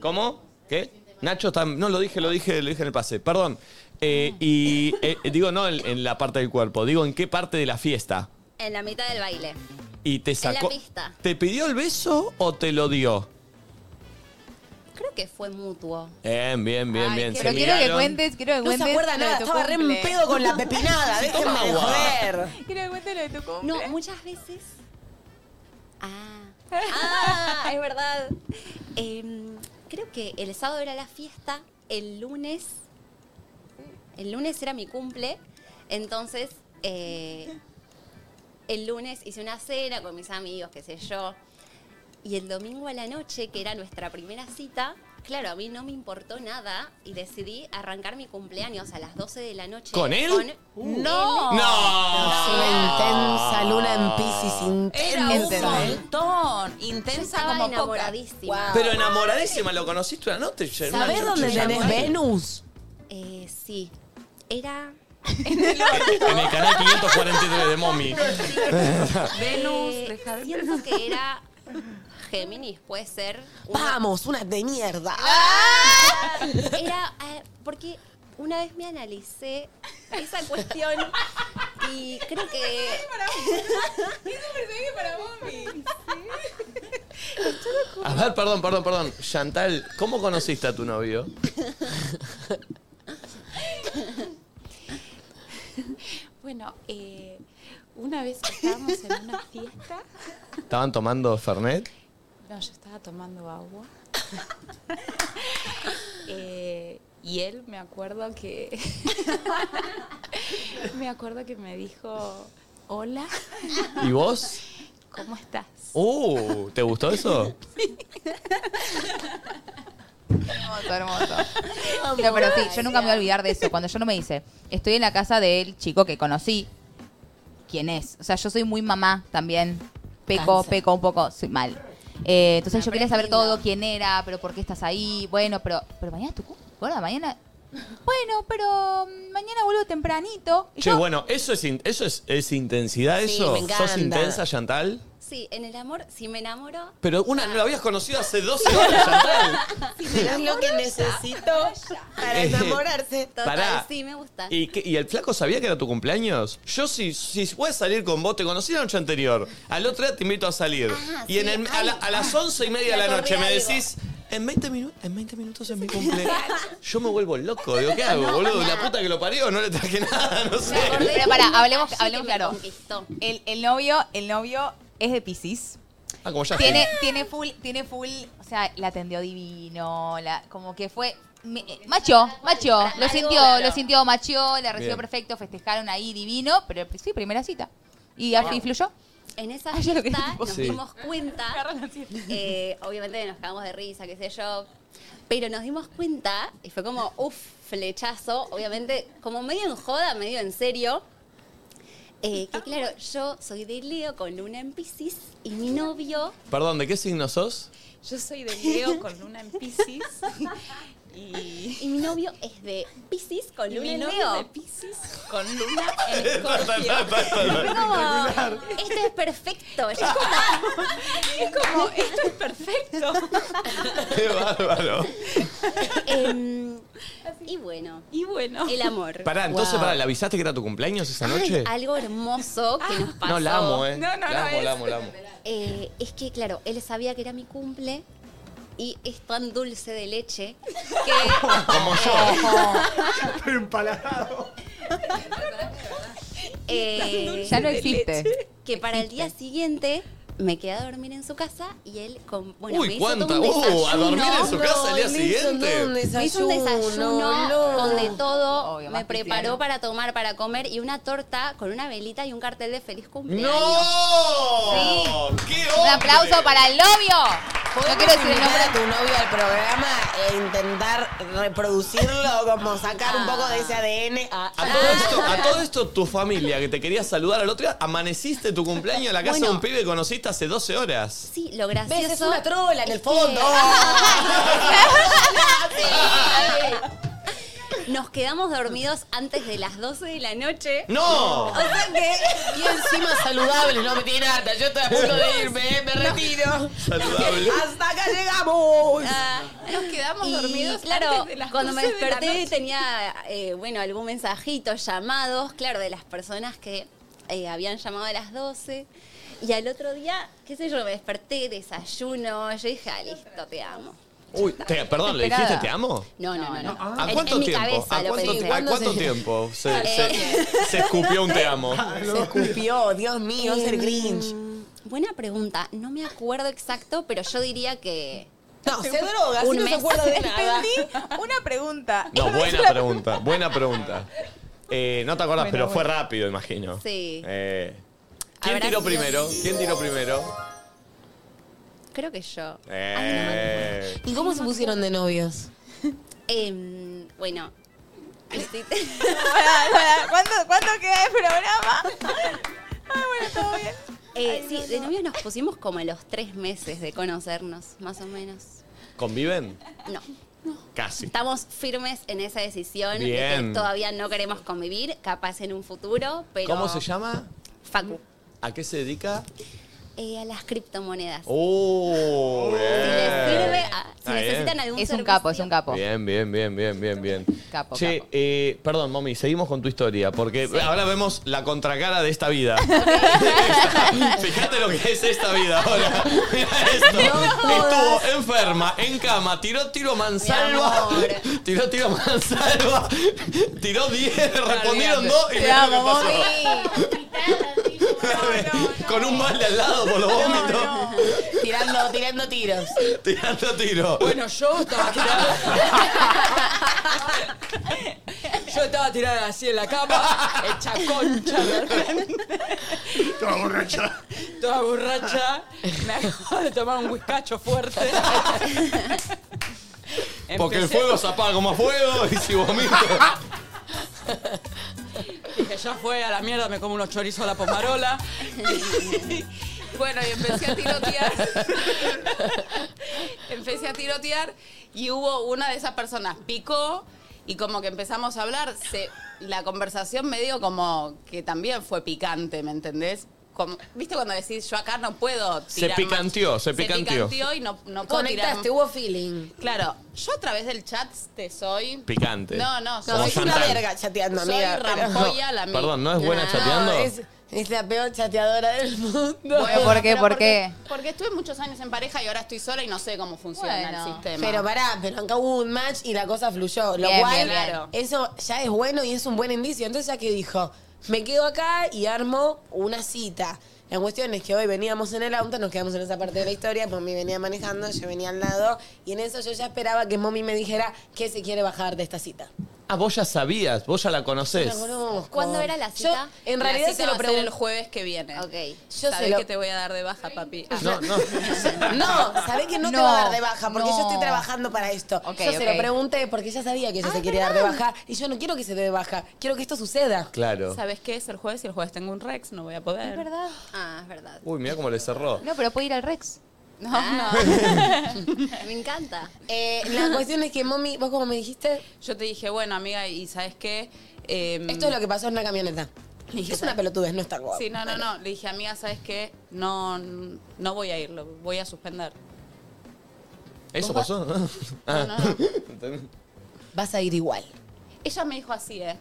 S1: ¿Cómo? ¿Qué? Nacho está. No, lo dije, lo dije, lo dije en el pase. Perdón. Eh, y eh, digo, no en, en la parte del cuerpo, digo en qué parte de la fiesta.
S23: En la mitad del baile.
S1: Y te sacó.
S23: En la pista.
S1: ¿Te pidió el beso o te lo dio?
S23: Creo que fue mutuo.
S1: Bien, bien, bien, bien.
S20: Pero
S1: Se
S20: quiero que
S1: miraron.
S20: cuentes, quiero que
S23: No se
S20: cuentes.
S23: acuerda
S20: lo de
S23: nada,
S20: tu
S23: estaba re en
S20: cumple.
S23: pedo con la pepinada,
S20: Sí,
S23: déjenme
S20: toma
S23: de
S20: agua.
S23: joder.
S20: Quiero que cuentes lo de tu cumple.
S23: No, muchas veces. Ah. Ah, es verdad. Em, creo que el sábado era la fiesta, el lunes. El lunes era mi cumple. Entonces, eh, el lunes hice una cena con mis amigos, qué sé yo. Y el domingo a la noche, que era nuestra primera cita, claro, a mí no me importó nada y decidí arrancar mi cumpleaños a las 12 de la noche.
S1: ¿Con él? Uh.
S23: ¡No!
S1: ¡No! Ah.
S2: Intensa luna en Pisces,
S7: Era un
S2: intensa.
S7: montón. Intensa
S23: Estaba
S7: como poca.
S23: enamoradísima.
S1: Pero enamoradísima, lo conociste una noche. una
S2: ¿Sabés
S1: noche
S2: dónde
S1: llamada.
S2: tenés Venus?
S23: Eh, sí. Era.
S1: En el canal 543 de Mommy.
S23: Venus, Eh, Siento que era. Géminis, puede ser.
S2: Vamos, una de mierda.
S23: Era. eh, porque una vez me analicé esa cuestión y creo que.
S1: A ver, perdón, perdón, perdón. Chantal, ¿cómo conociste a tu novio?
S25: [laughs] Bueno, eh, una vez que estábamos en una fiesta,
S1: ¿Estaban tomando Fernet?
S25: no, yo estaba tomando agua. [laughs] Eh, y él me acuerdo que [laughs] me acuerdo que me dijo hola,
S1: ¿Y vos?
S25: ¿cómo
S1: [laughs]
S25: estás?
S1: Uh, ¿te gustó eso?
S20: Hermoso, hermoso. No, pero sí, yo nunca me voy a olvidar de eso. Cuando yo no me dice, estoy en la casa del chico que conocí. ¿Quién es? O sea, yo soy muy mamá también. Peco,
S24: Cáncer.
S20: peco un poco, soy mal. Eh, entonces yo quería saber todo, quién era, pero por qué estás ahí. Bueno, pero, pero mañana es tu cu- gorda, mañana. Bueno, pero mm, mañana vuelvo tempranito. Y
S1: Che,
S20: yo-
S1: bueno, ¿eso es, in- eso es, es intensidad
S23: Sí,
S1: eso?
S23: me
S1: ¿Sos
S23: encanta.
S1: intensa, Chantal?
S23: Sí, en el amor, si me enamoro,
S1: Pero
S23: Ah.
S1: una no la habías conocido hace 12
S23: [laughs]
S1: horas, Chantal.
S2: Es lo que necesito para
S1: Eh,
S2: enamorarse.
S1: Total, pará. sí,
S23: me gusta.
S1: ¿Y, qué- y el flaco sabía que era tu cumpleaños? Yo, si, si puedes salir con vos, te conocí la noche anterior. Al otro día te invito a salir.
S23: Ah,
S1: [laughs] y
S23: sí,
S1: en el- a,
S23: ay,
S1: la- a las
S23: ah,
S1: once y media
S23: me
S1: de la noche me
S23: acordé algo.
S1: decís, en 20, minu- en 20 minutos es mi
S2: [laughs]
S1: cumpleaños. Yo me vuelvo loco. Digo, ¿qué
S23: [laughs]
S1: hago, boludo? La puta que lo parió, no le traje nada, no sé.
S20: Pero [laughs] pará, hablemos,
S23: Así
S20: hablemos
S23: que me
S20: claro. El, el novio, el novio es de Piscis.
S1: Ah, como ya
S20: Tiene, tiene full, tiene full, o sea, la atendió divino, la, como que fue. me- eh, macho, macho, lo sintió,
S23: claro.
S20: lo sintió, macho, la recibió
S23: Bien.
S20: perfecto, festejaron ahí divino, pero pues sí, primera cita. Y así
S23: Wow.
S20: fluyó.
S23: En esa
S20: Ah, ya lo quería
S23: fiesta
S20: tipo.
S23: nos
S20: Sí.
S23: dimos cuenta, eh, obviamente nos cagamos de risa, qué sé yo, pero nos dimos cuenta y fue como, uff, flechazo, obviamente como medio en joda, medio en serio, eh, que claro, yo soy de Leo con luna en Pisces y mi novio,
S1: Perdón, ¿de qué signo
S23: [laughs]
S1: sos?
S25: Yo soy de Leo con luna en Pisces.
S23: y, mi novio es de Pisces con
S25: Y
S23: luna
S25: mi
S23: en
S25: novio
S23: Leo.
S25: de Pisces con luna
S1: [laughs]
S25: en
S23: Fue como,
S25: Escorpio.
S23: esto es perfecto, ya está.
S25: Es como, esto es perfecto.
S1: Qué bárbaro.
S23: Em, [laughs] y bueno.
S25: Y bueno.
S23: El amor.
S1: Pará, entonces, pará, ¿le avisaste que era tu cumpleaños esa noche?
S23: Ay, algo hermoso que nos pasó.
S1: no, la amo, ¿eh? la amo, la amo,
S23: [laughs]
S1: la amo.
S23: Eh, es que, claro, él sabía que era mi cumple y es tan dulce de leche que...
S1: [laughs] Como yo.
S5: Pero empalagado.
S23: eh,
S20: Tan dulce Ya no de existe. leche.
S23: Que para el día siguiente me quedé a dormir en su casa y él... Con, bueno,
S1: Uy,
S23: me hizo todo
S1: cuánta.
S23: un
S1: Uh, a dormir en su
S23: desayuno.
S1: casa el día
S23: No, le hizo
S1: siguiente.
S23: Me hizo un desayuno
S2: no.
S23: con de todo,
S2: Obvio, más
S23: me preparó
S2: cristiano.
S23: para tomar, para comer y una torta con una velita y un cartel de feliz cumpleaños.
S1: ¡No! ¡Qué
S20: Un aplauso para el novio. No quiero decir el
S2: invitar
S20: nombre.
S2: a tu novio al programa e intentar reproducirlo, como sacar un poco de ese ADN. Ah,
S1: A todo, esto, a todo esto, tu familia que te quería saludar al otro día, amaneciste tu cumpleaños en la casa de un
S23: Bueno.
S1: pibe que conociste hace 12 horas.
S23: Sí, lo gracioso.
S2: ¿Ves? Es una trola en el
S23: es que- [laughs]
S2: fondo.
S23: Nos quedamos dormidos antes de las 12 de la noche.
S1: ¡No!
S23: O sea que
S2: Y encima saludables, no me tiene harta. Yo estoy a punto de irme, ¿eh? me retiro.
S8: Saludable.
S2: Hasta acá llegamos.
S7: Ah, Nos quedamos
S23: Y,
S7: dormidos.
S23: Claro,
S7: antes de las
S23: cuando me
S7: 12 de la
S23: desperté
S7: noche.
S23: tenía, eh, bueno, algún mensajito, llamados, claro, de las personas que eh, habían llamado a las 12. Y al otro día, qué sé yo, me desperté, desayuno, yo dije, ah, listo, te amo.
S1: Uy, te- perdón, ¿le dijiste
S23: Desesperada.
S1: te amo?
S23: No, no, no. no.
S2: Ah,
S1: ¿A
S23: En-
S1: cuánto
S23: en mi
S1: tiempo?
S23: cabeza
S1: ¿A
S23: lo
S1: cuánto,
S23: pensé.
S1: a cuánto tiempo se,
S23: Eh. [laughs]
S1: se- se escupió un te amo?
S2: Se escupió, Dios mío, es el
S23: Em,
S2: Grinch.
S23: Buena pregunta. No me acuerdo exacto, pero yo diría que.
S2: No, se droga, así no se acuerda de nada.
S23: [laughs] Entendí una pregunta. [laughs]
S1: No, buena pregunta, buena pregunta. Eh, no te acordás,
S23: Bueno,
S1: pero fue
S23: bueno.
S1: rápido, imagino.
S23: Sí.
S1: Eh, ¿Quién
S23: Habrá
S1: tiró
S23: sido-
S1: primero? ¿Quién tiró primero?
S23: Creo que yo.
S1: Eh,
S2: ¿Y cómo se pusieron de novios?
S23: Em, bueno.
S8: [laughs] Pará, pará, ¿Cuánto, ¿Cuánto queda de programa?
S23: Eh, sí, de novios nos pusimos como a los tres meses de conocernos, más o menos.
S1: ¿Conviven?
S23: No.
S1: Casi.
S23: Estamos firmes en esa decisión de
S1: Bien.
S23: que todavía no queremos convivir, capaz en un futuro, pero.
S1: ¿Cómo se llama?
S23: Facu.
S1: ¿A qué se dedica?
S23: Eh, a las criptomonedas.
S1: ¡Oh! bien.
S23: Sirve a- si
S1: Ah, bien.
S23: necesitan algún
S20: Es un capo, es un capo.
S1: Bien, bien, bien, bien, bien, bien.
S20: Capo,
S1: Che, eh, perdón, mami, seguimos con tu historia, porque ahora vemos la contracara de esta
S7: [laughs]
S1: vida. [laughs] Fíjate lo que es esta vida
S7: [laughs]
S1: ahora. Mira esto. Estuvo enferma, en cama, tiró tiro a mansalva. [laughs] Tiró tiro a mansalva. Tiró 10, respondieron
S8: olvídate.
S1: 2 y
S8: Te
S1: mira lo
S8: amo,
S1: que pasó.
S8: mami.
S1: [laughs] Con un balde al lado por los vómitos,
S2: Tirando, tirando tiros.
S1: tirando tiro.
S2: Bueno, yo estaba tirando. yo estaba tirada así en la cama, hecha concha de repente.
S1: [laughs]
S2: Toda borracha. Toda borracha. Me acabo de tomar un whiskacho fuerte.
S1: Porque el
S2: Empecé
S1: fuego
S2: con-
S1: se apaga como a fuego y si
S7: [laughs]
S1: vomito.
S2: [laughs] Dije, ya fue a la mierda, me como unos chorizos a la pomarola.
S7: [laughs] Bueno, y empecé a tirotear.
S2: [laughs]
S7: empecé a tirotear y hubo una de esas personas, picó y como que empezamos a hablar, se- la conversación medio como que también fue picante, ¿me entendés? Como, ¿Viste cuando decís, yo acá no puedo tirar
S1: Se
S7: más?
S1: picanteó, se
S7: Se
S1: picanteó.
S7: picanteó y no, no puedo tirar
S2: Conectaste, hubo feeling.
S7: Claro, yo a través del chat te soy...
S1: Picante.
S7: No, no,
S1: Como
S7: soy
S1: Chantal.
S2: chateando,
S7: Soy rampolla la mía.
S1: Perdón, ¿no es buena
S7: No,
S1: chateando?
S2: es- Es la peor chateadora del mundo.
S7: Bueno,
S20: ¿por qué,
S7: pero
S20: por
S7: porque-
S20: qué?
S7: Porque estuve muchos años en pareja y ahora estoy sola y no sé cómo funciona el
S2: Bueno,
S7: sistema.
S2: Pero pará, pero acá hubo un match y la cosa fluyó. Lo
S7: Bien,
S2: cual,
S7: bien, claro.
S2: eso ya es bueno y es un buen indicio. Entonces, ya que dijo, me quedo acá y armo una cita. La cuestión es que hoy veníamos en el auto, nos quedamos en esa parte de la historia, mami venía manejando, yo venía al lado, y en eso yo ya esperaba que mami me dijera que se quiere bajar de esta cita.
S1: Ah, vos ya sabías, vos ya la conocés.
S23: ¿Cuándo era la cita?
S2: Yo, en realidad
S7: la cita
S2: se lo
S7: va a ser el
S2: pregunté.
S7: jueves que viene.
S23: Ok.
S2: Yo
S7: Sabés
S2: se lo-
S7: que te voy a dar de baja, papi. Ah.
S1: No, no.
S7: [laughs]
S2: No, sabés que no, te
S7: No,
S2: va a dar de baja porque
S7: no.
S2: yo estoy trabajando para esto. yo se
S7: ok. Ah,
S2: lo pregunté porque ella sabía que ella se quería dar de baja y yo no quiero que se dé de baja, quiero que esto suceda.
S1: Claro.
S7: ¿Sabes qué es el jueves? Y el jueves tengo un Rex, no voy a poder.
S20: Es verdad.
S23: Ah, es verdad.
S1: Uy, mira cómo le cerró.
S20: No, pero puede ir al Rex.
S7: No,
S23: Me encanta.
S2: Ah. [laughs] Eh, la
S7: [laughs]
S2: cuestión es que, mami, ¿vos cómo me dijiste?
S7: Yo te dije, bueno, amiga, ¿y sabes qué? Em,
S2: Esto es lo que pasó en la camioneta. Es una pelotudez, no está guapo.
S7: Sí, no, no, no. Le dije, amiga, ¿sabes qué? No, no voy a ir, lo voy a suspender.
S1: ¿Eso pasó? [laughs] Ah.
S2: Vas a ir igual.
S7: Ella me dijo así, ¿eh?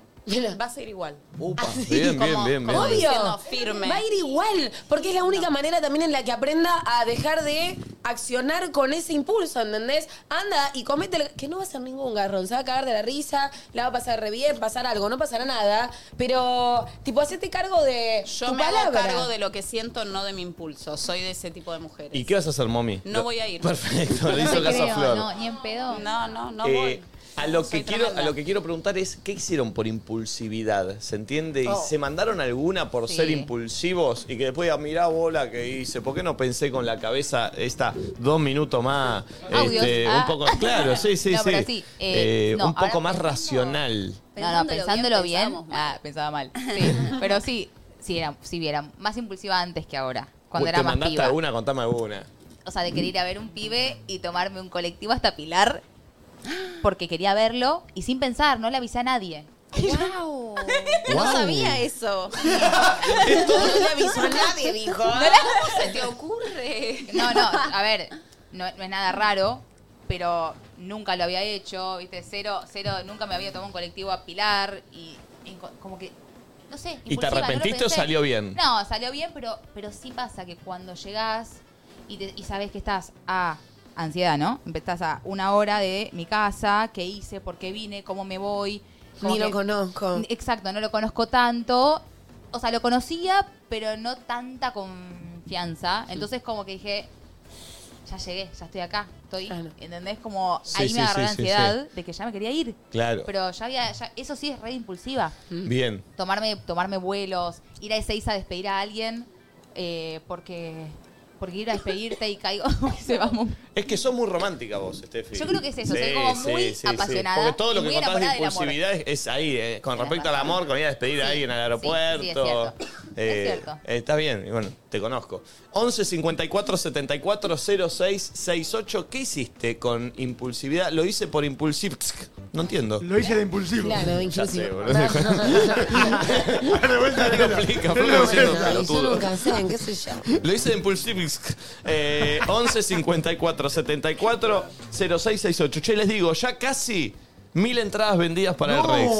S7: Vas a ir igual.
S1: Upa,
S7: Así,
S1: bien,
S7: como-
S1: bien, bien, bien.
S7: como diciendo
S2: Obvio.
S7: firme.
S2: Va a ir igual, porque es la única manera también en la que aprenda a dejar de accionar con ese impulso, ¿entendés? Anda y comete el- que no va a ser ningún garrón, se va a cagar de la risa, la va a pasar re bien, pasar algo, no pasará nada, pero tipo hacete cargo de
S7: Yo
S2: tu
S7: me hago
S2: palabra.
S7: cargo de lo que siento, no de mi impulso. Soy de ese tipo de mujeres.
S1: ¿Y qué vas a hacer, mommy?
S7: No voy a ir.
S1: Perfecto, le hizo caso a Flor.
S7: ni en pedo. No, no, no
S1: Eh,
S7: voy.
S1: a lo,
S7: Soy
S1: que quiero, a
S7: tremenda.
S1: lo que quiero preguntar es, ¿qué hicieron por impulsividad? ¿Se entiende? ¿Y
S7: Oh.
S1: ¿Se mandaron alguna por
S7: Sí.
S1: ser impulsivos? Y que después digan, mirá bola que hice, ¿por qué no pensé con la cabeza esta dos minutos más?
S20: Audios.
S1: Este,
S20: Ah.
S1: Un poco, claro, sí, sí,
S20: [laughs] No,
S1: sí.
S20: pero sí, eh,
S1: Eh,
S20: no,
S1: un
S20: ahora
S1: poco más racional.
S20: No, no, pensándolo bien, ah, pensaba [laughs] mal. Sí, pero sí, sí era, sí era más impulsiva antes que ahora, cuando
S1: Uy,
S20: era
S1: ¿Te
S20: más
S1: mandaste
S20: piba.
S1: alguna? Contame alguna.
S20: O sea, de querer ir a ver un pibe y tomarme un colectivo hasta Pilar porque quería verlo y sin pensar, no le avisé a nadie.
S23: ¡Wow!
S8: Guau.
S23: No sabía eso.
S2: No le avisó a nadie, dijo.
S20: No le-
S6: ¿Cómo se te ocurre?
S20: No, no, a ver, no, no es nada raro, pero nunca lo había hecho, ¿viste? Cero, cero, nunca me había tomado un colectivo a Pilar y, y co- como que, no sé.
S1: ¿Y te
S20: impulsiva, no lo
S1: arrepentiste o
S20: pensé.
S1: salió bien?
S20: No, salió bien, pero, pero sí pasa que cuando llegás y, te- y sabes que estás a ansiedad, ¿no? Empezás a una hora de mi casa, qué hice, por qué vine, cómo me voy. como
S2: Ni lo
S20: que-
S2: conozco.
S20: Exacto, no lo conozco tanto. O sea, lo conocía, pero no tanta confianza. Entonces como que dije, ya llegué, ya estoy acá, estoy. ¿Entendés? Como
S1: Sí,
S20: ahí
S1: sí,
S20: me agarró
S1: sí,
S20: la
S1: sí,
S20: ansiedad de que ya me quería ir.
S1: Claro. Mm.
S20: Pero ya había, ya- eso sí es re impulsiva.
S1: Bien.
S20: Tomarme, tomarme vuelos, ir a Ezeiza a despedir a alguien, eh, porque, porque ir a despedirte y caigo. [laughs] se va muy-
S1: Es que sos muy romántica vos, Steffi.
S20: Yo creo que es eso, soy como muy apasionada
S1: Porque todo lo
S20: y
S1: que
S20: muy
S1: contás de
S20: enamorada del amor.
S1: impulsividad es, es ahí, eh, con respecto al amor, con ir a despedir a alguien al
S20: sí, es cierto.
S1: aeropuerto. Eh,
S20: Es cierto.
S1: eh, Está bien, y bueno, te conozco. 11 54 74 06 68. ¿Qué hiciste con impulsividad? Lo hice por impulsiv. No entiendo.
S5: Lo hice de impulsivo.
S2: Claro,
S8: [laughs]
S2: de
S1: Ya sé,
S2: impulsivo.
S1: boludo. [laughs] No [laughs] lo explica, fue como siendo pelotudo.
S2: Yo nunca sé, qué sé yo.
S1: Lo hice en Pulsivsk. Eh, 11 54 74 0668. Che, les digo, ya casi mil entradas vendidas para el Rex.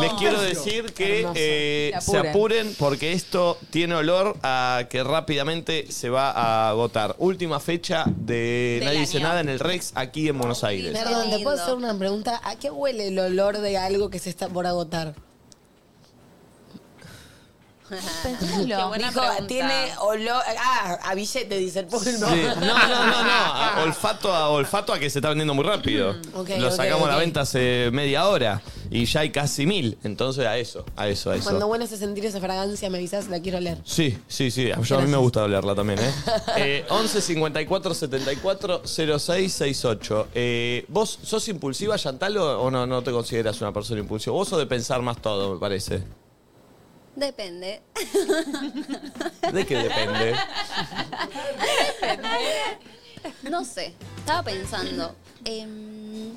S1: Les quiero decir que eh,
S20: Se
S1: se
S20: apuren.
S1: apuren porque esto tiene olor a que rápidamente se va a agotar. Última fecha de
S2: Del
S1: Nadie dice
S2: año.
S1: nada en el Rex aquí en Buenos Aires.
S2: Perdón, ¿te puedo hacer una pregunta? ¿A qué huele el olor de algo que se está
S6: [laughs]
S2: por agotar?
S6: Qué buena
S2: Dijo,
S6: pregunta.
S2: tiene olor. Ah, a billete, dice el
S1: Sí.
S2: [laughs] pueblo.
S1: No, no, no, no. A Olfato a olfato a que se está vendiendo muy rápido.
S2: ok,
S1: Lo
S2: ok,
S1: sacamos a la
S2: ok.
S1: venta hace media hora y ya hay casi mil. Entonces a eso, a eso, a eso.
S2: Cuando vuelvas a sentir esa fragancia, me avisas, la quiero leer.
S1: Sí, sí, sí. Yo a mí me gusta hablarla también, ¿eh? Eh, 11 54 74 06 68. Eh, ¿Vos sos impulsiva, Chantal, o o no, no te consideras una persona impulsiva? Vos sos de pensar más todo, me parece.
S23: Depende.
S1: ¿De qué
S23: [laughs]
S1: depende?
S23: No sé, estaba pensando. em,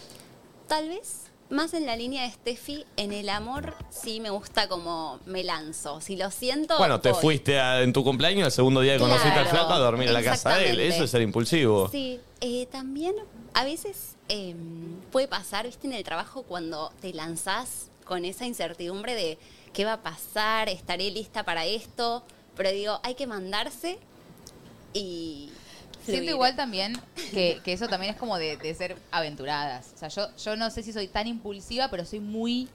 S23: tal vez más en la línea de Steffi, en el amor sí me gusta como me lanzo. Si lo siento.
S1: Bueno, te
S23: voy.
S1: fuiste a- en tu cumpleaños, el segundo día que conociste al
S23: Claro,
S1: flaco, a dormir en la casa de él.
S23: exactamente.
S1: Eso es ser impulsivo.
S23: Sí, eh, también a veces em, puede pasar, viste, en el trabajo cuando te lanzás con esa incertidumbre de qué va a pasar, estaré lista para esto, pero digo, hay que mandarse y...
S20: Siento
S23: fluir.
S20: igual también que, que eso también es como de, de ser aventuradas. O sea, yo, yo no sé si soy tan impulsiva, pero soy muy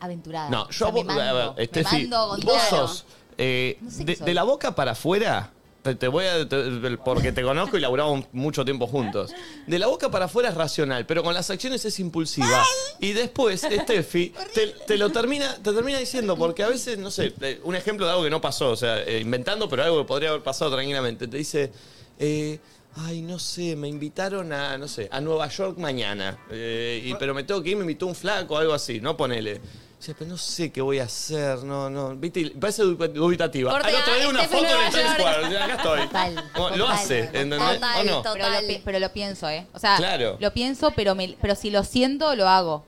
S20: aventurada.
S1: No,
S20: O
S1: yo
S20: sea,
S1: a
S20: me
S1: vos-
S20: mando,
S1: a ver,
S20: me
S1: Estefi,
S20: mando con
S1: vos
S20: todo.
S1: sos eh, de,
S20: soy.
S1: de la boca para afuera. Te, te voy a te- porque te conozco y laburamos mucho tiempo juntos. De la boca para afuera es racional, pero con las acciones es impulsiva. Y después, Steffi, te, te lo termina, te termina diciendo, porque a veces, no sé, eh, un ejemplo de algo que no pasó, o sea, eh, inventando, pero algo que podría haber pasado tranquilamente. Te dice, eh, ay, no sé, me invitaron a, no sé, a Nueva York mañana. eh, y, pero me tengo que ir, me invitó un flaco o algo así, no ponele. Dice, pero no sé qué voy a hacer, no, no. Viste, y parece dub- dubitativa.
S20: Corte
S1: Al otro
S9: [laughs]
S20: A,
S1: día una
S20: Steffi
S1: foto en el
S20: Nueva
S1: Times
S20: York.
S1: Square, acá estoy. Como, lo
S20: total,
S1: hace, ¿entendés? ¿O no?
S20: Pero, lo, pi- pero lo pienso, ¿eh? O sea,
S1: Claro.
S20: lo pienso, pero, me- pero si lo siento, lo hago.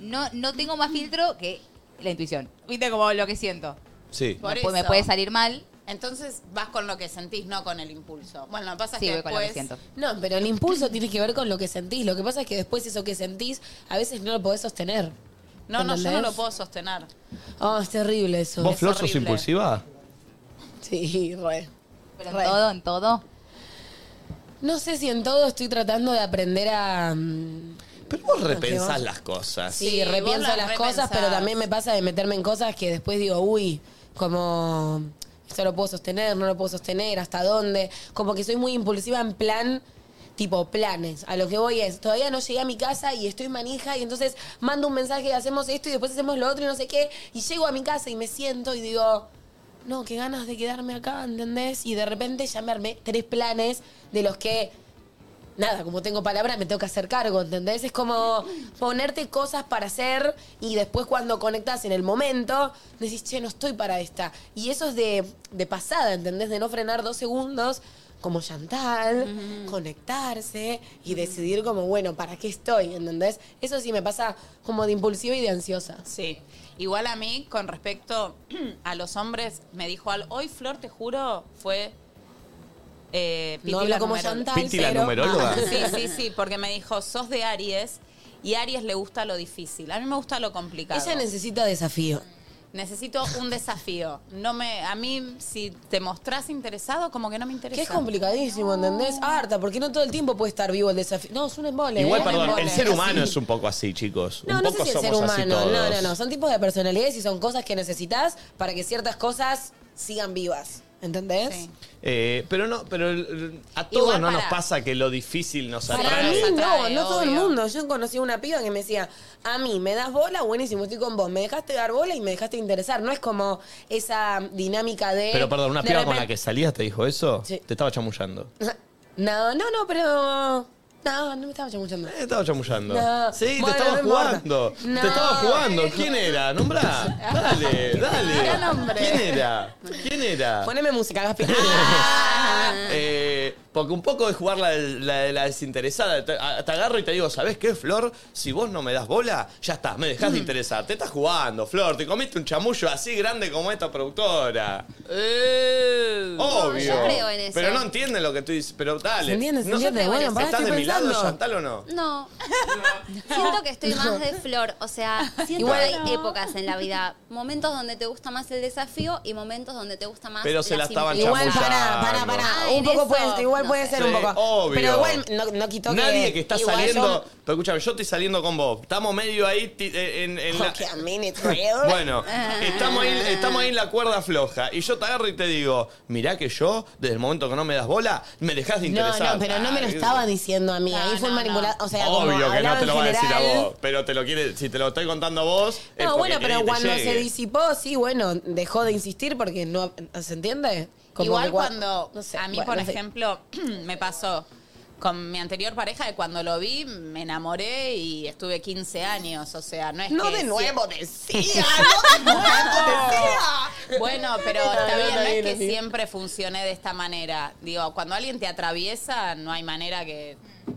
S20: No, no tengo más filtro que la intuición. ¿Viste como lo que siento?
S1: Sí.
S6: Por
S20: Me pu- me
S6: eso.
S20: puede salir mal.
S6: Entonces vas con lo que sentís, no con el impulso. Bueno, lo que pasa es
S20: Sí,
S6: que
S20: voy con lo que
S6: después-
S20: siento.
S2: No, pero el impulso tiene que ver con lo que sentís. Lo que pasa es que después eso que sentís, a veces no lo podés sostener.
S6: No, no, yo no
S2: ¿Entendés?
S6: lo puedo sostener.
S2: Ah, es terrible eso.
S1: ¿Vos, Flor, sos impulsiva?
S2: Sí, re.
S20: Pero en todo, en todo.
S2: No sé si en todo estoy tratando de aprender a... mm,
S1: Pero vos
S2: que
S1: repensás
S2: vos-
S1: las cosas.
S2: Sí, repienso las cosas, pero también me pasa de meterme en cosas que después digo, uy, como esto lo puedo sostener, no lo puedo sostener, hasta dónde. Como que soy muy impulsiva en plan, tipo planes. A lo que voy es, todavía no llegué a mi casa y estoy manija y entonces mando un mensaje y hacemos esto y después hacemos lo otro y no sé qué. Y llego a mi casa y me siento y digo, no, qué ganas de quedarme acá, ¿entendés? Y de repente ya me armé tres planes de los que nada, como tengo palabras me tengo que hacer cargo, ¿entendés? Es como ponerte cosas para hacer y después cuando conectas en el momento, decís, che, no estoy para esta. Y eso es de, de pasada, ¿entendés? De no frenar dos segundos como Chantal, conectarse y decidir como, bueno, ¿para qué estoy? ¿Entendés? Eso sí me pasa como de impulsiva y de ansiosa.
S7: Sí. Igual a mí, con respecto [clears throat] a los hombres, me dijo algo. Hoy, Flor, te juro, fue. Eh, Piti
S2: No habla
S7: la
S2: como
S7: numeróloga.
S2: Chantal, Piti la pero- numeróloga.
S7: Sí, sí, sí, porque me dijo, sos de Aries y a Aries le gusta lo difícil. A mí me gusta lo complicado.
S2: Ella necesita desafío.
S7: Necesito un desafío. No me, a mí, si te mostrás interesado, como que no me interesa.
S2: Que es complicadísimo, ¿entendés? Harta, porque no todo el tiempo puede estar vivo el desafío. No, es un embole.
S1: Igual,
S2: ¿eh?
S1: perdón, el ser
S2: Es
S1: humano
S2: así.
S1: es un poco así, chicos.
S2: No,
S1: un
S2: no
S1: poco
S2: sé si el ser
S1: somos así
S2: humano.
S1: todos.
S2: No, no, no. Son tipos de personalidades y son cosas que necesitas para que ciertas cosas sigan vivas. ¿Entendés?
S1: Eh, pero no, pero el- a todos
S2: Igual
S1: no nos
S2: para-
S1: pasa que lo difícil nos
S2: Para
S1: atrae.
S2: mí no, no todo el mundo. Yo conocí a una piba que me decía, a mí me das bola, buenísimo, estoy con vos. Me dejaste dar bola y me dejaste interesar. No es como esa dinámica de...
S1: Pero perdón, una
S2: eh, de
S1: piba con la
S2: repente-
S1: que salías te dijo eso,
S2: Sí.
S1: te estaba chamullando.
S2: No, no, no, pero... No, no me estaba chamuchando.
S1: Te estaba chamullando.
S2: No.
S1: Sí,
S2: Bueno,
S1: te estaba
S2: no importa.
S1: jugando.
S2: No. eh,
S1: Te estaba jugando. ¿Quién era? Nombrá.
S2: [laughs]
S1: Dale,
S2: Gran
S1: dale.
S2: hombre.
S1: ¿Quién era? ¿Quién era?
S2: [laughs] Poneme
S1: [laughs]
S2: música, Gaspi. ah.
S1: Eh, porque un poco es jugar la, la- la desinteresada. Te, a- te agarro y te digo, ¿sabes qué, Flor? Si vos no me das bola, ya estás, me dejas de
S2: Mm.
S1: interesar. Te estás jugando, Flor. Te comiste un chamullo así grande como esta productora. Obvio.
S23: yo creo en eso.
S1: Pero no entienden lo que tú dices. Pero dale.
S2: Se entiende, se
S1: No-
S2: entiende. Bueno, pará,
S1: ¿Estás de
S2: estoy
S1: mi lado,
S2: pensando.
S1: Chantal, o no?
S23: No.
S7: [laughs]
S23: Siento que estoy más de flor. O sea, siento
S1: Igual-
S23: que hay épocas en la vida. Momentos donde te gusta más el desafío y momentos donde te gusta más
S1: Pero se la estaban
S23: Igual
S1: chamullando.
S2: Pará, Ah, pará, pará. un poco puede, igual puede ser un
S1: Sí,
S2: poco.
S1: obvio.
S2: Pero igual no, no quitó que...
S1: Nadie que está
S2: igual
S1: saliendo.
S2: yo-
S1: Pero escúchame, yo estoy saliendo con vos. Estamos medio ahí ti- eh, en, en la.
S2: Okay, a minute, [laughs] real.
S1: [laughs] Bueno, estamos ahí, estamos ahí en la cuerda floja. Y yo te agarro y te digo, mirá que yo, desde el momento que no me das bola, me dejás de
S2: No,
S1: interesar.
S2: no, pero no me lo
S1: Ah,
S2: estaba diciendo a mí. Ahí fue manipulado. O sea, como
S1: Obvio que no
S2: hablaba
S1: te lo
S2: en
S1: va a decir a
S2: general.
S1: vos. Pero te lo quiere, si te lo estoy contando a vos. es
S2: No,
S1: porque querés
S2: bueno, pero
S1: que te
S2: cuando se
S1: llegue.
S2: disipó, sí, bueno, dejó de insistir porque no. ¿Se entiende? Como
S7: Igual
S2: que cua-
S7: cuando,
S2: no sé,
S7: a mí,
S2: bueno,
S7: por
S2: no sé.
S7: ejemplo, [clears throat] me pasó con mi anterior pareja de cuando lo vi, me enamoré y estuve 15 años. O sea, no es
S2: No
S7: que...
S2: de
S7: sie- [laughs]
S2: nuevo, decía.
S7: Bueno, pero
S2: Está
S7: está
S2: bien,
S7: bien, no
S2: está
S7: es
S2: bien,
S7: que
S2: está bien.
S7: siempre funcione de esta manera. Digo, cuando alguien te atraviesa, no hay manera que...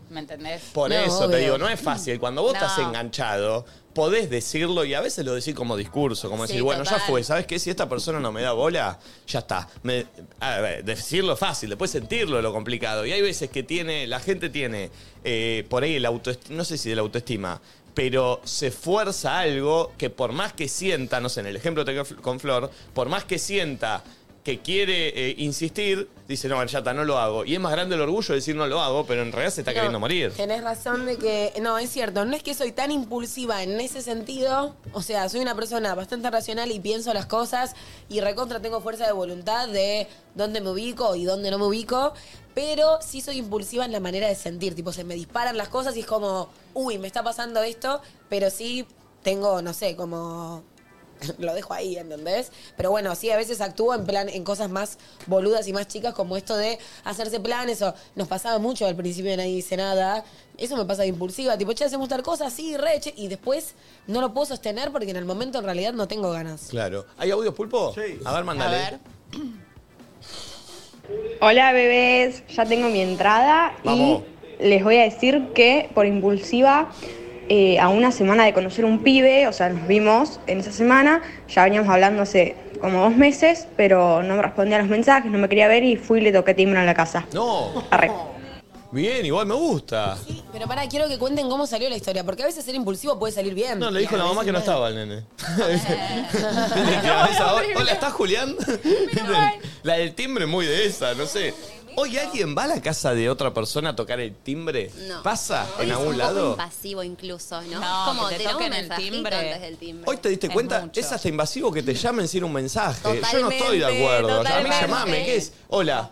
S7: ¿Me entendés?
S1: Por
S7: No,
S1: eso
S7: obvio.
S1: te digo, no es fácil. Cuando vos
S7: No.
S1: estás enganchado, podés decirlo y a veces lo decís como discurso, como
S7: Sí,
S1: decir, bueno, ya
S7: total.
S1: fue, ¿sabes qué? Si esta persona no me da bola, ya está. Me- a ver, decirlo es fácil, después sentirlo es lo complicado. Y hay veces que tiene, la gente tiene eh, por ahí el autoestima, no sé si de la autoestima. Pero se fuerza algo que por más que sienta, no sé, en el ejemplo que te- con Flor, por más que sienta que quiere eh, insistir, dice, no, ya está, no lo hago. Y es más grande el orgullo de decir no lo hago, pero en realidad se está
S2: No,
S1: queriendo morir.
S2: Tenés razón de que. No, es cierto. No es que soy tan impulsiva en ese sentido. O sea, soy una persona bastante racional y pienso las cosas. Y recontra tengo fuerza de voluntad de dónde me ubico y dónde no me ubico. Pero sí soy impulsiva en la manera de sentir. Tipo, se me disparan las cosas y es como, uy, me está pasando esto. Pero sí tengo, no sé, como. [laughs] Lo dejo ahí, ¿entendés? Pero bueno, sí, a veces actúo en plan en cosas más boludas y más chicas, como esto de hacerse planes o nos pasaba mucho al principio nadie dice nada. Eso me pasa de impulsiva, tipo, che, hacemos tal cosa, sí, re, che, y después no lo puedo sostener porque en el momento en realidad no tengo ganas.
S1: Claro. ¿Hay audio pulpo? Sí. A ver, mandale.
S8: Hola bebés, ya tengo mi entrada
S1: Vamos.
S8: y les voy a decir que por impulsiva, eh, a una semana de conocer un pibe, o sea, nos vimos en esa semana, ya veníamos hablando hace como dos meses, pero no me respondía a los mensajes, no me quería ver y fui y le toqué timbre en la casa.
S1: No.
S8: Arre.
S1: Bien, igual me gusta.
S2: Pero pará, quiero que cuenten cómo salió la historia, porque a veces ser impulsivo puede salir bien.
S1: No, le dijo la mamá que no estaba el
S23: [laughs]
S1: nene. [laughs] Le tiraba esa, Hola, ¿estás Julián? [laughs] la del timbre es muy de esa, no sé. Hoy alguien va a la casa de otra persona a tocar el timbre.
S23: No.
S1: ¿Pasa
S23: Hoy
S1: en
S23: es
S1: algún
S23: un poco
S1: lado?
S23: invasivo incluso, ¿no?
S7: No,
S23: Como
S7: que te
S23: tiramos un
S7: toquen el
S23: mensajito
S7: timbre.
S23: antes del timbre.
S1: Hoy te diste cuenta, es hasta invasivo que te llamen sin un mensaje. Yo no estoy de
S23: Totalmente,
S1: acuerdo. A mí
S23: totalmente.
S1: llamame, ¿qué es? Hola.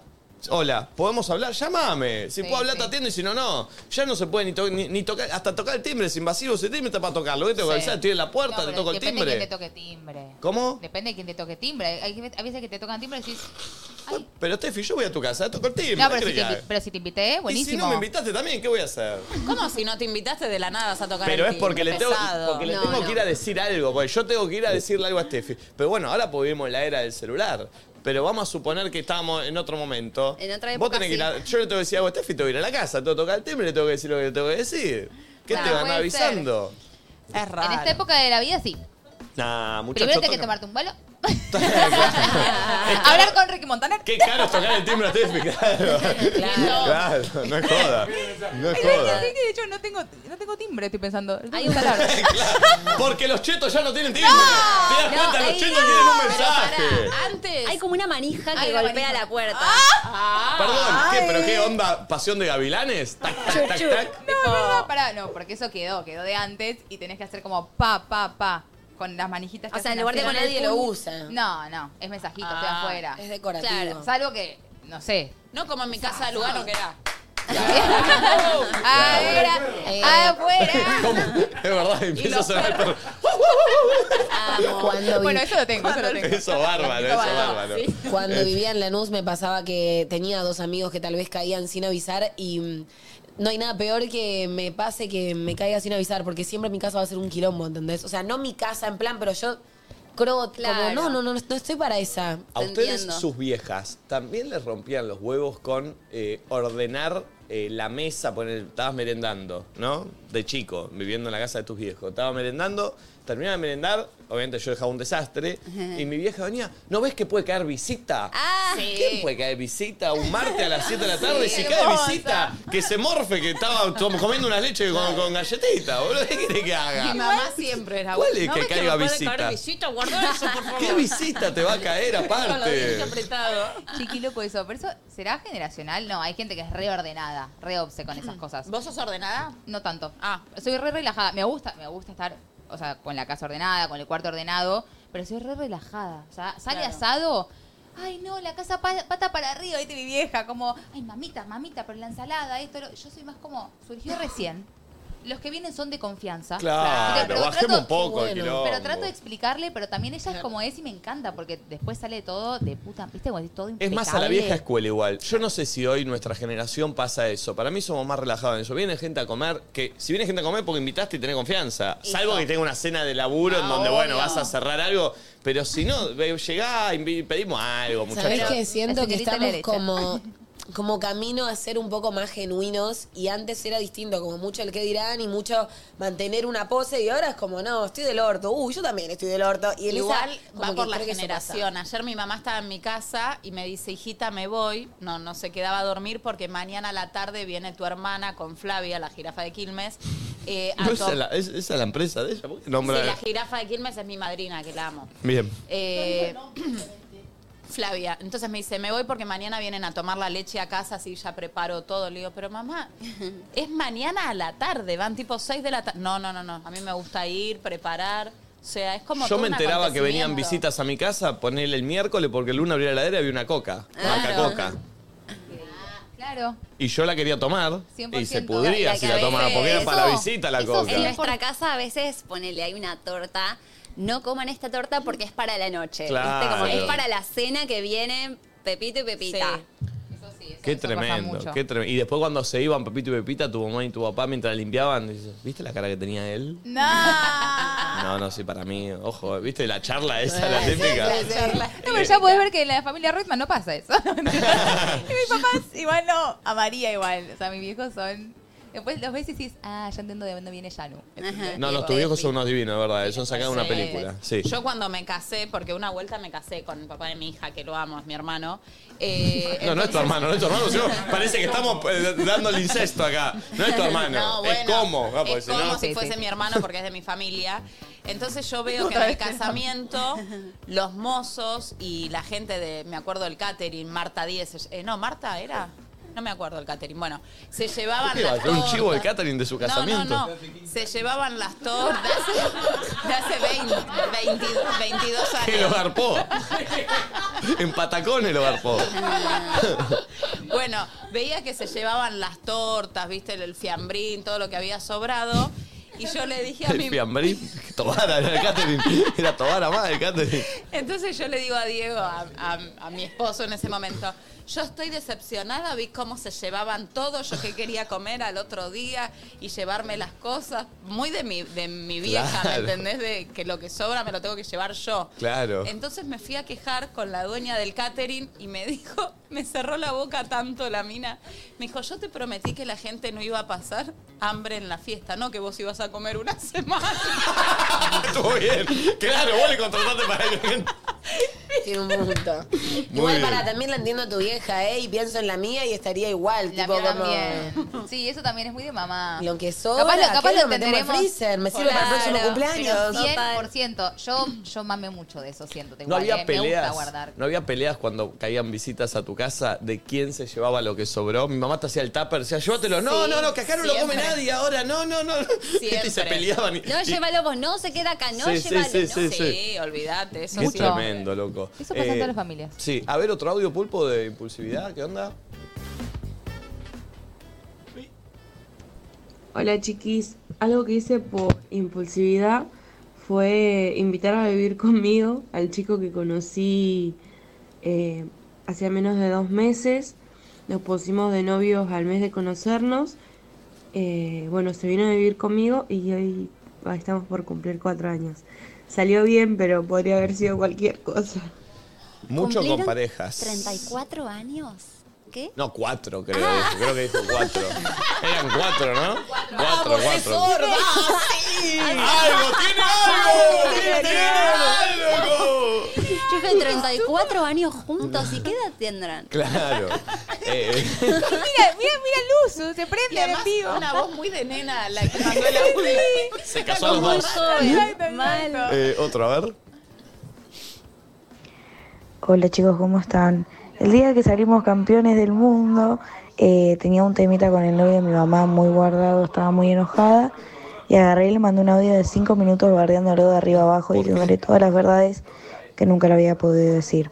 S1: Hola, ¿podemos hablar? Llámame. Si
S23: Sí,
S1: puedo hablar,
S23: sí.
S1: te atiendo y si no, no. Ya no se puede ni, to- ni- ni tocar. Hasta tocar el timbre es invasivo. Si el timbre está para tocarlo, ¿qué tengo que
S20: Sí.
S1: avisar? Estoy en la puerta,
S20: No,
S1: te
S20: pero
S1: toco el
S20: depende de quién
S1: timbre.
S20: te toque timbre.
S1: ¿Cómo?
S20: Depende de quién te toque timbre. Hay, hay- hay veces que te tocan timbre y decís.
S1: Pero Tefi, yo voy a tu casa, toco el timbre.
S20: No,
S1: ¿qué
S20: pero si,
S1: crees
S20: te,
S1: que haga?
S20: invi- pero si te invité,
S1: y
S20: buenísimo.
S1: si no me invitaste también, ¿qué voy a hacer?
S7: ¿Cómo si no te invitaste de la nada vas a tocar
S1: Pero
S7: el
S1: es porque
S7: timbre?
S1: le tengo,
S7: Pesado.
S1: porque le
S7: No,
S1: tengo
S7: no.
S1: que ir a decir algo, porque yo tengo que ir a decirle algo a Steffi. Pero bueno, ahora vivimos en la era del celular. Pero vamos a suponer que estábamos en otro momento.
S23: En otra
S1: Vos
S23: época,
S1: tenés que ir
S23: sí.
S1: a- Yo le tengo que decir algo a Steffi, tengo que ir a la casa, tengo que tocar el timbre, le tengo que decir lo que le tengo que decir. ¿Qué
S27: Nah,
S1: te van
S27: puede
S1: avisando?
S27: Es raro. En esta época de la vida, sí.
S1: Nah,
S27: Primero
S1: muchachos.
S27: tenés que
S1: toca-
S27: tomarte un
S2: [laughs]
S27: vuelo.
S20: Hablar con Ricky Montaner.
S1: Qué caro es tocar el timbre a Steffi, claro. Claro, no es joda. No es
S20: El Ricky,
S1: joda.
S20: el Ricky, de hecho, no tengo, no tengo timbre, estoy pensando. Hay
S23: un
S2: [laughs]
S1: Porque los chetos ya no tienen timbre. ¿Te das cuenta? Los chetos tienen un mensaje.
S23: Antes. Hay como una manija que
S7: Hay una
S23: golpea
S7: manija. Ah.
S23: la puerta.
S2: Ah,
S1: Perdón, ¿qué? ¿Pero qué onda? ¿Pasión de gavilanes? Tac, tac, tac, tac.
S20: No, no, no, pará, no, porque eso quedó, quedó de antes y tenés que hacer como pa, pa, pa. Con las manijitas que
S2: O sea,
S20: hacen
S2: en lugar de
S20: así.
S2: con el Nadie lo puño. usa.
S20: No, no, es mensajito, estoy
S7: Ah,
S20: afuera.
S2: es decorativo.
S20: Claro, salvo que, no sé.
S7: No como en mi casa de Lugano que
S2: [laughs]
S7: era. Ah,
S20: Afuera,
S2: Eh,
S20: afuera.
S1: ¿Cómo? Es verdad, empieza a sonar el perro.
S20: Bueno, eso lo tengo, eso lo
S1: [laughs]
S20: tengo.
S1: [laughs] Eso bárbaro, eso bárbaro.
S2: [laughs] Cuando
S1: Eh,
S2: vivía en Lanús me pasaba que tenía dos amigos que tal vez caían sin avisar y mm, no hay nada peor que me pase que me caiga sin avisar porque siempre mi casa va a ser un quilombo, ¿entendés? O sea, no mi casa en plan, pero yo creo
S23: Claro.
S2: como, no, no, no, no estoy para esa.
S1: A ustedes, sus viejas, también les rompían los huevos con eh, ordenar eh, la mesa. Poner, estabas merendando, ¿no? De chico, viviendo en la casa de tus viejos. Estaba merendando, terminaba de merendar, obviamente yo dejaba un desastre, y mi vieja venía, ¿no ves que puede caer visita?
S23: Ah.
S1: ¿Quién puede caer visita un martes a las 7 de
S7: [laughs]
S1: la tarde?
S28: Sí,
S1: si cae
S28: hermosa.
S1: visita, que se morfe, que estaba tom- comiendo unas leches con, con galletitas, boludo. ¿Qué quiere que haga?
S7: Mi mamá siempre era
S1: ¿Cuál es que
S7: ves
S1: caiga
S7: me puede
S1: visita?
S7: caer visita? Guardá eso, por favor.
S1: ¿Qué visita te va a
S20: [laughs]
S1: caer
S7: Con los
S1: aparte?
S7: deditos apretados.
S20: Chiqui loco eso, pero eso será generacional. No, hay gente que es reordenada, reobse con
S2: Hmm.
S20: esas cosas.
S7: ¿Vos sos ordenada?
S20: No tanto. Ah, soy re relajada. Me gusta, me gusta estar, o sea, con la casa ordenada, con el cuarto ordenado, pero soy re relajada. O sea, sale
S27: Claro.
S20: asado. Ay, no, la casa pa- pata para arriba, viste mi vieja, como, ay, mamita, mamita, pero la ensalada, esto, lo-". yo soy más como, surgió recién. Los que vienen son de confianza.
S1: Claro,
S20: Pero- pero
S1: bajemos un poco el quilombo.
S20: Pero trato de explicarle, pero también ella es como es y me encanta, porque después sale todo de puta, viste, Como es todo
S1: Es
S20: impecable.
S1: más a la vieja escuela igual. Yo no sé si hoy nuestra generación pasa eso. Para mí somos más relajados en eso. Viene gente a comer, que si viene gente a comer porque invitaste y tenés confianza. Salvo que tenga una cena de laburo en
S2: Ah,
S1: donde, bueno,
S2: obvio.
S1: vas a cerrar algo. Pero si no, ve- llegá, invi- pedimos algo,
S2: ¿Sabés
S1: muchachos.
S2: qué?
S20: La
S2: Siento que
S20: señorita
S2: estamos
S20: Lereta.
S2: como, como camino a ser un poco más genuinos y antes era distinto, como mucho el que dirán y mucho mantener una pose y ahora es como, no, estoy del orto, uy, yo también estoy del orto. Y en
S7: Igual
S2: esa, como
S7: va
S2: que
S7: por la
S2: creo que eso pasa.
S7: generación. Ayer mi mamá estaba en mi casa y me dice, hijita, me voy. No, no se quedaba a dormir porque mañana a la tarde viene tu hermana con Flavia, la jirafa de Quilmes. eh, a
S1: ¿No esa,
S7: to-
S1: es la, es- esa es la empresa de ella? ¿Por qué
S7: Sí,
S1: nombra?
S7: la jirafa de Quilmes es mi madrina, que la amo.
S1: Bien.
S7: Eh, [clears throat] Flavia, entonces me dice, me voy porque mañana vienen a tomar la leche a casa, así ya preparo todo. Le digo, pero mamá, es mañana a la tarde, van tipo 6 de la tarde. No, no, no, no, a mí me gusta ir, preparar. O sea, es como...
S1: Yo
S7: todo
S1: me
S7: un
S1: enteraba que venían
S7: acontecimiento.
S1: visitas a mi casa, ponele el miércoles porque el lunes abría la heladera y había una coca. Marca coca.
S20: Claro.
S1: Y yo la quería tomar y se
S20: 100%.
S1: pudría
S20: La
S1: si
S20: que
S1: la
S20: a
S1: tomaba
S20: veces-
S1: porque era para la
S20: Eso-
S1: visita la
S20: eso
S1: coca.
S23: En nuestra casa a veces ponele, hay una torta. No coman esta torta porque es para la noche. ¿viste?
S1: Claro.
S23: Como es para la cena que vienen Pepito y Pepita.
S1: Qué
S23: pasa
S1: tremendo,
S23: mucho.
S1: qué tremendo. Y después cuando se iban Pepito y Pepita, tu mamá y tu papá mientras limpiaban, dices, ¿viste la cara que tenía él?
S20: No.
S1: No, no, sí, para mí, ojo, ¿viste la charla esa,
S20: [laughs]
S1: la típica?
S20: No, pero ya podés ver que en la familia Rutman no pasa eso. y mis papás igual no, a María igual. O sea, mis viejos son. Después los ves y decís, ah, ya entiendo de dónde viene Yanu.
S1: No, no, tus viejos son unos divinos, de verdad, eh, son sacados de una
S7: Sí.
S1: película. Sí.
S7: Yo cuando me casé, porque una vuelta me casé con el papá de mi hija, que lo amo, es mi hermano. eh,
S1: [laughs] No, no es tu
S7: entonces-
S1: hermano, no es tu hermano, sino parece que estamos eh, dando el incesto acá. No es tu
S7: [laughs]
S1: hermano,
S7: No,
S1: es
S7: bueno,
S1: como. Ah, porque
S7: es
S1: si no-
S7: como si fuese mi hermano porque es de mi familia. Entonces
S20: [laughs]
S7: yo veo que
S20: Otra
S7: en
S20: vez
S7: el
S20: que no. [laughs]
S7: casamiento los mozos y la gente de, me acuerdo del catering, Marta 10, no, Marta era, no me acuerdo el catering, bueno, se
S1: ¿Por
S7: llevaban
S1: qué va a
S7: las
S1: ser un chivo del
S7: tortas.
S1: catering de su
S7: No, no,
S1: casamiento?
S7: no. Se llevaban las tortas [laughs] de hace 20, 20,
S1: [laughs]
S7: 22 años.
S1: Que lo garpó. en patacones lo garpó.
S7: [laughs] Bueno, veía que se llevaban las tortas, viste, el, el fiambrín, todo lo que había sobrado. Y yo le dije a mi
S1: El fiambrín. Tobara era el catering. Era Tobara más el catering.
S7: Entonces yo le digo a Diego, a, a- a mi esposo en ese momento, yo estoy decepcionada, vi cómo se llevaban todo, yo que quería comer al otro día y llevarme las cosas, muy de mi, de mi vieja,
S1: Claro.
S7: ¿me entendés? De que lo que sobra me lo tengo que llevar yo.
S1: Claro.
S7: Entonces me fui a quejar con la dueña del catering y me [laughs] dijo, me cerró la boca tanto la mina, me dijo, yo te prometí que la gente no iba a pasar hambre en la fiesta, no que vos ibas a comer una [laughs] semana.
S1: Ah, Estuvo bien. Claro, vos le contrataste para que
S2: Qué puta.
S1: Muy
S2: Igual
S1: bien.
S2: para también la entiendo a tu vieja, ¿eh? Y pienso en la mía y estaría igual. tipo,
S20: mía
S2: como-
S20: también. Sí, eso también es muy de mamá.
S2: Lo que sobra, ¿qué? Lo metemos al freezer, me sirve para el próximo cumpleaños.
S20: Pero 100%. Yo, yo mamé mucho de eso, siento.
S1: No
S20: igual,
S1: había
S20: eh, Me gusta
S1: peleas.
S20: guardar.
S1: No había peleas cuando caían visitas a tu casa de quién se llevaba lo que sobró. Mi mamá te hacía el tupper, decía, llévatelo. No,
S23: Sí,
S1: no, no, que acá no lo come
S23: siempre.
S1: nadie ahora. No, no, no.
S23: [laughs]
S1: Y se peleaban. Y,
S23: No,
S1: y-
S23: llévalo vos, no, se queda acá, no,
S1: Sí, sí,
S23: llévalo.
S1: sí,
S23: no.
S1: sí, sí.
S7: olvídate,
S1: Qué tremendo, loco.
S20: Eso pasa en
S1: Eh,
S20: todas las familias.
S1: Sí, a ver otro audio pulpo de impulsividad, ¿qué onda?
S8: Hola chiquis, algo que hice por impulsividad fue invitar a vivir [laughs] conmigo al chico que conocí eh, hacía menos de dos meses. Nos pusimos de novios al mes de conocernos. Eh, bueno, se vino a vivir conmigo y hoy ah, estamos por cumplir cuatro años. Salió bien, pero podría haber sido cualquier cosa.
S1: Mucho con
S23: ¿Cumplieron
S1: parejas.
S23: 34 años. ¿Qué?
S1: No, cuatro, creo. Creo que dijo cuatro. Eran cuatro, ¿no? Ah. Cuatro, Ah, cuatro.
S29: ¡Algo! ¡Tiene algo! ¡Tiene algo!
S23: Chicos, 34 años juntos, ¿y qué edad tendrán?
S1: Claro. Eh,
S23: Mira, mira, mira Luz, se
S7: Y además, una voz muy de nena la que
S20: [laughs]
S7: mandó el audio.
S1: se casó a los dos. Eh, otro, a ver.
S12: Hola chicos, ¿cómo están? El día que salimos campeones del mundo, eh, tenía un temita con el novio de mi mamá muy guardado, estaba muy enojada. Y agarré y le mandé un audio de cinco minutos bardeándolo de arriba abajo, diciéndole todas las verdades que nunca le había podido decir.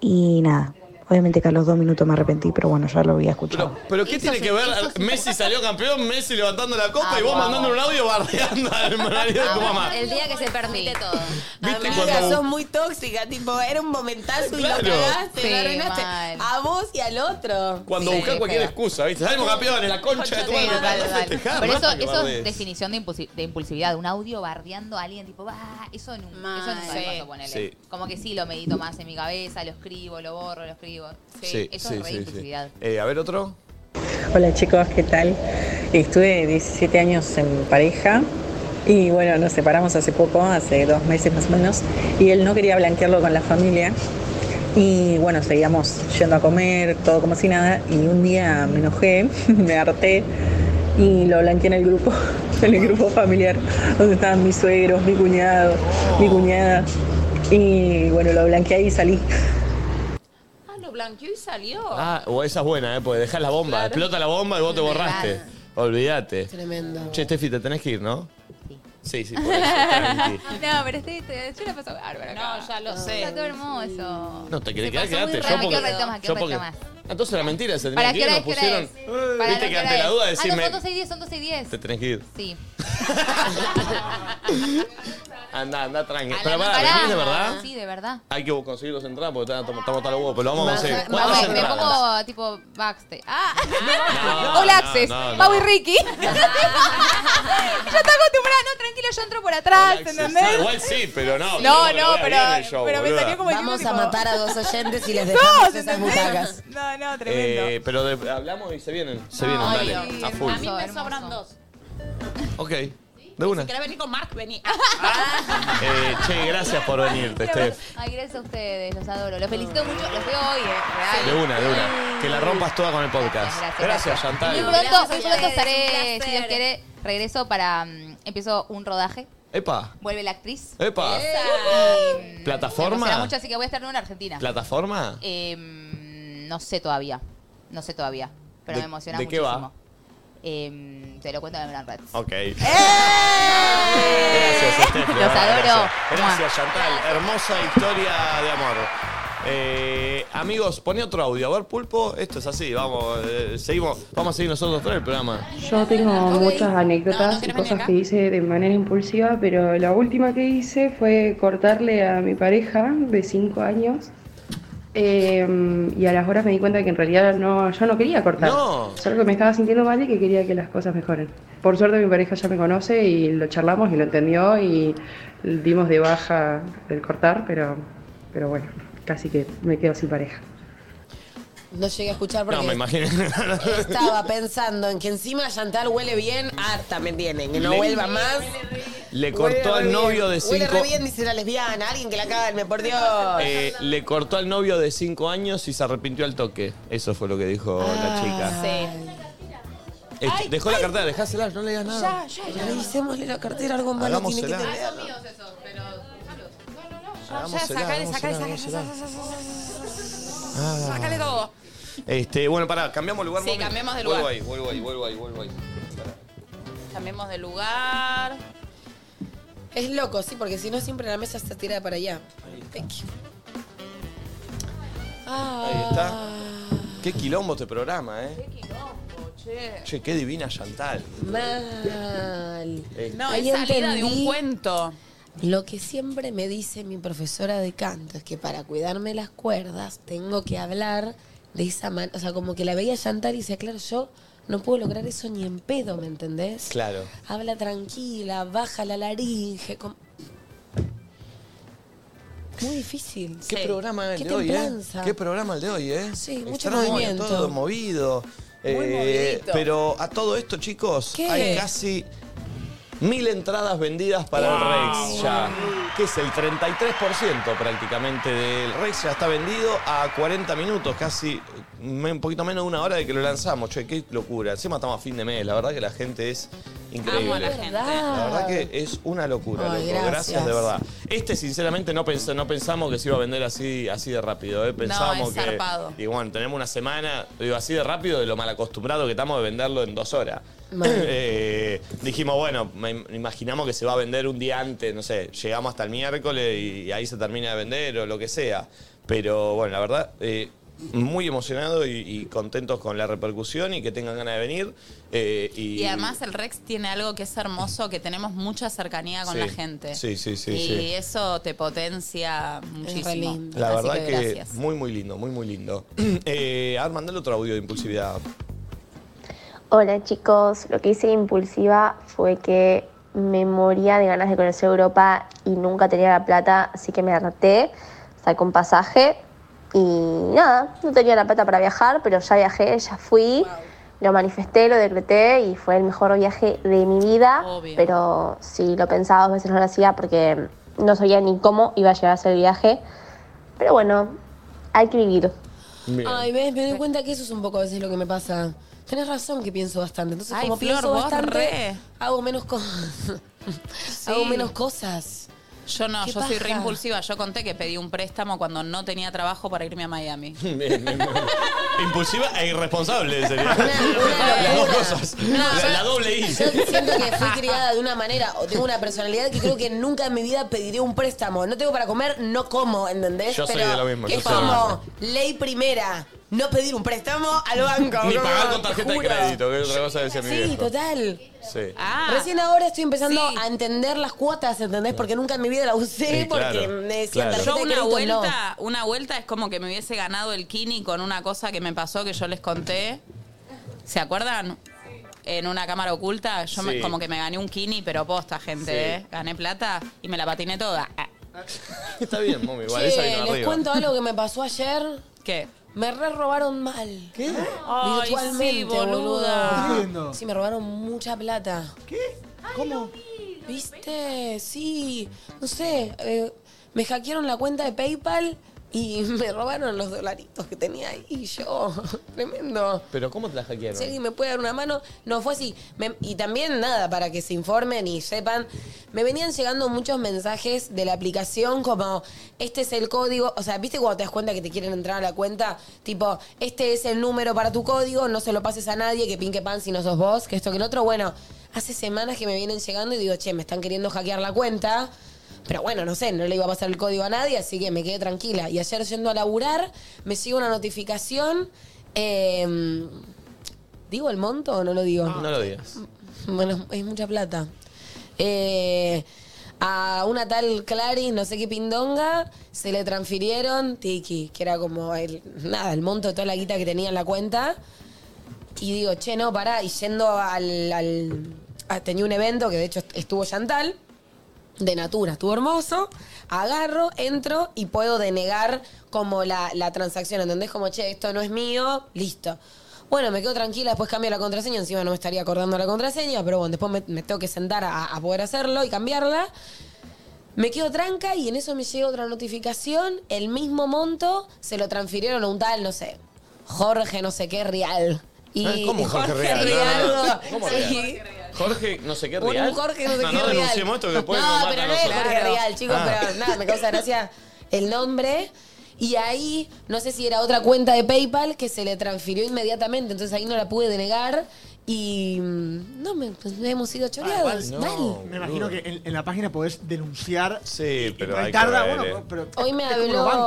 S12: Y nada, obviamente que a los dos minutos me arrepentí, pero bueno, ya lo había escuchado.
S1: ¿Pero qué tiene que ver? Messi salió campeón, Messi levantando la copa y vos mandándole un audio bardeando al marido de tu mamá.
S23: El día que se permite todo.
S1: ¿Viste
S2: Amiga,
S1: cuando-
S2: sos muy tóxica, tipo, era un momentazo y lo
S1: Claro.
S2: cagaste,
S1: Sí,
S2: lo arruinaste. A vos y al otro.
S1: Cuando
S2: Sí.
S1: buscás cualquier excusa, ¿viste? Salimos campeones, la concha de tu madre.
S20: Vale,
S1: para
S20: vale.
S1: festejar,
S20: Pero eso,
S1: basta que
S20: eso es
S1: bardees.
S20: definición de, impulsi- de impulsividad. Un audio bardeando a alguien, tipo, "Bah", eso nunca, eso nunca me
S30: Sí.
S20: pasó, ponele.
S1: Sí.
S20: Como que sí lo medito más en mi cabeza, lo escribo, lo borro, lo escribo. Sí, eso es re impulsividad.
S1: Eh, a ver otro.
S31: Hola chicos, ¿qué tal? Estuve 17 años en pareja y bueno, nos separamos hace poco, hace dos meses más o menos, y él no quería blanquearlo con la familia. Y bueno, seguíamos yendo a comer, todo como si nada, y un día me enojé, [laughs] me harté y lo blanqueé en el grupo, [laughs] en el grupo familiar, donde estaban mis suegros, mi cuñado, mi cuñada. Y bueno, lo blanqueé ahí y salí.
S7: Ah, lo blanqueó y salió.
S1: Ah, o esa es buena, ¿eh? Porque dejás la bomba,
S7: Claro.
S1: explota la bomba y vos te borraste. Olvídate.
S2: Tremendo.
S1: Che, Steffi, te tenés que ir, ¿no? Sí. Sí, sí, por eso, tranqui.
S20: [laughs] no, pero este, estoy, estoy- yo la paso bárbara. acá.
S7: No, ya lo sé.
S20: Está todo hermoso.
S1: No, te querés quedar,
S20: pasó muy
S1: quedate.
S20: rápido.
S1: porque-
S20: ¿A qué hora tomas? ¿A qué
S1: yo
S20: hora
S1: porque- Ah,
S20: tomas?
S1: Entonces era mentira, se
S20: ¿Para
S1: tenían que
S20: qué
S1: ir,
S20: hora
S1: nos
S20: es? ¿Qué hora
S1: pusieron.
S20: es? ¿Para
S1: Viste
S20: qué
S1: que
S20: hora
S1: ante la
S20: es?
S1: duda
S20: Ah, no,
S1: decime.
S20: son 12 y 10, son 12 y 10.
S1: Te tenés que ir.
S20: Sí.
S1: Anda, anda, tranqui.
S20: A la
S1: Pero
S20: Ah, no
S1: pará,
S20: pará.
S1: ¿venís de verdad?
S20: Sí, de verdad.
S1: Hay que conseguir los entradas porque estamos estamos hasta los huevos, pero lo vamos a
S20: Vas a-
S1: conseguir.
S20: vas a-
S1: ¿Cuántas
S20: me
S1: entradas?
S20: pongo tipo backstage. Ah.
S1: No,
S20: [laughs] Hola,
S1: no,
S20: Access.
S1: no, no.
S20: Mau y
S1: [laughs]
S20: Ricky. [laughs] yo estoy acostumbrada. No, tranquilo, yo entro por atrás,
S1: Ah,
S20: ¿entendés?
S1: Igual sí, pero no.
S20: No,
S1: pero
S20: no,
S1: voy a
S20: pero-
S1: bien el show,
S20: pero me
S1: boluda.
S20: salió como-
S2: Vamos a matar a dos oyentes
S20: [laughs]
S2: y les
S20: No,
S2: dejamos esas
S20: ¿entendés?
S1: Este,
S2: butacas.
S20: No, no,
S1: Eh, pero de- hablamos y se vienen. Se vienen,
S7: Ay,
S1: dale.
S7: Dios.
S1: A full.
S7: A mí me sobran dos.
S1: Ok. De una.
S7: Si querés venir con Mark, vení.
S1: Eh, che, gracias por venirte, Steph.
S20: Ay, gracias a ustedes, los adoro. Los felicito mucho, los veo hoy, eh, real.
S1: De una, de una. Que la rompas toda con el podcast. Gracias,
S20: Muy
S1: Chantal.
S20: pronto, muy
S23: Gracias a
S20: pronto
S23: ustedes,
S20: estaré,
S23: un placer.
S20: si Dios quiere, regreso para. mm, empiezo un rodaje.
S1: Epa,
S20: Vuelve la actriz.
S1: epa.
S20: Y, mm, me emociona
S1: ¿Plataforma?
S20: mucho, así que voy a estar en una Argentina.
S1: ¿Plataforma?
S20: Eh, mm, no sé todavía. No sé todavía. Pero
S1: ¿De-
S20: me emociona
S1: de qué
S20: muchísimo.
S1: va?
S20: Eh, te lo cuento en Gran Red.
S1: Ok. Gracias, Steph. de
S20: Los
S1: verdad,
S20: adoro.
S1: Gracias, Gracias, Chantal. Hermosa historia de amor. Eh, amigos, pone otro audio. A ver, Pulpo, esto es así. Vamos, eh, seguimos. Vamos a seguir nosotros tres el programa.
S6: Yo tengo muchas anécdotas y cosas que hice de manera impulsiva, pero la última que hice fue cortarle a mi pareja de 5 años. eh, y a las horas me di cuenta que en realidad no, yo no quería cortar.
S1: No.
S6: Solo que me estaba sintiendo mal y que quería que las cosas mejoren. Por suerte mi pareja ya me conoce y lo charlamos y lo entendió y dimos de baja el cortar, pero, pero bueno, casi que me quedo sin pareja.
S2: No llegué a escuchar porque
S1: No, me imagino.
S2: estaba pensando en que encima Chantal huele bien, harta me tienen, que no
S1: Le-
S2: vuelva más.
S1: Le cortó al novio de
S2: Huele
S1: cinco
S2: re bien, dice la lesbiana, alguien que la calme, por Dios.
S1: eh, le cortó al novio de 5 años y se arrepintió al toque. Eso fue lo que dijo
S7: Ah,
S1: la
S2: Ah,
S1: chica. Eh, dejó la cartera, dejásela, no le digas nada.
S2: Ya, ya, ya. Revisémosle la cartera, algo malo tiene que
S1: Hagámosela.
S2: tener.
S1: Ah, Hagámosela, hagámosela, hagámosela. Ah.
S7: Sácale todo.
S1: Este, bueno, pará, cambiamos lugar.
S7: Sí,
S1: mami.
S7: cambiemos de
S1: Vuelvo
S7: lugar.
S1: ahí, vuelvo ahí, vuelvo ahí, vuelvo ahí.
S7: [laughs] Cambiemos de lugar.
S2: Es loco, sí, porque si no siempre la mesa está tirada para allá. Thank you.
S1: Ahí
S2: Ah,
S1: está.
S7: Ah.
S1: Qué quilombo este programa, ¿eh?
S7: Che.
S1: Che, qué divina Chantal.
S2: Mal.
S1: Eh.
S7: No,
S2: Ahí
S7: es salida de
S2: entendí.
S7: un cuento.
S2: Lo que siempre me dice mi profesora de canto es que para cuidarme las cuerdas tengo que hablar de esa manera. O sea, como que la veía chantar y decía, claro, yo no puedo lograr eso ni en pedo, ¿me entendés?
S1: Claro.
S2: Habla tranquila, baja la laringe. com- Muy difícil.
S1: Qué programa el
S2: Qué
S1: de hoy, ¿eh?
S2: templanza.
S1: Qué programa el de hoy, ¿eh?
S2: Sí, mucho
S1: Extraño,
S2: movimiento.
S1: Todo movido. eh,
S2: movidito.
S1: pero a todo esto, chicos,
S2: ¿Qué?
S1: hay casi mil entradas vendidas para el Rex ya. Que es el 33% prácticamente del Rex. Ya está vendido a 40 minutos, casi me- un poquito menos de una hora de que lo lanzamos. Che, qué locura. Encima estamos a fin de mes. La verdad que la gente es increíble.
S2: Amo a la gente.
S1: La verdad que es una locura,
S2: Ay,
S1: loco. Gracias.
S2: gracias.
S1: de verdad. Este, sinceramente, no, pens- no pensamos que se iba a vender así, así de rápido. ¿eh? Pensamos
S7: es
S1: que.
S7: zarpado.
S1: Y bueno, tenemos una semana, digo, así de rápido, de lo mal acostumbrado que estamos de venderlo en dos horas.
S2: Mal.
S1: [clears throat] Eh, dijimos, bueno, me im- imaginamos que se va a vender un día antes, no sé, llegamos hasta el miércoles y, ahí se termina de vender o lo que sea. Pero bueno, la verdad. eh, muy emocionado y, y contentos con la repercusión y que tengan ganas de venir. eh, y,
S7: Y además el Rex tiene algo que es hermoso, que tenemos mucha cercanía con
S1: Sí.
S7: la gente.
S1: Sí, sí, sí,
S7: Y
S1: sí.
S7: eso te potencia muchísimo.
S1: La
S7: Así
S1: verdad que,
S7: gracias.
S1: muy, muy lindo, muy, muy lindo. [clears throat] Eh, a ver, mandale otro audio de impulsividad. [laughs]
S8: Hola chicos, lo que hice de impulsiva fue que me moría de ganas de conocer Europa y nunca tenía la plata, así que me harté, saqué un pasaje y nada, no tenía la plata para viajar, pero ya viajé, ya fui, lo manifesté, lo decreté y fue el mejor viaje de mi vida, pero si lo pensaba dos veces no lo hacía porque no sabía ni cómo iba a llegar a ser el viaje, pero bueno, hay que vivir.
S2: Ay, ves, me doy cuenta que eso es un poco a veces lo que me pasa. Tenés razón que pienso bastante. Entonces,
S7: Ay,
S2: como
S7: Flor,
S2: pienso
S7: vos
S2: bastante,
S7: re.
S2: hago menos cosas. [laughs] Hago menos cosas.
S7: Yo no,
S2: Qué
S7: yo soy
S2: paja.
S7: re impulsiva. Yo conté que pedí un préstamo cuando no tenía trabajo para irme a Miami.
S1: Bien, bien, bien. Impulsiva e irresponsable sería. Las dos cosas. la, la doble I.
S2: Yo siento que fui criada de una manera o tengo una personalidad que creo que nunca en mi vida pediré un préstamo. No tengo para comer, no como, ¿entendés?
S1: Yo soy
S2: Pero
S1: de lo mismo, yo
S2: Es
S1: soy de lo
S2: como ley primera, no pedir un préstamo al
S1: [laughs]
S2: banco.
S1: Ni
S2: como,
S1: pagar con
S2: te
S1: tarjeta de
S2: juro.
S1: crédito, que es otra cosa que decía mi
S2: Sí,
S1: viejo.
S2: total.
S1: Sí.
S7: Ah.
S2: Recién ahora estoy empezando a entender las cuotas, ¿entendés? Porque nunca en mi vida la usé,
S1: Sí, claro,
S2: porque me decían
S1: claro.
S2: tarjeta
S7: Yo
S2: de
S7: una
S2: crédito, no.
S7: vuelta, una vuelta es como que me hubiese ganado el Kini con una cosa que me pasó que yo les conté. ¿Se acuerdan? En una cámara oculta, yo me-
S2: Sí.
S7: como que me gané un Kini, pero posta, gente,
S1: Sí.
S7: ¿eh? Gané plata y me la patiné toda. Ah.
S1: Está bien, mami, igual.
S2: Che,
S1: esa vino
S2: les
S1: arriba.
S2: cuento algo que me pasó ayer.
S7: ¿Qué?
S2: Me re robaron mal. ¿Qué?
S7: Ay,
S2: Virtualmente,
S7: sí, boluda.
S2: boluda.
S7: Estoy viendo.
S2: Sí, me robaron mucha plata. ¿Qué? ¿Cómo? ¿Viste? Sí. No sé. eh, me hackearon la cuenta de PayPal y [laughs] me robaron los dolaritos que tenía ahí y yo. [laughs] Tremendo.
S1: Pero ¿cómo te la hackearon?
S2: Si alguien me puede dar una mano, no fue así. Me- y también nada, para que se informen y sepan, me venían llegando muchos mensajes de la aplicación como, este es el código, o sea, viste cuando te das cuenta que te quieren entrar a la cuenta, tipo, este es el número para tu código, no se lo pases a nadie, que pinque pan si no sos vos, que esto, que el otro, bueno, hace semanas que me vienen llegando y digo, che, me están queriendo hackear la cuenta. Pero bueno, no sé, no le iba a pasar el código a nadie, así que me quedé tranquila. Y ayer yendo a laburar, me sigue una notificación. eh, ¿Digo el monto o no lo digo?
S1: No lo digas.
S2: Bueno, es mucha plata. Eh, a una tal Clary, no sé qué pindonga, se le transfirieron, tiki, que era como el, nada, el monto de toda la guita que tenía en la cuenta. Y digo, che, no, pará. Y yendo al. al- a- tenía un evento que de hecho estuvo Chantal, de Natura, estuvo hermoso. Agarro, entro y puedo denegar como la, la transacción. ¿Entendés? Como, che, esto no es mío, listo. Bueno, me quedo tranquila, después cambio la contraseña. Encima no me estaría acordando la contraseña, pero bueno, después me, me tengo que sentar a, a poder hacerlo y cambiarla. Me quedo tranca y en eso me llega otra notificación. El mismo monto se lo transfirieron a un tal, no sé, Jorge, no sé qué, Real.
S1: Ah, ¿Cómo Jorge Real? No, no, no. ¿Cómo
S2: sí.
S1: Real? Jorge, no sé qué
S2: Un
S1: real. Ah,
S2: Jorge, no sé
S1: no
S2: qué real.
S1: denunciemos esto que después
S2: No,
S1: nos matan
S2: pero
S1: a
S2: no es
S1: nosotros.
S2: Jorge Real, chicos,
S1: Ah.
S2: pero nada, me causa gracia el nombre. Y ahí, no sé si era otra cuenta de PayPal que se le transfirió inmediatamente, entonces ahí no la pude denegar. Y mm, no, me, pues, hemos sido choreados. Pues,
S9: Ah,
S2: Mal.
S5: Me imagino que en, en la página podés denunciar.
S1: Sí, pero hay que
S5: tarda,
S1: ver,
S5: bueno,
S1: eh.
S5: pero.
S2: Hoy me
S5: es como los bancos.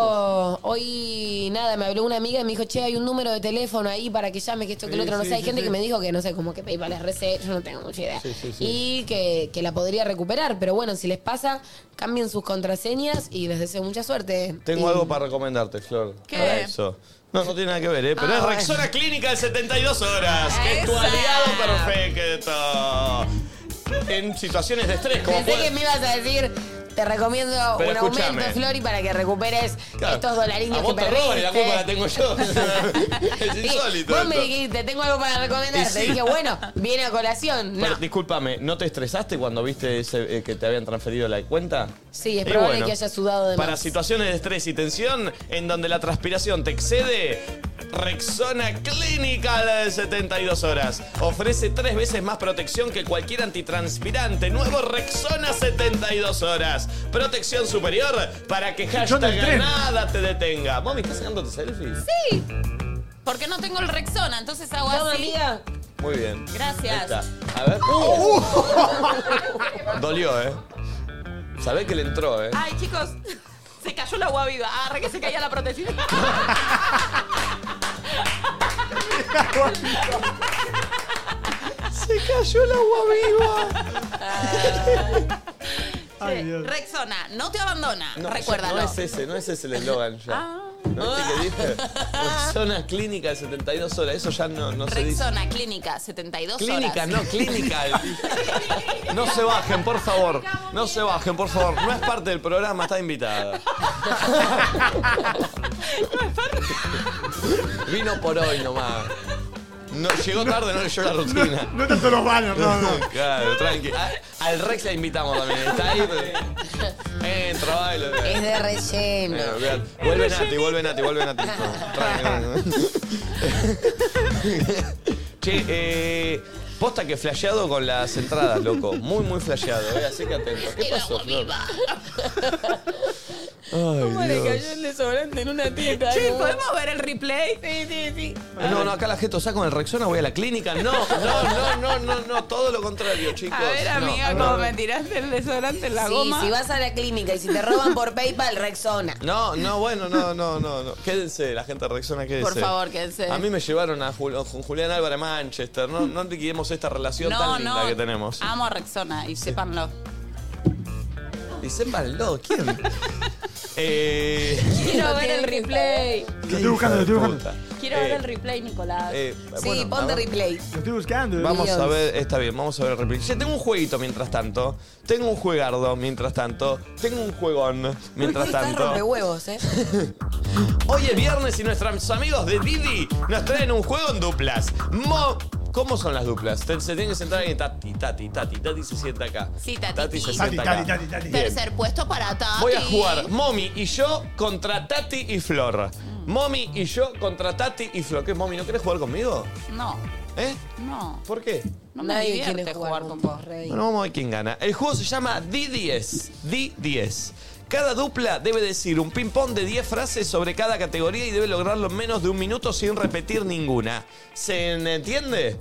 S2: habló, hoy nada, me habló una amiga y me dijo, che, hay un número de teléfono ahí para que llame, que esto, que el
S9: Sí,
S2: otro, no
S9: sí,
S2: sé, hay
S9: sí,
S2: gente
S9: sí.
S2: que me dijo que no sé, como que PayPal es reset, yo no tengo mucha idea.
S9: Sí, sí, sí.
S2: Y que, que la podría recuperar, pero bueno, si les pasa, cambien sus contraseñas y les deseo mucha suerte.
S1: Tengo algo para recomendarte, Flor.
S2: ¿Qué?
S1: Para eso. No, no tiene nada que ver, ¿eh? Pero
S2: Ah,
S1: es
S2: bueno.
S1: Rexona Clínica de 72 horas. Que es tu aliado perfecto. En situaciones de estrés, como
S2: Pensé
S1: puede-
S2: que me ibas a decir, te recomiendo
S1: Pero
S2: un
S1: escúchame.
S2: aumento, Flori, para que recuperes
S1: Claro.
S2: estos dolariños
S1: A
S2: que
S1: vos te roban y la culpa
S2: perdiste.
S1: la tengo
S2: [laughs]
S1: yo. es
S2: Sí,
S1: insólito.
S2: Vos me
S1: esto.
S2: dijiste, tengo algo para
S1: Y
S2: recomendarte.
S1: sí.
S2: Dije, bueno, viene a colación. No.
S1: Pero, discúlpame, ¿no te estresaste cuando viste ese, eh, que te habían transferido la cuenta?
S2: Sí, es
S1: Y
S2: probable
S1: bueno,
S2: que haya sudado de
S1: Para
S2: más.
S1: situaciones de estrés y tensión, en donde la transpiración te excede, Rexona Clínica la de 72 horas. Ofrece tres veces más protección que cualquier antitranspirante. Nuevo Rexona 72 horas. Protección superior para que
S5: del
S1: hashtag
S5: tren.
S1: nada te detenga. Mami, ¿estás sacándote selfies?
S6: Sí. Porque no tengo el Rexona, entonces hago
S2: Toma,
S6: así.
S2: amiga.
S1: Muy bien. Ahí
S6: Gracias.
S1: está. A ver.
S6: Uh.
S1: Dolió, ¿eh? Sabés que le entró, ¿eh?
S6: Ay, chicos, se cayó la agua viva. Arre que se caía la prótesis.
S1: [laughs] Se cayó el agua viva.
S5: Ay, Dios.
S6: Rexona, no te abandona.
S1: No,
S6: Recuérdalo. Ah.
S1: No es ese, no es ese el eslogan ya. ¿No viste que dije? Zona clínica de 72 horas, eso ya no, no se dice.
S6: Rexona, clínica, 72
S1: Clínica,
S6: horas.
S1: no, clínica. No se bajen, por favor. No se bajen, por favor. No es parte del programa, está invitada. Vino por hoy nomás. No, llegó tarde, no leyó la rutina.
S5: No, no tanto los baños, no, no.
S1: Claro, tranqui. A- al Rex la invitamos también. Está ahí. pero- Entra, baila.
S2: [laughs] Es de relleno.
S1: Eh, vean. Vuelve Nati, vuelve Nati, vuelve Nati. [laughs] che, eh, posta que flasheado con las entradas, loco. Muy, muy flasheado, eh, así que atento. ¿Qué pasó, Flor?
S2: ¿Cómo
S1: Ay,
S2: le
S1: Dios.
S2: cayó el desodorante en una teta?
S6: Che,
S2: no?
S6: ¿podemos ver el replay? Sí, sí, sí.
S1: Ah, No, no, acá la gente saca con el Rexona, voy a la clínica. No, no, no, no, no, no, todo lo contrario, chicos.
S6: A ver,
S1: No,
S6: amiga,
S1: no,
S6: cómo
S1: no.
S6: me tiraste el desodorante en la
S2: sí,
S6: goma.
S2: si vas a la clínica y si te roban por PayPal, Rexona.
S1: No, no, bueno, no, no, no, no. Quédense, la gente de Rexona, quédense.
S6: Por favor, quédense.
S1: A mí me llevaron a Jul- con Julián Álvarez a Manchester. No, no liquidemos esta relación
S6: No,
S1: tan linda
S6: no.
S1: que tenemos.
S6: Amo a Rexona y sépanlo.
S1: Y sépanlo,
S5: [laughs]
S1: ¿quién? eh,
S6: Quiero ver el replay.
S5: Lo estoy buscando, lo estoy buscando.
S6: Quiero ver el replay, Nicolás.
S1: eh, bueno, a ver.
S2: replay.
S5: Lo estoy buscando. eh.
S1: Vamos a ver, está bien, vamos a ver el replay. Che, tengo un jueguito mientras tanto. Tengo un juegardo mientras tanto. Tengo un juegón mientras
S2: Estás
S1: tanto.
S2: rompe huevos, ¿eh?
S1: Hoy es viernes y nuestros amigos de Didi nos traen un juego en duplas. Mo- ¿Cómo son las duplas? Te- Se tiene que sentar alguien. Tati, Tati, Tati, Tati se sienta acá.
S6: Sí, Tati.
S1: Tati se
S6: Tati,
S1: sienta
S6: Tati,
S1: acá.
S6: Tati,
S1: Bien.
S6: Tercer puesto para Tati.
S1: Voy a jugar Momi y yo contra Tati y Flor. Momi y yo contra Tati y Flor. ¿Qué es Momi? ¿No querés jugar conmigo?
S6: No,
S1: ¿Eh?
S6: no.
S1: ¿Por qué?
S6: No me
S2: Nadie
S6: divierte
S2: quiere
S6: jugar con vos.
S2: Rey.
S1: Bueno, vamos a ver quién gana. El juego se llama D10. D10. Cada dupla debe decir un ping-pong de 10 frases sobre cada categoría y debe lograrlo en menos de un minuto sin repetir ninguna. ¿Se entiende?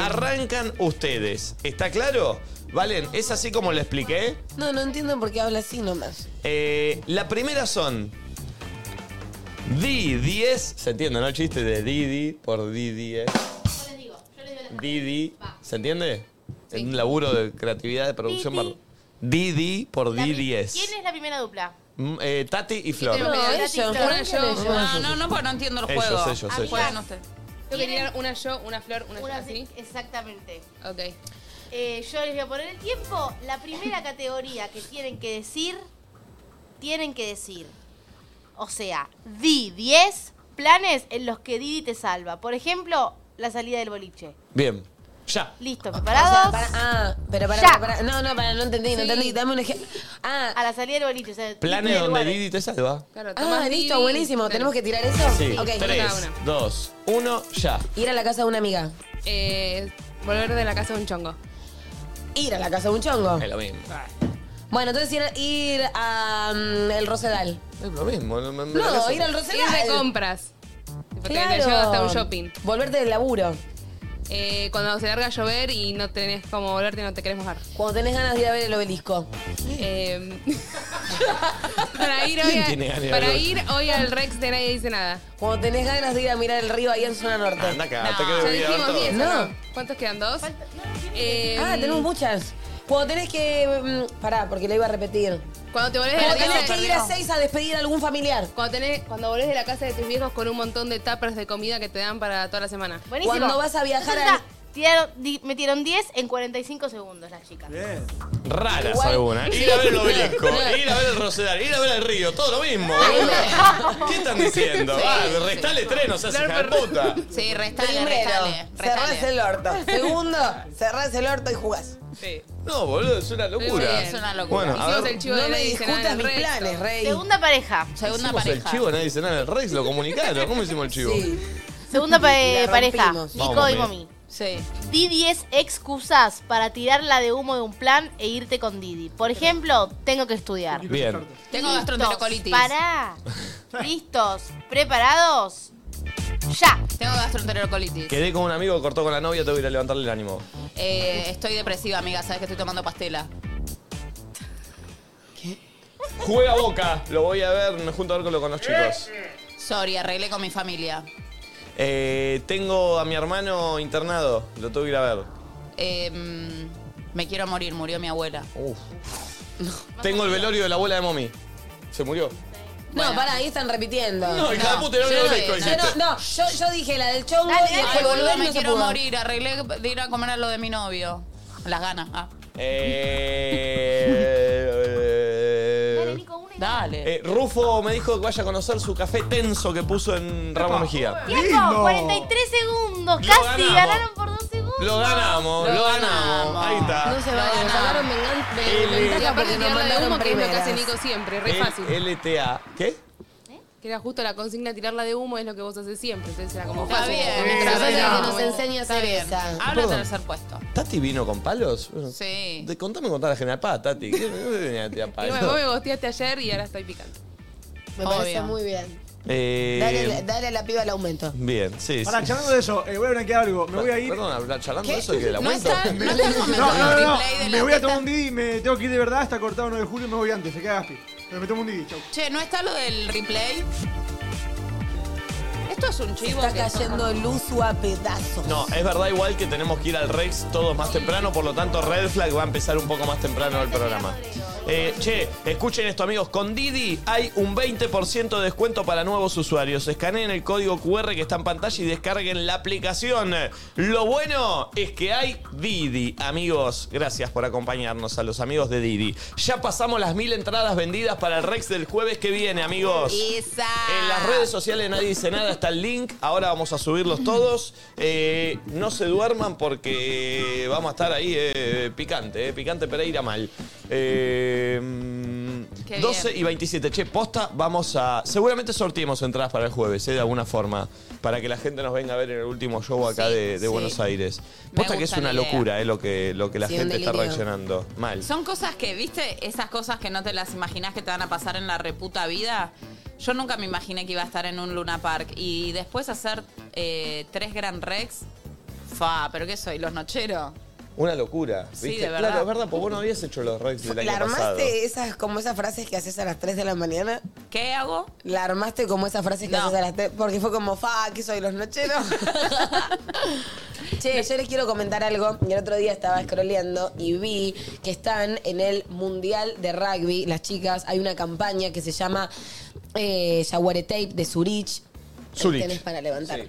S1: Arrancan ustedes. ¿Está claro? Valen, ¿es así como lo expliqué?
S2: No, no entiendo por qué habla así nomás.
S1: Eh, la primera son. Di 10. ¿Se entiende, no? El chiste de Didi por Di 10. Didi. ¿Se entiende? Es un laburo de creatividad, de producción.
S4: Didi.
S1: Didi por
S4: La
S1: Di
S4: pri-
S1: 10.
S4: ¿Quién es la primera dupla?
S1: Mm, eh, Tati y Flor.
S4: No, ellos.
S7: Una yo.
S1: ellos.
S6: Ah,
S7: No, no, no, porque no entiendo los
S1: Ellos,
S7: juegos.
S1: ellos,
S7: Ah,
S1: ellos.
S7: juegan ustedes.
S6: Yo quería una yo, una flor, una, yo, así.
S4: Exactamente.
S6: Ok.
S4: Eh, yo les voy a poner el tiempo. La primera categoría que tienen que decir, tienen que decir. O sea, di 10 planes en los que Didi te salva. Por ejemplo, la salida del boliche.
S1: Bien. Ya.
S4: Listo, preparados.
S2: O sea, para- ah, pero para,
S4: Ya.
S2: para, para- No, no, para, no entendí, no
S4: Sí.
S2: entendí. Dame un ejemplo. Ah.
S4: A la salida del boliche. O sea,
S1: Planes donde Didi te salva.
S2: ah, listo, buenísimo. ¿Tenemos que tirar eso?
S1: Sí.
S2: Ok, cada
S1: 3,
S2: una.
S1: 2, 1, ya.
S2: Ir a la casa de una amiga.
S6: Eh, volver de la casa de un chongo.
S2: Ir a la casa de un chongo.
S1: Es lo mismo.
S2: Bueno, entonces ir, ir a mm, el Rosedal.
S1: Es lo mismo. No, me- me
S2: No,
S1: parece-
S2: ir al Rosedal.
S6: Ir de compras. Tipo, te-
S2: Claro.
S6: te llevo hasta un shopping.
S2: Volverte del laburo.
S6: Eh, cuando se larga a llover y no tenés como volverte y no te querés mojar.
S2: Cuando tenés ganas de ir a ver el obelisco.
S6: Eh, [laughs] para ir hoy,
S2: ¿Quién
S6: a-
S2: tiene ganas de
S6: para
S2: ver?
S6: ir hoy al Rex de Nadie Dice Nada.
S2: Cuando tenés ganas de ir a mirar el río ahí en zona norte.
S1: Ah, Anda acá, te
S6: Ya dijimos 10, ¿o
S2: No.
S6: ¿no? ¿Cuántos quedan? ¿Dos? Eh,
S2: Ah, tenemos muchas. Cuando tenés que. mm, Pará, porque lo iba a repetir.
S6: Cuando te volvés de la
S2: Cuando tenés
S6: casa
S2: que ir a seis a despedir a algún familiar.
S6: Cuando, tenés, cuando volvés de la casa de tus viejos con un montón de tuppers de comida que te dan para toda la semana.
S4: Buenísimo.
S2: Cuando vas a viajar
S4: Entonces,
S2: al-
S4: está, tiraron- di- metieron 10 en 45 segundos las chicas.
S1: Raras
S4: Igual-
S1: algunas. Ir a ver el obelisco, ir a ver el Rosedal, ir a ver el río, todo lo mismo. boludo. ¿Qué están diciendo?
S7: Sí,
S1: Ah, restale tres, no seas hija de puta.
S7: Sí, restale,
S2: Primero,
S7: restale,
S2: cerrás
S7: restale.
S2: el orto. Segundo, cerrás el orto y jugás.
S1: No, boludo, es una locura.
S7: bien. Es una locura.
S1: Bueno, a
S7: Hicimos
S1: ver.
S7: el
S2: No me discutas mis planes, rey.
S4: Segunda pareja.
S7: Segunda
S1: Hicimos el chivo, nadie dice nada. El Rex lo comunicaron. ¿Cómo hicimos el chivo?
S4: Segunda pa- eh,
S1: La
S4: pareja.
S1: rompimos.
S4: Nico
S1: Vamos,
S4: y
S1: mami.
S4: Momi.
S7: Sí.
S4: Di 10 excusas para tirarla de humo de un plan e irte con Didi. Por ejemplo, tengo que estudiar.
S1: Bien.
S7: Tengo
S1: [laughs]
S7: gastroenterocolitis.
S4: Pará. ¿Listos? ¿Preparados? Ya.
S7: Tengo gastroenterocolitis.
S1: Quedé con un amigo, cortó con la novia, tengo que ir a levantarle el ánimo.
S7: Eh, estoy depresiva, amiga, sabes que estoy tomando pastela.
S1: Juega boca, lo voy a ver, me junto a verlo con los chicos.
S7: Sorry, arreglé con mi familia.
S1: Eh, tengo a mi hermano internado, lo tengo que ir a ver.
S7: Eh, mm, me quiero morir, murió mi abuela.
S1: Uf. Tengo el velorio de la abuela de mommy. Se murió.
S2: No, pará, ahí están repitiendo.
S1: No, hija de puta, era un
S2: yo
S1: obelisco,
S2: no-
S1: dijiste.
S2: yo no, no, yo, yo dije la del chongo
S7: Dale,
S2: y después
S7: Ay, boludo, me
S2: volver no se
S7: quiero
S2: pudo.
S7: morir. Arreglé de ir a comer a lo de mi novio. Las ganas. Ah.
S1: Eh,
S7: Dale.
S1: eh, Rufo me dijo que vaya a conocer su café tenso que puso en Ramos Mejía.
S4: Tiempo, 43 segundos.
S1: Lo
S4: Casi
S1: ganamos.
S4: ganaron por 2 segundos.
S1: Lo ganamos, lo,
S4: Lo
S1: ganamos. Ahí está.
S6: No se vayan, sacaron vengan- ven-
S1: L-
S6: ventaja
S1: Aparte
S6: porque
S1: nos
S6: tirarla de
S1: mandaron
S6: humo, que es lo que hace
S1: primeras.
S6: Nico siempre,
S1: Eh,
S6: re fácil.
S1: LTA. ¿Qué?
S6: Que era justo la consigna tirarla de humo, es lo que vos haces siempre. Entonces era como
S7: Está
S6: fácil.
S7: bien.
S6: Como
S7: Está
S6: nosotros
S7: bien.
S6: que nos enseña a
S7: Está
S6: hacer
S7: bien.
S6: esa.
S7: Hablo
S1: Perdón.
S7: tercer puesto.
S1: ¿Tati vino con palos? Bueno,
S7: Sí.
S1: de- contame con la general paz, Tati. ¿Qué qué venía a
S6: [laughs]
S1: tirar
S6: Y
S1: palos?
S6: bueno, vos me gosteaste ayer y ahora estoy picante.
S2: Me parece muy bien.
S1: Eh,
S2: Dale, dale a la piba el aumento.
S1: Bien, sí.
S9: Ahora,
S1: sí.
S9: charlando de eso, eh, voy a blanquear algo. Me voy a ir.
S1: Perdón, habla- charlando
S9: ¿Qué?
S1: de eso que la
S9: No
S1: aumento.
S9: está- [laughs] no está el momento No, no, no, no. Me voy a tomar un Didi, me tengo que ir de verdad, está cortado 9 de julio, me voy antes, se queda Gaspi. Pero me tomo un Didi, chau.
S7: Che, ¿no está lo del replay?
S2: Esto es un chivo. Está
S7: [laughs]
S2: cayendo luz a pedazos.
S1: No, es verdad igual que tenemos que ir al Rex todos más temprano, por lo tanto Red Flag va a empezar un poco más temprano el programa. Eh, che, escuchen esto amigos, con Didi hay un 20% de descuento para nuevos usuarios. Escaneen el código QR que está en pantalla y descarguen la aplicación. Lo bueno es que hay Didi. Amigos, gracias por acompañarnos a los amigos de Didi. Ya pasamos las mil entradas vendidas para el Rex del jueves que viene, amigos.
S7: Esa.
S1: En las redes sociales nadie dice nada, está el link. Ahora vamos a subirlos todos. Eh, no se duerman porque vamos a estar ahí eh, picante, eh, picante Pereira mal. Eh, mm,
S7: Qué
S1: 12
S7: bien.
S1: y 27. Che, posta, vamos a. Seguramente sorteemos entradas para el jueves, ¿eh? de alguna forma. Para que la gente nos venga a ver en el último show acá de, de
S7: sí.
S1: Buenos Aires.
S7: Me
S1: Posta que es
S7: gusta
S1: una
S7: la idea.
S1: locura, ¿eh? Lo que, lo que la
S7: Sí, un
S1: gente está
S7: delirio.
S1: reaccionando. Mal.
S7: Son cosas que, viste, esas cosas que no te las imaginas que te van a pasar en la reputa vida. Yo nunca me imaginé que iba a estar en un Luna Park y después hacer eh, tres Grand Rex. Fa, pero ¿qué soy? ¿Los nocheros?
S1: Una locura.
S7: Sí,
S1: ¿viste?
S7: de verdad.
S1: Claro, es verdad, porque vos no habías hecho los Rex del año
S2: ¿La
S1: pasado.
S2: armaste esas, como esas frases que haces a las 3 de la mañana?
S7: ¿Qué hago?
S2: ¿La armaste como esas frases que haces a las 3? Porque fue como, fa, que soy los
S7: [laughs]
S2: nocheros. che, yo les quiero comentar algo. Y El otro día estaba scrolleando y vi que están en el Mundial de Rugby, las chicas. Hay una campaña que se llama eh, Jaguare Tape de Zurich. Ahí
S8: Zurich.
S2: tenés para levantar.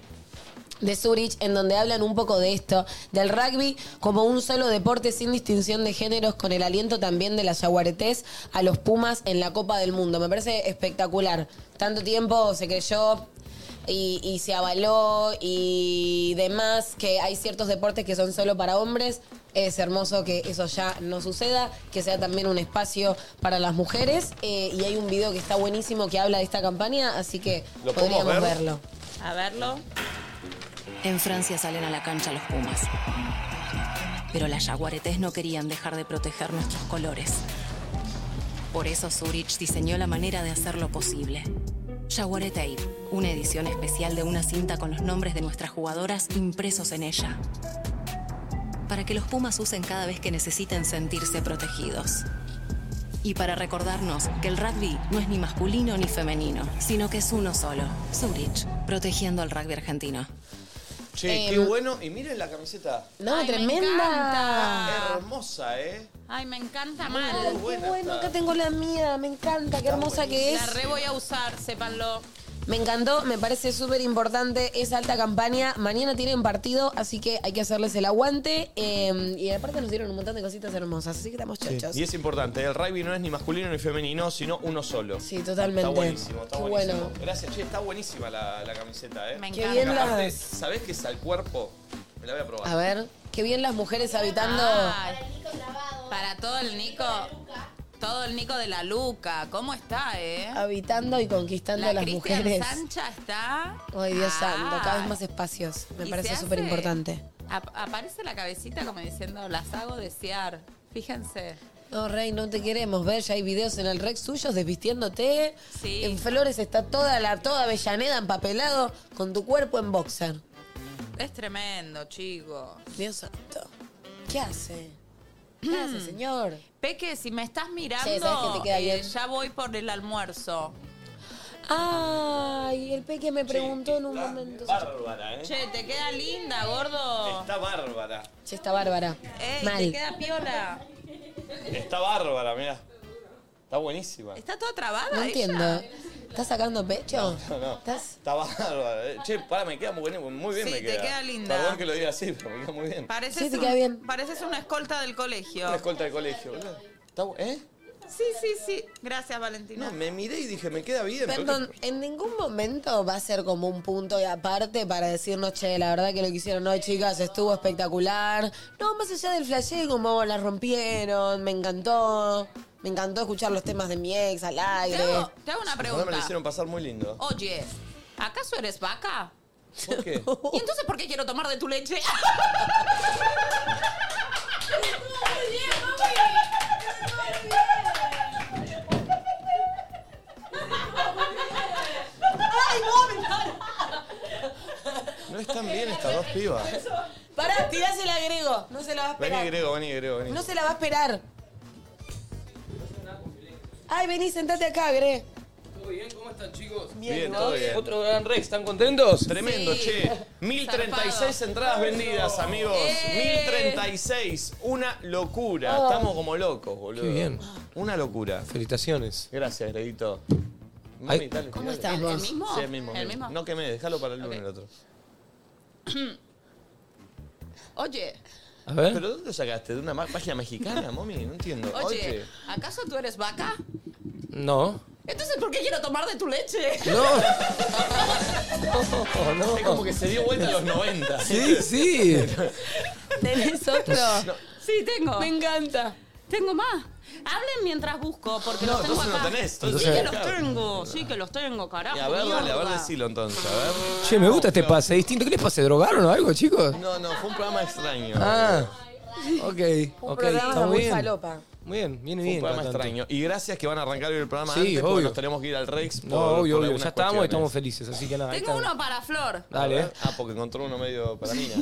S2: de Zurich, en donde hablan un poco de esto, del rugby como un solo deporte sin distinción de géneros, con el aliento también de las jaguaretés a los Pumas en la Copa del Mundo. Me parece espectacular. Tanto tiempo se creyó y, y se avaló y demás que hay ciertos deportes que son solo para hombres. Es hermoso que eso ya no suceda, que sea también un espacio para las mujeres. eh, y hay un video que está buenísimo que habla de esta campaña, así que
S7: ¿Lo podemos
S2: podríamos
S7: ver?
S2: verlo.
S7: A verlo.
S20: En Francia salen a la cancha los Pumas. Pero las jaguaretes no querían dejar de proteger nuestros colores. Por eso Zurich diseñó la manera de hacerlo posible. Jaguare Tape, una edición especial de una cinta con los nombres de nuestras jugadoras impresos en ella. Para que los Pumas usen cada vez que necesiten sentirse protegidos. Y para recordarnos que el rugby no es ni masculino ni femenino, sino que es uno solo. Zurich, protegiendo al rugby argentino.
S1: Che, qué
S20: Em.
S1: bueno. Y miren la camiseta.
S2: No,
S7: Ay, me
S2: tremenda.
S7: encanta.
S1: Hermosa, ¿eh?
S7: Ay, me encanta
S2: Ay,
S7: mal.
S2: qué bueno que tengo la mía, me encanta, qué hermosa que es.
S7: La re voy a usar, sépanlo.
S2: Me encantó, me parece súper importante esa alta campaña. Mañana tienen partido, así que hay que hacerles el aguante. eh, y aparte nos dieron un montón de cositas hermosas, así que estamos
S1: Sí.
S2: chochos.
S1: Y es importante, ¿eh? el rugby no es ni masculino ni femenino, sino uno solo.
S2: Sí, totalmente.
S1: Está buenísimo, está
S2: Qué
S1: buenísimo.
S2: bueno.
S1: Gracias, che, está buenísima la, la camiseta, ¿eh?
S2: Me Qué encanta. bien la-
S1: Aparte, ¿Sabés que es al cuerpo? Me la voy a probar.
S2: A ver, qué bien las mujeres habitando.
S7: Ay, para todo el Nico. Todo el Nico de la Luca. ¿Cómo está, eh?
S2: Habitando y conquistando
S7: La
S2: a las
S7: Cristian
S2: mujeres.
S7: Sancha está.
S2: Ay, Dios
S7: Ah.
S2: santo, cada vez más espacios. Me
S7: Y
S2: parece
S7: se
S2: súper importante.
S7: hace- ap- aparece la cabecita como diciendo, las hago desear. Fíjense.
S2: No, Rey, no te queremos ver. Ya hay videos en el Rex suyos desvistiéndote. En Flores está toda la toda Avellaneda empapelado con tu cuerpo en boxer.
S7: Es tremendo, chico.
S2: Dios santo. ¿Qué hace? ¿Qué hace, señor?
S7: Mm. Peque, si me estás mirando,
S2: Sí, sabes que te queda
S7: eh,
S2: bien.
S7: ya voy por el almuerzo.
S2: Ay, el peque me preguntó en un momento.
S1: Bárbara, ¿eh?
S7: Che, te queda linda, gordo.
S1: Está bárbara.
S2: Che, está bárbara.
S7: Ey, te
S2: Eh, Mal.
S7: queda piola.
S1: Está bárbara, mirá. Está buenísima.
S7: Está toda trabada
S2: No
S7: ella.
S2: entiendo. ¿Estás sacando pecho?
S1: No, no. Está bárbara. eh. Che, pará, me queda muy bien, muy bien
S7: Sí,
S1: me
S7: te
S1: queda.
S7: queda linda.
S1: Perdón que lo diga así, pero me queda muy bien.
S7: Pareces,
S2: Sí, te
S7: un-
S2: queda bien.
S7: pareces una escolta del colegio.
S1: Una escolta de colegio, boludo. Está bu- ¿Eh?
S7: Sí, sí, sí. Gracias, Valentina.
S1: No, me miré y dije, me queda bien. pero-
S2: Perdón, ¿en ningún momento va a ser como un punto y aparte para decirnos, che, la verdad que lo que hicieron hoy, chicas, estuvo espectacular? No, más allá del flasheo, como la rompieron, me encantó, me encantó escuchar los temas de mi ex al aire.
S7: Te hago una
S1: La verdad me lo
S7: pregunta.
S1: hicieron pasar muy lindo.
S7: Oye, ¿acaso eres vaca?
S1: ¿Por qué?
S7: ¿Y entonces por qué quiero tomar de tu leche?
S2: ¡Ay,
S1: No están bien estas dos pibas.
S2: Pará, tirás el agrego, no se la va a
S1: Vení,
S2: esperar.
S1: Grego, vení, Grego, vení.
S2: No se la va a esperar. Ay, vení, sentate acá, Gre.
S12: ¿Todo bien? ¿Cómo están, chicos?
S2: Bien, Bien, ¿no? todo bien.
S12: Otro Gran Rex, ¿están contentos?
S1: Tremendo, che.
S7: [laughs]
S1: 1036 entradas vendidas, amigos.
S7: Eh.
S1: 1036. Una locura.
S12: Ah.
S1: Estamos como locos, boludo.
S12: Qué bien.
S1: Una locura.
S12: Felicitaciones.
S1: Gracias, Greguito.
S12: Ay.
S1: ¿Cómo
S2: estás ¿El- el vos? mismo?
S1: Sí, el mismo.
S7: ¿El mismo?
S1: No quemé, déjalo para el lunes el otro.
S7: Oye,
S1: A ver. ¿Pero dónde lo sacaste? ¿De una ma- página mexicana, mami? No entiendo.
S7: oye, ¿acaso tú eres vaca?
S12: No.
S7: Entonces, ¿por qué quiero tomar de tu leche?
S1: [laughs] Es como que se dio vuelta a los 90.
S12: Oh, Sí, sí.
S7: ¿Tenés
S12: otro?
S1: [laughs]
S7: Sí, tengo.
S2: Me encanta.
S6: Tengo más. Hablen mientras busco, porque
S1: No,
S6: los tengo
S1: entonces
S6: acá.
S1: no tenés,
S6: Sí
S1: entonces-
S6: que los
S1: claro.
S6: tengo, sí que los tengo, carajo.
S1: Y a ver, dale, a ver,
S6: mierda.
S1: decilo entonces. A ver.
S12: Che, me gusta este pase distinto. ¿Qué les pase? ¿Drogaron o algo, chicos?
S1: No, no, fue un programa extraño.
S12: Ah, ok, ok.
S1: programa
S12: Está muy
S1: muy
S12: bien.
S1: falopa.
S12: Muy bien, viene
S1: Fue un
S12: bien.
S1: programa
S12: cada tanto.
S1: extraño. Y gracias que van a arrancar hoy el programa
S12: Sí,
S1: antes porque
S12: obvio.
S1: nos tenemos que ir al Rex.
S12: No, obvio, obvio. Ya estamos y estamos felices, así que nada. ahí
S6: Tengo
S12: está.
S6: uno para Flor.
S12: Dale.
S1: Ah, porque encontró uno medio para
S6: [laughs]
S1: Mina.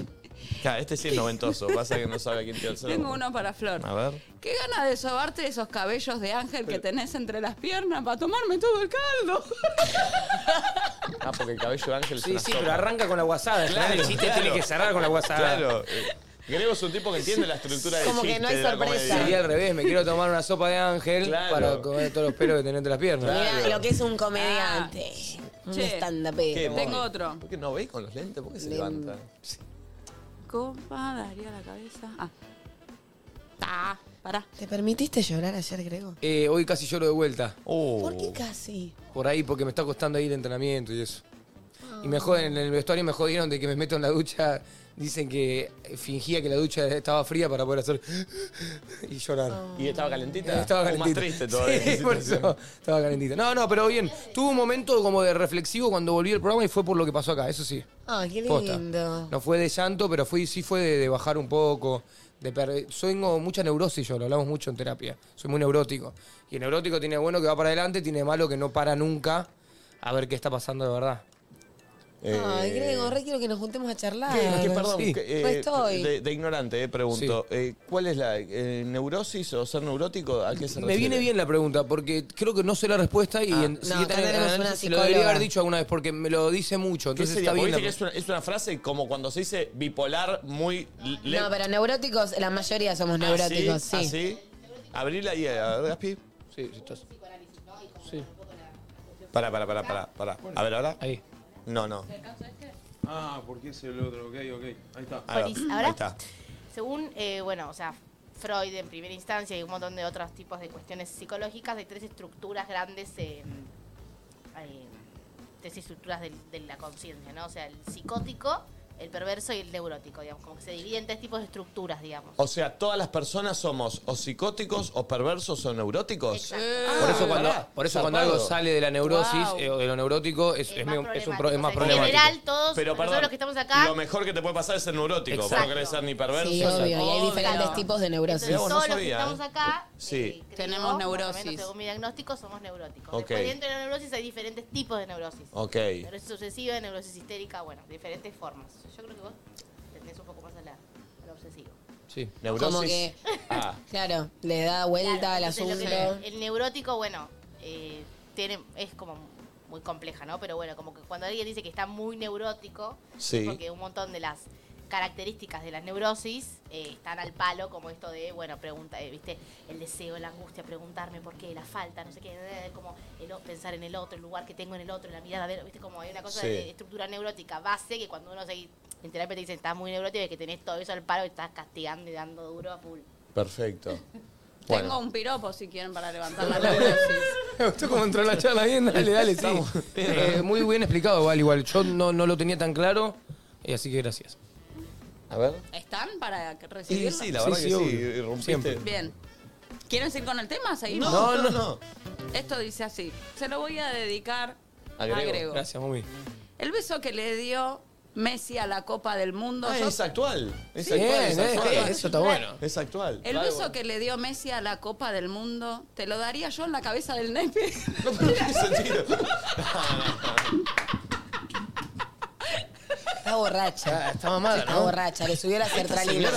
S1: Claro, este sí es noventoso. Pasa que no sabe a quién te alzó.
S6: Tengo uno para Flor.
S1: A ver.
S6: Qué ganas de llevarte esos cabellos de ángel que tenés entre las piernas para tomarme todo el caldo.
S1: Ah, porque el cabello de Ángel es
S12: Sí,
S1: una
S12: sí,
S1: sopa.
S12: pero arranca con la guasada. Claro, el chiste tiene que cerrar con la guasada.
S1: Claro. Eh, Grego es un tipo que entiende la estructura del chiste. de la comedia.
S12: Sería al revés, me quiero tomar una sopa de ángel
S1: Claro.
S12: para comer todos los pelos que tenés entre las piernas.
S2: Mirá lo que es un comediante. un
S6: Che,
S2: stand-up.
S6: Tengo otro.
S1: ¿Por qué no veis con los lentes? ¿Por qué se
S6: Lem-
S1: levanta?
S6: Copa, daría la cabeza. Ah. Ah, pará.
S2: ¿Te permitiste llorar ayer, Grego?
S12: Eh, hoy casi lloro de vuelta.
S1: Oh.
S2: ¿Por qué casi?
S12: Por ahí, porque me está costando ir el entrenamiento y eso. Y me joden, en el vestuario me jodieron de que me meto en la ducha. Dicen que fingía que la ducha estaba fría para poder hacer [laughs] y llorar. Eh,
S1: ¿Y estaba calentita?
S12: Estaba
S1: O
S12: calentita.
S1: más triste todavía.
S12: Sí, por eso. Estaba calentita. No, no, pero bien. Tuve un momento como de reflexivo cuando volví al programa y fue por lo que pasó acá, eso sí.
S2: Ah, qué
S12: Posta.
S2: lindo.
S12: No fue de llanto, pero fui, sí fue de, de bajar un poco. De per- Yo tengo mucha neurosis, yo lo hablamos mucho en terapia. Soy muy neurótico. Y el neurótico tiene bueno que va para adelante, tiene malo que no para nunca a ver qué está pasando de verdad.
S1: Eh,
S2: Ay, Grego, re quiero que nos juntemos a charlar.
S1: ¿Qué, qué, perdón,
S12: Sí.
S1: que, eh,
S2: No Ah, Pues estoy.
S1: De, de ignorante, eh, pregunto. Eh, ¿Cuál es la eh, neurosis o ser neurótico? ¿A qué se
S12: Me viene bien la pregunta, porque creo que no sé la respuesta y en, sí que tenés-
S1: Ah, tendremos una
S12: se lo debería
S1: psicóloga.
S12: haber dicho alguna vez porque me lo dice mucho.
S1: ¿Qué
S12: Entonces
S1: sería?
S12: está
S1: Porque
S12: bien.
S1: viste
S12: la-
S1: que es, una, es una frase como cuando se dice bipolar muy... le-
S2: No, pero neuróticos, la mayoría somos neuróticos,
S1: ¿Ah,
S2: sí.
S1: ¿Así? Abrirla ahí, a ver, Gaspi.
S12: Sí, sí, estás. Sí.
S1: Pará, pará, pará, pará, pará. A ver, ¿ahora?
S12: Ahí.
S1: No, no.
S5: Ah, porque es el otro, ok, ok. Ahí está.
S1: Ahora,
S4: Ahora.
S1: ahí está.
S4: Según, eh, bueno, o sea, Freud en primera instancia y un montón de otros tipos de cuestiones psicológicas, hay tres estructuras grandes, eh, eh, tres estructuras del- de, la conciencia, ¿no? O sea, el psicótico, el perverso y el neurótico, digamos, como que se dividen en tres tipos de estructuras, digamos.
S1: O sea, todas las personas somos o psicóticos o perversos o neuróticos.
S2: Ah.
S12: Por eso cuando, por eso cuando algo
S1: Zarpado.
S12: sale de la neurosis eh, o de lo neurótico es, es medio- es un pro- es más problemático.
S4: En general, todos
S1: Pero
S4: nosotros
S1: perdón,
S4: los que estamos acá,
S1: Lo mejor que te puede pasar es ser neurótico. Vos
S4: Exacto.
S1: no querés ser ni perverso.
S2: Sí, obvio, y hay diferentes tipos de neurosis.
S1: Mirá, vos no
S4: todos los que
S1: sabía,
S4: estamos
S1: ¿eh?
S4: acá,
S1: Sí.
S6: Tenemos
S4: creo, más o
S6: neurosis.
S4: menos, según mi diagnóstico, somos neuróticos.
S1: Ok.
S4: Después dentro de la neurosis hay diferentes tipos de neurosis.
S1: Ok.
S4: Neurosis obsesiva, neurosis histérica, bueno, diferentes formas. Yo creo que vos tendés un poco más a la, a la obsesiva.
S12: Sí.
S1: Neurosis.
S2: Como que-
S1: Ah,
S2: [laughs] Claro, le da vuelta al
S4: Entonces, lo
S2: asunto.
S4: que- el neurótico, bueno, eh, tiene, es como muy compleja, ¿no? Pero bueno, como que cuando alguien dice que está muy neurótico,
S1: Sí.
S4: es porque un montón de las características de las neurosis eh, están al palo, como esto de, bueno, pregunta, eh, ¿viste? El deseo, la angustia, preguntarme por qué, la falta, no sé qué, eh, como el o- pensar en el otro, el lugar que tengo en el otro, la mirada, ver, ¿viste? Como hay una cosa
S1: Sí.
S4: de estructura neurótica base que cuando uno se... En terapia te dicen, estás muy neurótico, es que tenés todo eso al palo, que estás castigando y dando duro a full.
S2: [laughs]
S1: perfecto.
S6: Tengo
S1: Bueno.
S6: un piropo si quieren para levantar la
S12: [laughs] Me gustó cómo entró la charla bien, dale, dale, sí. Eh, muy bien explicado, igual, igual. Yo no, no lo tenía tan claro, eh, así que gracias.
S1: A ver.
S6: ¿Están para que- recibirlo?
S1: sí, la verdad que sí, irrumpiste.
S6: Bien. ¿Quieren seguir con el tema? ¿Seguimos?
S12: No, no, no.
S6: Esto dice así. Se lo voy a dedicar a Grego.
S12: Agrego. Gracias, mami.
S6: El beso que le dio Messi a la Copa del Mundo.
S1: Ah,
S6: Yo-
S1: es actual. Es
S12: Sí,
S1: actual.
S12: bien,
S1: es
S12: eh,
S1: actual.
S12: eso está bueno.
S1: Es actual.
S6: El
S1: Claro.
S6: beso que le dio Messi a la Copa del Mundo, te lo daría yo en la cabeza del nepe. [laughs]
S2: Está
S1: Ah,
S2: borracha.
S12: está mamada,
S2: Está
S12: ¿no?
S2: borracha, le subió la sertralina.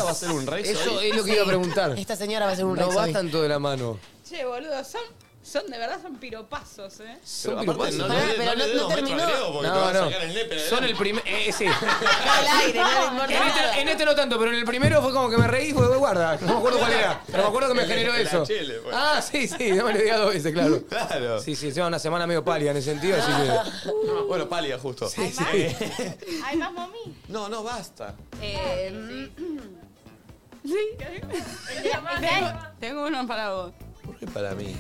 S12: Eso es lo que iba a preguntar.
S2: Esta señora va a hacer un
S12: No
S2: rezo
S12: va
S2: hoy.
S12: tanto de la mano.
S6: Che, boludo, son, son de verdad son piropazos, ¿eh?
S1: Pero aparte, no,
S2: Pará,
S1: le- no,
S2: pero no-
S1: le
S2: no
S1: demos metro a
S2: terminó.
S1: Grego porque te
S12: No,
S1: va a
S12: no.
S1: sacar el nepe.
S12: Son el primer. Eh, sí.
S2: Al aire, no le importa
S12: En
S2: nada.
S12: este, en este no tanto, pero en el primero fue como que me reí y fue, guarda. No me acuerdo cuál era. Pero me acuerdo que me
S1: El-
S12: generó
S1: el
S12: eso.
S1: Achille, bueno.
S12: Ah, sí, sí, no me lo diga dos veces, claro.
S1: pues. Claro.
S12: Sí, sí, lleva una semana medio pálida en ese sentido, así que.
S1: [laughs] Bueno, pálida justo.
S4: ¿Hay más, mami?
S1: No, no, basta.
S6: Eh, [laughs] sí. tengo, tengo uno para vos.
S1: ¿Por qué para mí?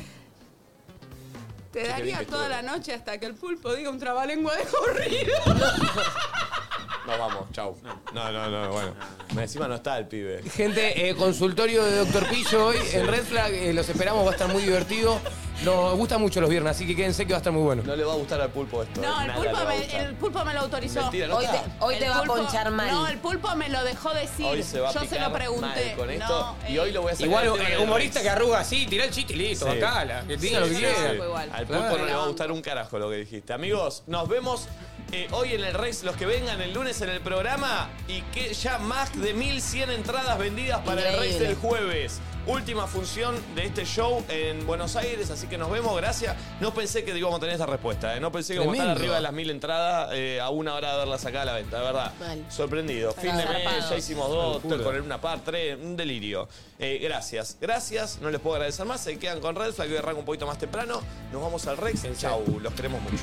S1: Sí, qué
S6: Te
S1: bien
S6: daría
S1: que
S6: toda
S1: estuvo.
S6: la noche hasta que el pulpo diga un trabalengua de corrido.
S1: No, nos vamos, chau. No, no, no, bueno. Encima no está el pibe.
S12: Gente, eh, consultorio de Doctor Pillo hoy en Red Flag. eh, los esperamos, va a estar muy divertido. Nos gusta mucho los viernes, así que quédense que va a estar muy bueno. No
S1: le va a gustar al pulpo esto.
S6: No, el pulpo, me, el pulpo me lo autorizó.
S1: Mentira, no Hoy está. te-
S2: hoy
S6: El
S2: te va a ponchar mal.
S6: No, el pulpo me lo dejó decir.
S1: Hoy se va a
S6: Yo se
S1: picar
S6: lo pregunté.
S1: mal con esto
S6: eh, No,
S1: y hoy lo voy a sacar.
S12: Igual,
S1: del tema
S12: eh,
S1: de la
S12: humorista
S1: raíz.
S12: que arruga así, tira el chiste y listo,
S1: Sí.
S12: bancala, Que diga
S1: Sí,
S12: lo que
S1: sí,
S12: quiera.
S1: sí. Al pulpo no le va a gustar un carajo lo que dijiste. Amigos, nos vemos eh, hoy en el Rex, los que vengan el lunes en el programa y que ya más de 1100 entradas vendidas para el Rex
S3: Increíble.
S1: del jueves. Última función de este show en Buenos Aires, así que nos vemos, gracias. No pensé que íbamos a tener esa respuesta, ¿eh? no pensé que íbamos a estar
S3: Tremendo.
S1: arriba de las 1000 entradas eh, a una hora de haberlas sacado a la venta, de verdad. Sorprendido.
S3: Pero
S1: fin de mes,
S3: zarpados.
S1: ya hicimos dos,
S3: Locura.
S1: con el una par, tres, un delirio. Eh, gracias, gracias, no les puedo agradecer más, se quedan con Red Flag, que hoy arranca un poquito más temprano, nos vamos al Rex, chau, los queremos mucho.